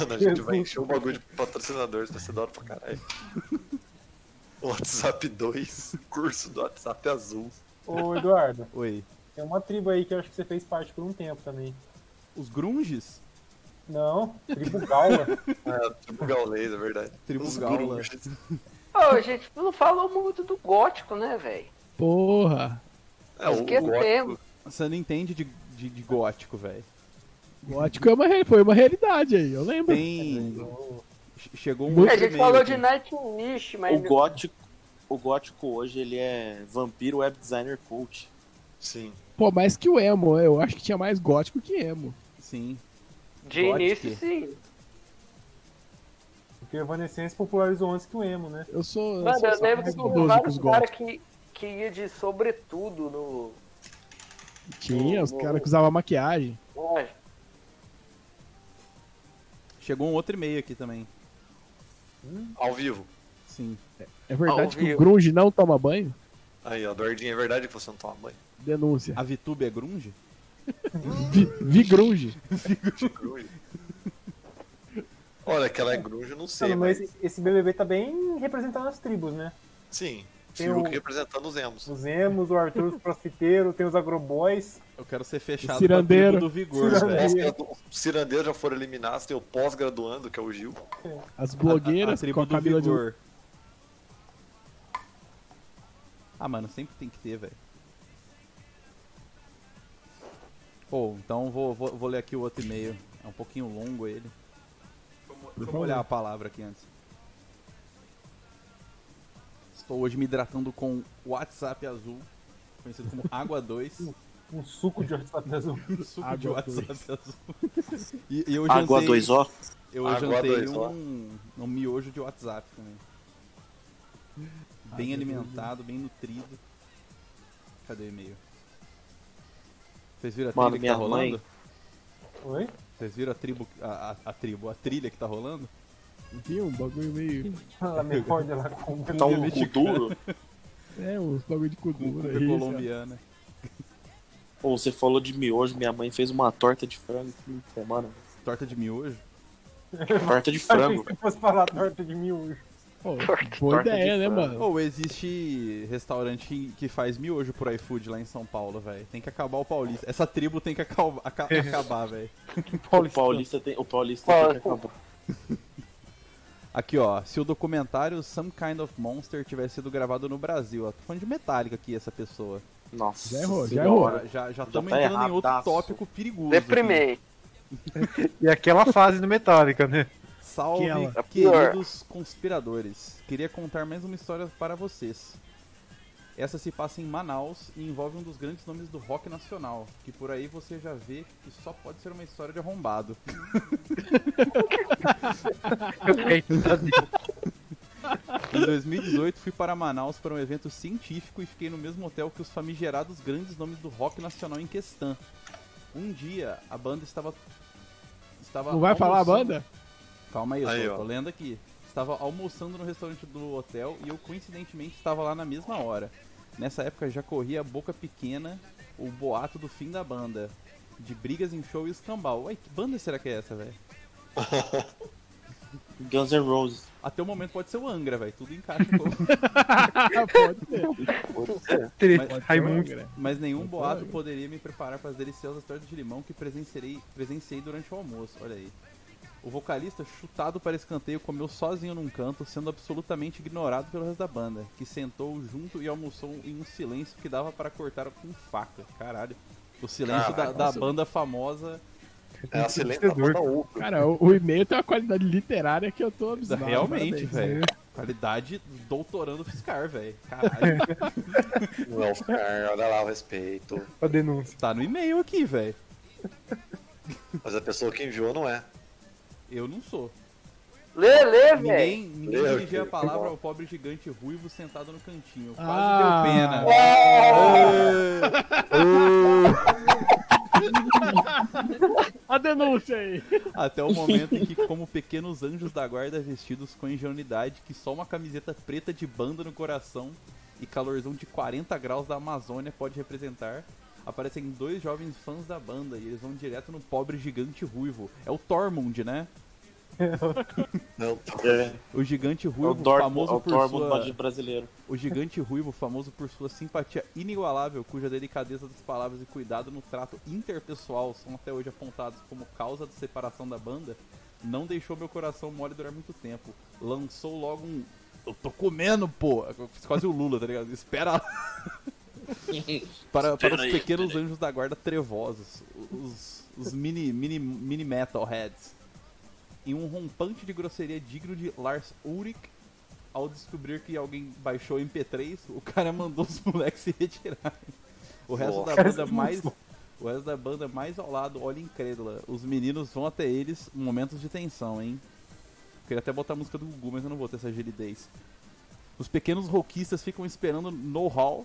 B: Mano, a gente vai encher o bagulho de patrocinadores, vai ser da hora pra caralho. [laughs] WhatsApp 2, curso do WhatsApp azul.
D: Ô, Eduardo,
E: Oi.
D: tem uma tribo aí que eu acho que você fez parte por um tempo também.
E: Os grunges?
D: Não, tribo Gaula.
B: É, tipo gaulês, é verdade.
E: Tribo
B: Os
E: gaula.
B: grunges.
C: Ô, gente, não falou muito do gótico, né, velho?
A: Porra!
B: É, o
C: Esquecemos.
B: gótico.
E: Você não entende de, de, de gótico, velho.
A: Gótico é uma, re- foi uma realidade aí, eu lembro.
E: Tem. che- Chegou um.
A: Muito
C: A
E: outro
C: gente
E: e-mail
C: falou
E: aqui.
C: de Nightwish, mas
G: O gótico, o gótico hoje ele é vampiro web designer coach.
B: Sim.
A: Pô, mais que o emo, é, eu acho que tinha mais gótico que emo.
E: Sim.
C: de
E: gótico.
C: início sim.
D: Porque o Evanescence popularizou antes que o emo, né?
A: Eu sou.
C: Mano,
A: sou
C: eu lembro que
A: mais
C: tinha
A: maldoso com os
C: vários
A: góticos.
C: caras que, que ia de sobretudo no.
A: Tinha, os caras que usavam maquiagem.
C: Ah,
E: Chegou um outro e-mail aqui também.
B: Ao vivo.
E: Sim.
A: É verdade
C: Ao
A: que o
C: vivo.
A: grunge não toma banho?
B: Aí, ó, Dordinha, é verdade que você não toma banho?
A: Denúncia.
E: A Vitube é grunge?
A: Vi, vi grunge.
B: Grunge. Olha, que ela é grunge, eu não sei,
H: Mano,
B: mas...
H: mas esse BBB tá bem representando as tribos, né?
B: Sim,
H: Tem
B: Fiuk
H: o-
B: representando os Emos.
H: Os Emos, o Arthur, os Crossfiteiros, tem os Agroboys.
E: Eu quero ser fechado pra
A: Cirandeiro.
E: tribo do vigor,
H: Cirandeiro.
E: velho.
B: Pós-gradu- Os cirandeiros já foram eliminados, tem o pós-graduando, que é o Gil.
A: As
E: A, a,
A: blogueiras com
E: tribo
A: a
E: do
A: Camila de um
E: vigor. Ah, mano, sempre tem que ter, velho. Pô, então vou, vou, vou ler aqui o outro e-mail. É um pouquinho longo ele. Deixa eu
A: favor.
E: olhar a palavra aqui antes. Estou hoje me hidratando com WhatsApp azul, conhecido como Água
A: [laughs]
E: 2.
H: Um suco de [laughs] WhatsApp azul.
E: suco de
A: Água
E: WhatsApp azul. E, e eu
G: Água
E: jantei-
G: 2 ó.
E: eu
B: Água
E: jantei
B: dois, ó.
E: um, um miojo de WhatsApp também. Bem alimentado, bem nutrido. Cadê o e-mail? Vocês viram a trilha
G: Mano,
E: que tá
G: minha mãe-
E: rolando?
H: Oi?
E: Vocês viram a tribo. A, a- a tribo, a trilha que tá rolando?
A: Vi um bagulho meio.
H: Ela me morde lá com
G: Tá um cu duro.
A: É, uns bagulho de cultura
E: Cultura
A: aí. né?
E: colombiana.
G: Pô, você falou de miojo, minha mãe fez uma torta de frango no fim de semana.
E: Torta de miojo.
G: Torta de
H: Achei
G: frango.
H: que você fosse falar torta de miojo.
A: Pô,
C: Torta-
A: boa
G: torta de
A: ideia, né,
G: frango.
A: mano?
E: Ou existe restaurante que- que faz miojo por iFood lá em São Paulo, velho. Tem que acabar o paulista. Essa tribo tem que acal- aca- acabar, velho.
G: O paulista tem. O paulista tem que acabar.
E: Aqui, ó. Se o documentário Some Kind of Monster tivesse sido gravado no Brasil, ó. Tô falando de Metallica aqui, essa pessoa.
G: Nossa.
A: Já errou, já
G: Senhora.
A: errou.
E: Agora, já já estamos
G: tá
E: entrando em outro
G: erradaço.
E: tópico perigoso. aqui.
C: Deprimei.
D: E aquela fase do Metallica, né?
A: Que
E: Salve,
A: ela.
C: É pior.
E: queridos conspiradores. Queria contar mais uma história para vocês. Essa se passa em Manaus e envolve um dos grandes nomes do rock nacional, que por aí você já vê que só pode ser uma história de arrombado. Em 2018 fui para Manaus para um evento científico e fiquei no mesmo hotel que os famigerados grandes nomes do rock nacional em questão. Um dia a banda estava estava
A: Não vai falar a
E: almoçando-
A: banda? [laughs]
E: Calma aí, eu
B: Aí,
E: tô,
B: ó.
E: tô lendo aqui. Estava almoçando no restaurante do hotel e eu coincidentemente estava lá na mesma hora. Nessa época já corria a boca pequena o boato do fim da banda. De brigas em show e escambau. Ué, que banda será que é essa, velho?
G: Guns N' Roses.
E: Até o momento pode ser o Angra, velho. Tudo encaixa
B: [laughs]
E: um pouco.
A: Ah, pode ser.
D: Treta,
G: É
A: Pode ser,
D: Raimundo.
A: Angra.
E: Mas nenhum
A: Muito
E: boato
A: legal.
E: poderia me preparar para as deliciosas tortas de limão que presenciei, presenciei durante o almoço. Olha aí. O vocalista, chutado para escanteio, comeu sozinho num canto, sendo absolutamente ignorado pelo resto da banda, que sentou junto e almoçou em um silêncio que dava para cortar com faca. Caralho. O silêncio da-
B: Caraca,
E: da,
A: nossa.
E: banda famosa
B: É a silêncio da Oco.
A: Cara, o, o e-mail tem uma qualidade literária que eu tô abismado.
E: realmente,
A: parabéns.
E: velho. Qualidade doutorando fiscar, velho. Caralho.
B: Não, cara, um [laughs] olha lá o respeito.
D: A denúncia.
E: tá no e-mail aqui, velho.
B: Mas a pessoa que enviou não é.
E: Eu não sou.
C: Lê, lê, velho.
E: Ninguém, ninguém
B: Meu
E: dirigia a
B: Deus,
E: palavra
B: bom.
E: ao pobre gigante ruivo sentado no cantinho. Quase
A: Ah.
E: deu pena. É.
A: A denúncia aí.
E: Até o momento em que, como pequenos anjos da guarda vestidos com ingenuidade, que só uma camiseta preta de banda no coração e calorzão de 40 graus da Amazônia pode representar, aparecem dois jovens fãs da banda e eles vão direto no pobre gigante ruivo. É o Tormund, né?
B: Não, tá.
E: O gigante
G: É o
E: ruivo,
G: Dortmund, é
E: famoso
G: o
E: por
G: Dortmund
E: sua...
G: batido brasileiro.
E: O gigante ruivo, famoso por sua simpatia inigualável, cuja delicadeza das palavras e cuidado no trato interpessoal são até hoje apontados como causa da separação da banda, não deixou meu coração mole durar muito tempo. Lançou logo um. Eu tô comendo, pô! É Quase o Lula, tá ligado? Espera lá.
G: [laughs]
E: para, para os
G: aí,
E: pequenos anjos da guarda trevosos, os, os mini, mini, mini metalheads. Em um rompante de grosseria digno de Lars Ulrich, ao descobrir que alguém baixou o MP3, o cara mandou os [laughs] moleques se retirarem. O resto da banda mais. O resto da banda mais ao lado olha incrédula. Os meninos vão até eles, momentos de tensão, hein? Queria até botar a música do Gugu, mas eu não vou ter essa agilidez. Os pequenos roquistas ficam esperando no hall,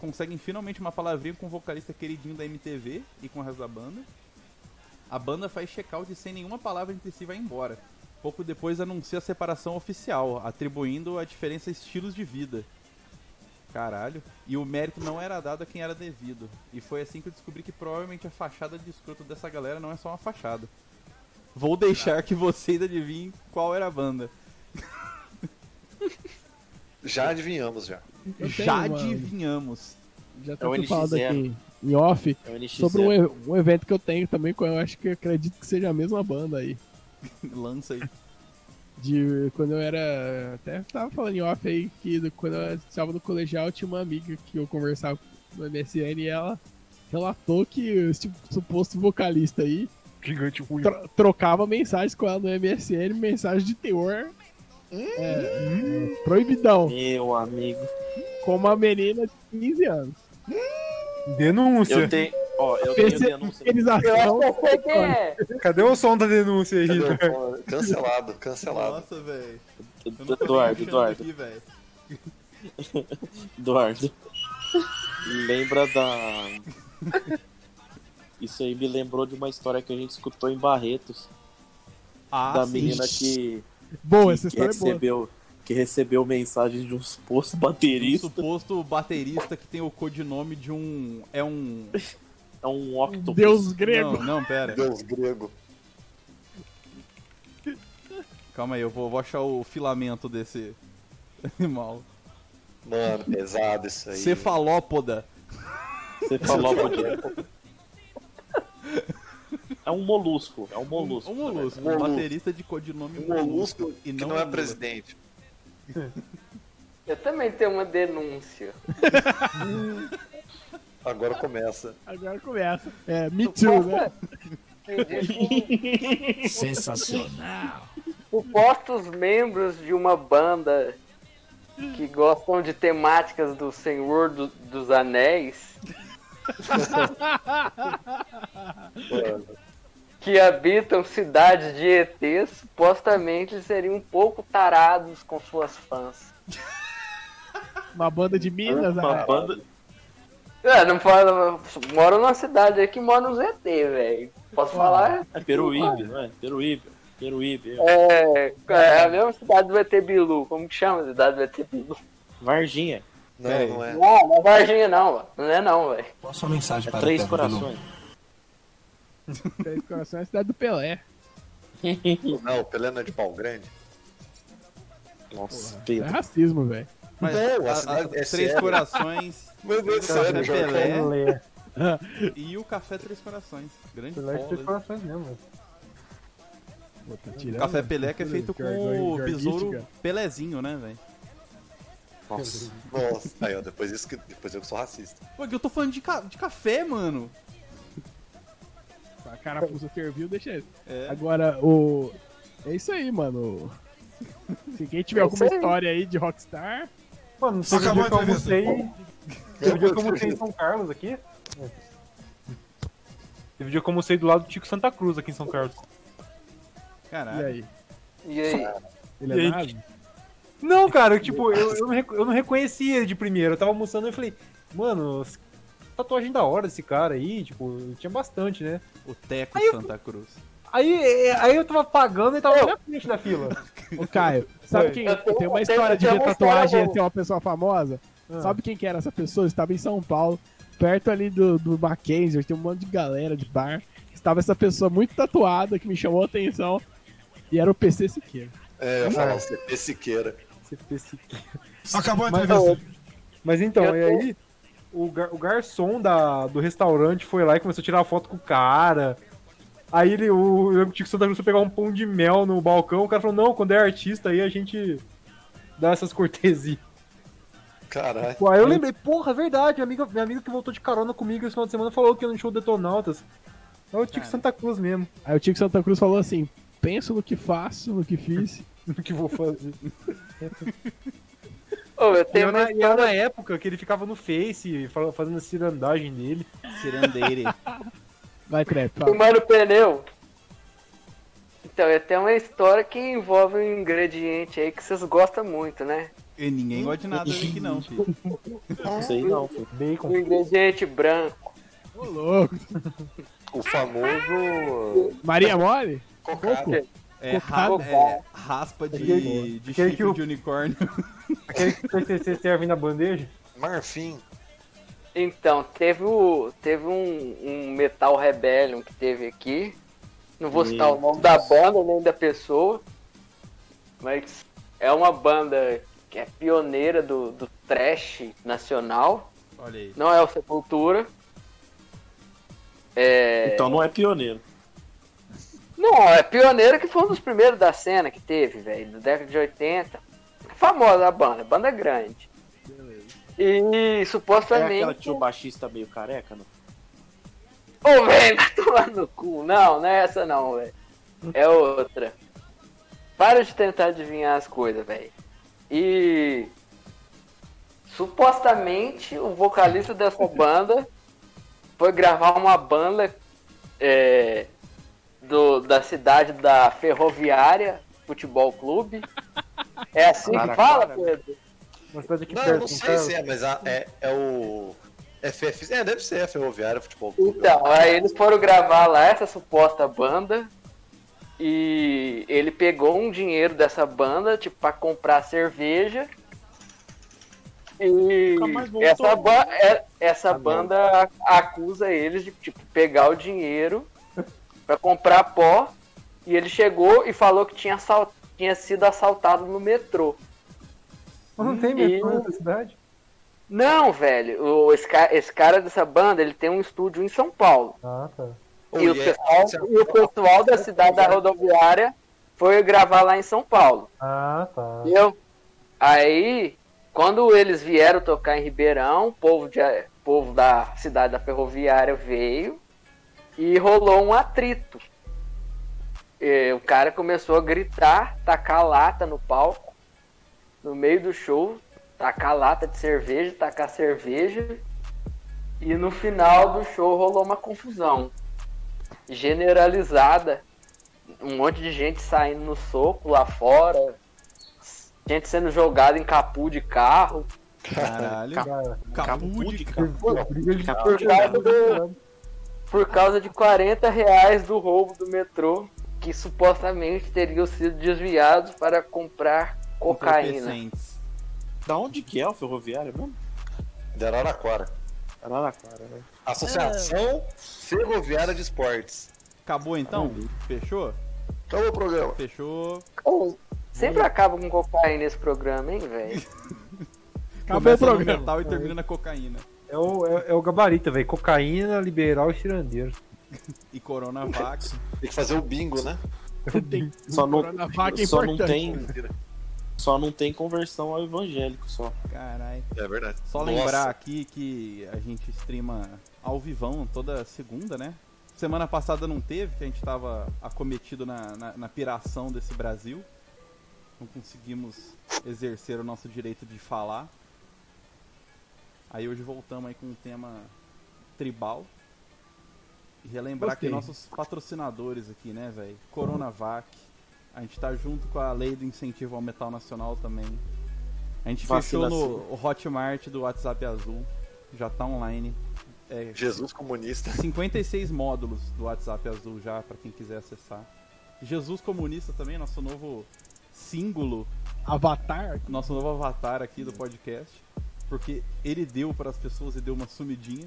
E: conseguem finalmente uma palavrinha com o vocalista queridinho da MTV e com o resto da banda. A banda faz check-out e sem nenhuma palavra entre si vai embora. Pouco depois anuncia a separação oficial, atribuindo a diferença estilos de vida. Caralho. E o mérito não era dado a quem era devido. E foi assim que eu descobri que provavelmente a fachada de escroto dessa galera não é só uma fachada. Vou deixar que vocês adivinhem qual era a banda.
B: Já adivinhamos, já.
A: Eu
E: Já
A: tenho uma-
E: adivinhamos.
A: Já
G: É o
A: tô
G: NX0.
A: falando aqui em off
G: É o NX0.
A: sobre um, e- um evento que eu tenho também, que eu acho que eu acredito que seja a mesma banda aí.
E: Lança aí.
A: De quando eu era. Até tava falando em off aí que do- quando eu estava no colegial tinha uma amiga que eu conversava no MSN e ela relatou que esse suposto vocalista aí
D: Gigante ruim.
A: tro- trocava mensagens com ela no MSN, mensagem de teor. é, é, proibidão.
G: Meu amigo.
A: Com uma menina de 15 anos.
D: Denúncia.
G: Eu tenho. Ó, eu tenho denúncia.
C: Eu acho
A: Terceirização.
C: que eu sei quem é.
D: Cadê o som da denúncia aí,
B: Cadê o-
D: Hitler?
B: Cancelado, cancelado.
E: Nossa, velho. Eu não tava
G: Eduardo,
E: puxando
G: Eduardo,
E: aqui, velho.
G: Eduardo. Lembra da. Isso aí me lembrou de uma história que a gente escutou em Barretos.
E: Ah,
G: da
E: sim.
G: menina que,
A: Boa, essa
G: que
A: história é boa.
G: recebeu. Que recebeu mensagem de um suposto
E: Um
G: baterista.
E: suposto baterista que tem o codinome de um. É um.
G: É um octopus.
A: Deus grego.
E: Não, não, pera.
B: Deus grego.
E: Calma aí, eu vou, vou achar o filamento desse [laughs] animal.
B: Mano, pesado isso aí.
E: Cefalópoda.
G: Você falou porque... É um molusco. É um molusco.
E: Um molusco. Um
B: Molusco.
E: baterista de codinome
B: Um molusco
E: E
B: que
E: não
B: não,
E: é
B: é
E: Lula.
B: presidente.
C: Eu também tenho uma denúncia.
B: Agora começa.
A: Agora começa. É, Me Too, né?
C: que diz que supostos membros de uma banda que gostam de temáticas do Senhor do- dos Anéis
B: Mano,
C: que habitam cidades de ET supostamente seriam um pouco tarados com suas fãs.
A: Uma banda de Minas,
G: Uma
A: né?
G: banda...
C: É, não fala, moro numa cidade aqui que mora nos ET, velho. Posso falar?
G: É Peruíbe, não é? Peruíbe. Peruíbe. é.
C: É, é a mesma cidade do ET Bilu. Como que chama a cidade do ET Bilu?
G: Varginha.
B: não,
E: Peraí.
B: não é.
C: Não, não é Varginha não, mano. Não é não, velho.
G: É Três Corações.
A: Três Corações é a cidade do Pelé.
B: Não, o Pelé não é de pau grande.
G: Nossa,
A: É
G: Pedro.
A: racismo, velho.
E: Mas
B: Não, a
E: a-
B: cidade
E: a-
B: é
E: Três
B: sério.
E: Corações
B: Meu Deus do céu,
E: Café
B: Jorge.
E: Pelé.
H: Pelé.
E: e o Café Três Corações. Grande
H: Pelé que fez
E: foda.
H: corações mesmo, velho.
A: Pô, tá tirando,
E: Café
A: né?
E: Pelé que é feito com o
A: Jargão-
E: besouro
A: jargística.
E: Pelezinho, né, velho?
B: Nossa, nossa. Aí, ó, depois, isso que, depois eu que sou racista.
E: Pô, que eu tô falando de, ca- de café, mano.
A: A carapuça serviu, deixa ele.
E: É.
A: Agora, o. É isso aí, mano. Se quem tiver alguma
C: É isso aí.
A: história aí de Rockstar,
H: Mano, não sei o dia que eu almocei. Teve dia que eu almocei em São Carlos aqui. É. um
D: Teve dia que eu almocei do lado do Tico Santa Cruz aqui em São Carlos.
A: e
E: Caralho.
A: aí?
C: E aí?
A: Ele é
D: E aí?
A: nada?
D: Não, cara, tipo, eu, eu, não, reco- eu não reconhecia ele de primeiro. Eu tava almoçando e eu falei, mano, essa tatuagem da hora desse cara aí, tipo, tinha bastante, né?
E: O Teco
D: Aí eu-
E: Santa Cruz.
D: Aí, é, aí eu tava pagando e tava na minha frente da fila.
A: Ô, Caio, sabe
D: Oi.
A: quem.
C: Eu tenho-
A: Tem uma
C: eu
A: história de
C: tenho-
A: ver
C: eu tenho uma
A: tatuagem e
C: história Ah.
A: ser uma pessoa famosa?
D: Ah,
A: Sabe quem que era essa pessoa? Estava em São Paulo, perto ali do, do Mackenzie, tem um monte de galera de bar. Estava essa pessoa muito tatuada que me chamou a atenção. E era o PC Siqueira.
B: É, eu falo, CP Siqueira.
D: CP Siqueira.
I: Acabou a
D: Mas,
I: entrevista.
D: tipo mas então,
C: Eu
D: e aí o, gar- o garçom da, do restaurante foi lá e começou a tirar foto com o cara. Aí ele, o, eu lembro que o Tico Santa Cruz foi pegar um pão de mel no balcão. O cara falou: Não, quando é artista aí a gente dá essas cortesias.
B: Caralho.
D: Pô, aí eu lembrei: Porra, é verdade, minha amiga, minha amiga que voltou de carona comigo esse final de semana falou que ia no show do Detonautas. É o Tico
E: Cara.
D: Santa Cruz mesmo.
A: Aí o Tico Santa Cruz falou assim: penso no que faço, no que fiz.
D: O que vou fazer?
C: Ô, eu
D: E
C: tenho
D: era,
C: uma
D: na- e era na época que ele ficava no Face fala- fazendo a cirandagem dele.
E: Cirandeire.
A: Vai, Trap, fala.
C: Fumando pneu. Então, eu tenho uma história que envolve um ingrediente aí que vocês gostam muito, né?
E: e ninguém gosta de nada aqui, não, filho.
G: Não sei não, filho.
C: Um ingrediente branco.
A: Ô, louco.
B: O famoso.
A: Maria Mole?
B: Cocado.
E: É, ra-
A: Cocada.
E: é, raspa de, de
H: Aquele que
E: chifre
H: o-
E: de unicórnio. [laughs]
H: Aquele que o PCC serve na bandeja.
B: Marfim.
C: Então, teve, o, teve um, um Metal Rebellion que teve aqui. Não vou citar o nome da banda nem da pessoa. Mas é uma banda que é pioneira do, do trash nacional.
E: Olha aí.
C: Não é o Sepultura. É...
G: Então não é pioneiro.
C: Não, é pioneiro que foi um dos primeiros da cena que teve, velho, da década de 80. Famosa a banda, banda é grande. E
G: É
C: supostamente.
G: aquela que tinha o baixista meio careca, não?
C: Ô, velho, tá tomando no cu. Não, não é essa não, velho. É outra. Para de tentar adivinhar as coisas, velho. E. Supostamente o vocalista dessa banda foi gravar uma banda é, do, da cidade da Ferroviária Futebol Clube. É assim que fala, Pedro?
D: Uma cidade aqui
B: Não, eu
D: perto,
B: não
D: em
B: sei
D: Carlos.
B: se é, mas a- é, é o. FF. É, deve ser a Ferroviária Futebol Clube.
C: Então, aí eles foram gravar lá essa suposta banda. E ele pegou um dinheiro dessa banda, tipo, pra comprar cerveja. E
G: Nunca mais voltou.
C: essa, ba- é- essa banda a- acusa eles de, tipo, pegar o dinheiro pra comprar pó. E ele chegou e falou que tinha, assal- tinha sido assaltado no metrô.
D: Mas não tem metrô nessa cidade?
C: Não, velho, o- esse, ca- esse cara dessa banda, ele tem um estúdio em São Paulo.
D: Ah, tá.
B: Ou
C: E o,
B: é- né?
C: pessoal, e o pessoal da cidade da rodoviária foi gravar lá em São Paulo.
D: Ah, tá.
C: Entendeu? Aí, quando eles vieram tocar em Ribeirão, o povo, de, povo da cidade da ferroviária veio e rolou um atrito. E o cara começou a gritar, tacar lata no palco, no meio do show, tacar lata de cerveja, tacar cerveja. E no final do show rolou uma confusão generalizada. Um monte de gente saindo no soco lá fora, gente sendo jogada em capu de carro.
E: Caralho.
D: Cara,
E: Capu de
G: cara.
D: briga de
C: Por causa, do- por causa de 40 reais do roubo do metrô, que supostamente teriam sido desviados para comprar cocaína.
E: entorpecentes.
G: Da onde que é o ferroviário mesmo?
B: De Araraquara.
G: Araraquara, né?
B: Associação Ferroviária de Esportes.
E: Acabou então? Fechou?
B: Acabou o programa.
E: Fechou.
C: Ô, Sempre acaba com cocaína esse programa, hein, velho?
A: Acabou o
E: Começa no
A: programa.
E: metal e termina na cocaína.
D: É o, é, é o gabarito, velho. Cocaína, liberal e cirandeiro.
A: [laughs]
E: E coronavac.
B: Tem que fazer o bingo, né?
A: Tem
G: Só não,
A: Coronavac é
G: só não
A: importante.
G: tem. Só não tem conversão ao evangélico só.
E: Caralho.
B: É verdade.
E: Só
B: Nossa.
E: lembrar aqui que a gente streama ao vivão toda segunda, né? Semana passada não teve, que a gente tava acometido na, na, na piração desse Brasil. Não conseguimos exercer o nosso direito de falar. Aí hoje voltamos aí com um tema tribal. E relembrar
A: Gostei.
E: que nossos patrocinadores aqui, né, velho? Coronavac. A gente tá junto com a lei do incentivo ao metal nacional também. A gente
G: Vacina
E: fechou no Hotmart do WhatsApp Azul. Já tá online. É,
B: Jesus comunista.
E: 56 módulos do WhatsApp Azul já, pra quem quiser acessar. Jesus Comunista também, nosso novo símbolo,
A: Avatar.
E: nosso novo avatar aqui do podcast. Porque ele deu para as pessoas e deu uma sumidinha.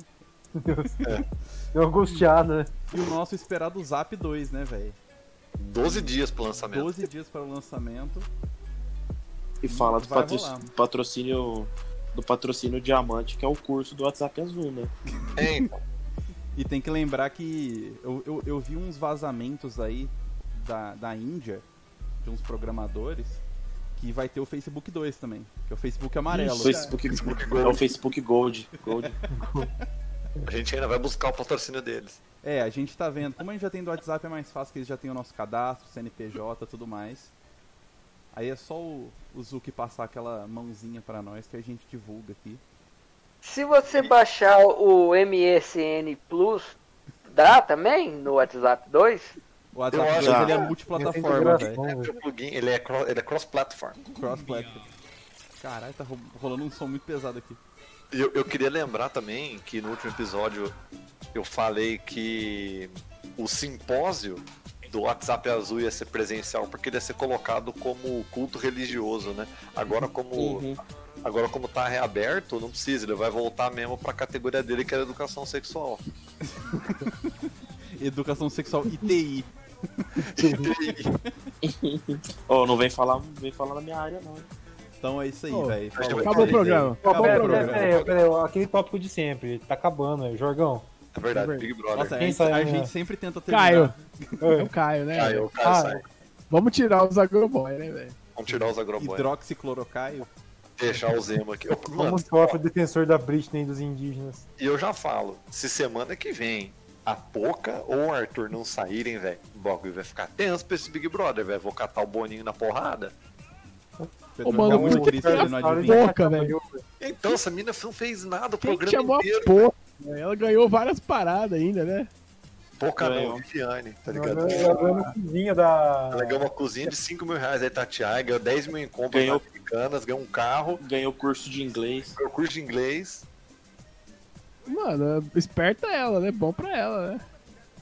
D: Eu angustiado, né?
E: E o nosso esperado Zap 2, né, velho?
B: 12 dias pro lançamento.
E: 12 dias para o lançamento.
G: E fala do
E: Hum, Vai
G: patro-
E: rolar.
G: patrocínio do patrocínio diamante, que é o curso do WhatsApp Azul, né?
B: É, então.
E: E tem que lembrar que eu, eu, eu vi uns vazamentos aí da, da Índia, de uns programadores, que vai ter o Facebook 2 também, que é o Facebook amarelo.
G: O Facebook, é o Facebook Gold. Gold.
B: A gente ainda vai buscar o patrocínio deles.
E: É, a gente tá vendo. Como a gente já tem do WhatsApp, é mais fácil que eles já têm o nosso cadastro, CNPJ, tudo mais. Aí é só o, o Zuki passar aquela mãozinha pra nós que a gente divulga aqui.
C: Se você baixar o MSN Plus, dá também no WhatsApp 2?
E: O WhatsApp
B: acho
E: 2
G: que-
E: ele é
D: Essa
E: multiplataforma, velho.
D: integração, velho.
B: O plugin, ele é, cro- ele é cross-platform.
E: Cross-platform. Caralho, tá ro- rolando um som muito pesado aqui.
B: E Eu, eu queria lembrar também que no último episódio eu falei que o simpósio do WhatsApp Azul ia
G: Uhum.
B: ser presencial porque ele ia ser colocado como culto religioso, né? Agora como Agora, como tá reaberto, não precisa, ele vai voltar mesmo pra categoria dele, que era educação sexual.
E: Educação sexual ITI.
G: Ô, não vem falar, não vem falar na minha área, não.
E: Então é isso aí,
A: Ô,
E: velho.
B: acabou
A: Acabou o
E: Falou,
B: o
E: Thaís, aí.
A: programa.
E: Acabou
D: Peraí,
E: o
D: peraí,
E: programa.
D: peraí, peraí, aquele tópico de sempre, tá acabando aí, Jorgão.
B: É verdade, Big Brother.
E: Nossa, é. a
D: Quem
E: gente,
D: saiu,
E: a
D: né?
E: gente sempre tenta terminar.
A: Caio. É
D: Oi.
A: o Caio, né?
B: Caiu, caiu,
D: Ah,
B: sai.
A: Vamos tirar os agroboy, né, velho?
B: Vamos tirar os agroboys.
E: Hidroxiclorocaio.
B: Deixar o Zema aqui. Ô, Mano,
D: Vamos sofre defensor da Britney e dos indígenas.
B: e eu já falo, se semana que vem a Poca ou o Arthur não saírem, velho, o bagulho vai ficar tenso pra esse Big Brother, velho. Vou catar o Boninho na porrada.
E: Pedro,
A: mano,
E: tá muito
A: por que
E: triste ele não
D: Cara,
E: adivinha.
D: já
A: Boca,
D: acabou.
A: velho.
B: Então, essa mina não fez nada o
A: Quem que chamou
B: programa
A: a
B: inteiro.
A: porra? né? Ela ganhou várias paradas ainda, né?
B: Poca não,
G: Ganhou.
B: Viviane, tá
D: Nós
B: ligado?
D: vamos- nós vamos cozinha da.
B: Ela ganhou uma cozinha de 5 mil reais aí, Tatiai, ganhou 10 mil em compras
G: Ganhou.
B: americanas, ganhou um carro,
G: Ganhou curso de inglês.
B: ganhou um curso de inglês.
A: Mano, esperta ela, né? Bom pra ela, né?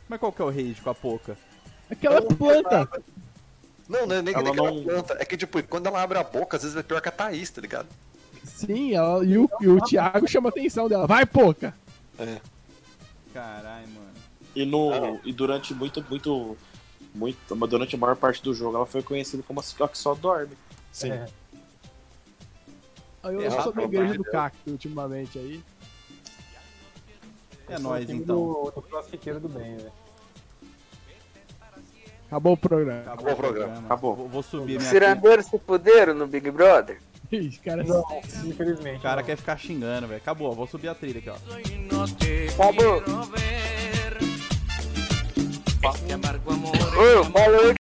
E: Mas qual que é o rage com a Poca?
A: Aquela
B: Não,
A: planta.
B: Não, não é nem que
G: Ela
B: nem que ela
G: não-
B: planta. É que, tipo, quando ela abre a boca, às vezes é pior que a Thaís, tá ligado?
A: Sim, ela, e, o, e o Thiago chama a atenção dela. Vai, porca!
E: Caralho, mano.
G: E, no, e durante muito, muito, muito. mas Durante a maior parte do jogo, ela foi conhecida como a que só dorme.
B: Sim.
D: É.
A: Eu
B: Ela-
A: sou da igreja do cacto ultimamente aí.
E: É nóis,
D: time
E: então.
D: Do, do crossfiteiro do bem, velho.
A: Acabou o programa. [laughs]
B: Acabou o programa.
G: Acabou.
E: Vou, vou subir minha ficha.
C: Cirandeiros se fuderam no Big Brother?
A: Ih, cara, é
D: Infelizmente.
E: O cara
D: não.
E: quer ficar xingando, velho. Acabou, vou subir a trilha aqui, ó.
C: Acabou.
I: Este amargo amor
C: Ô, falou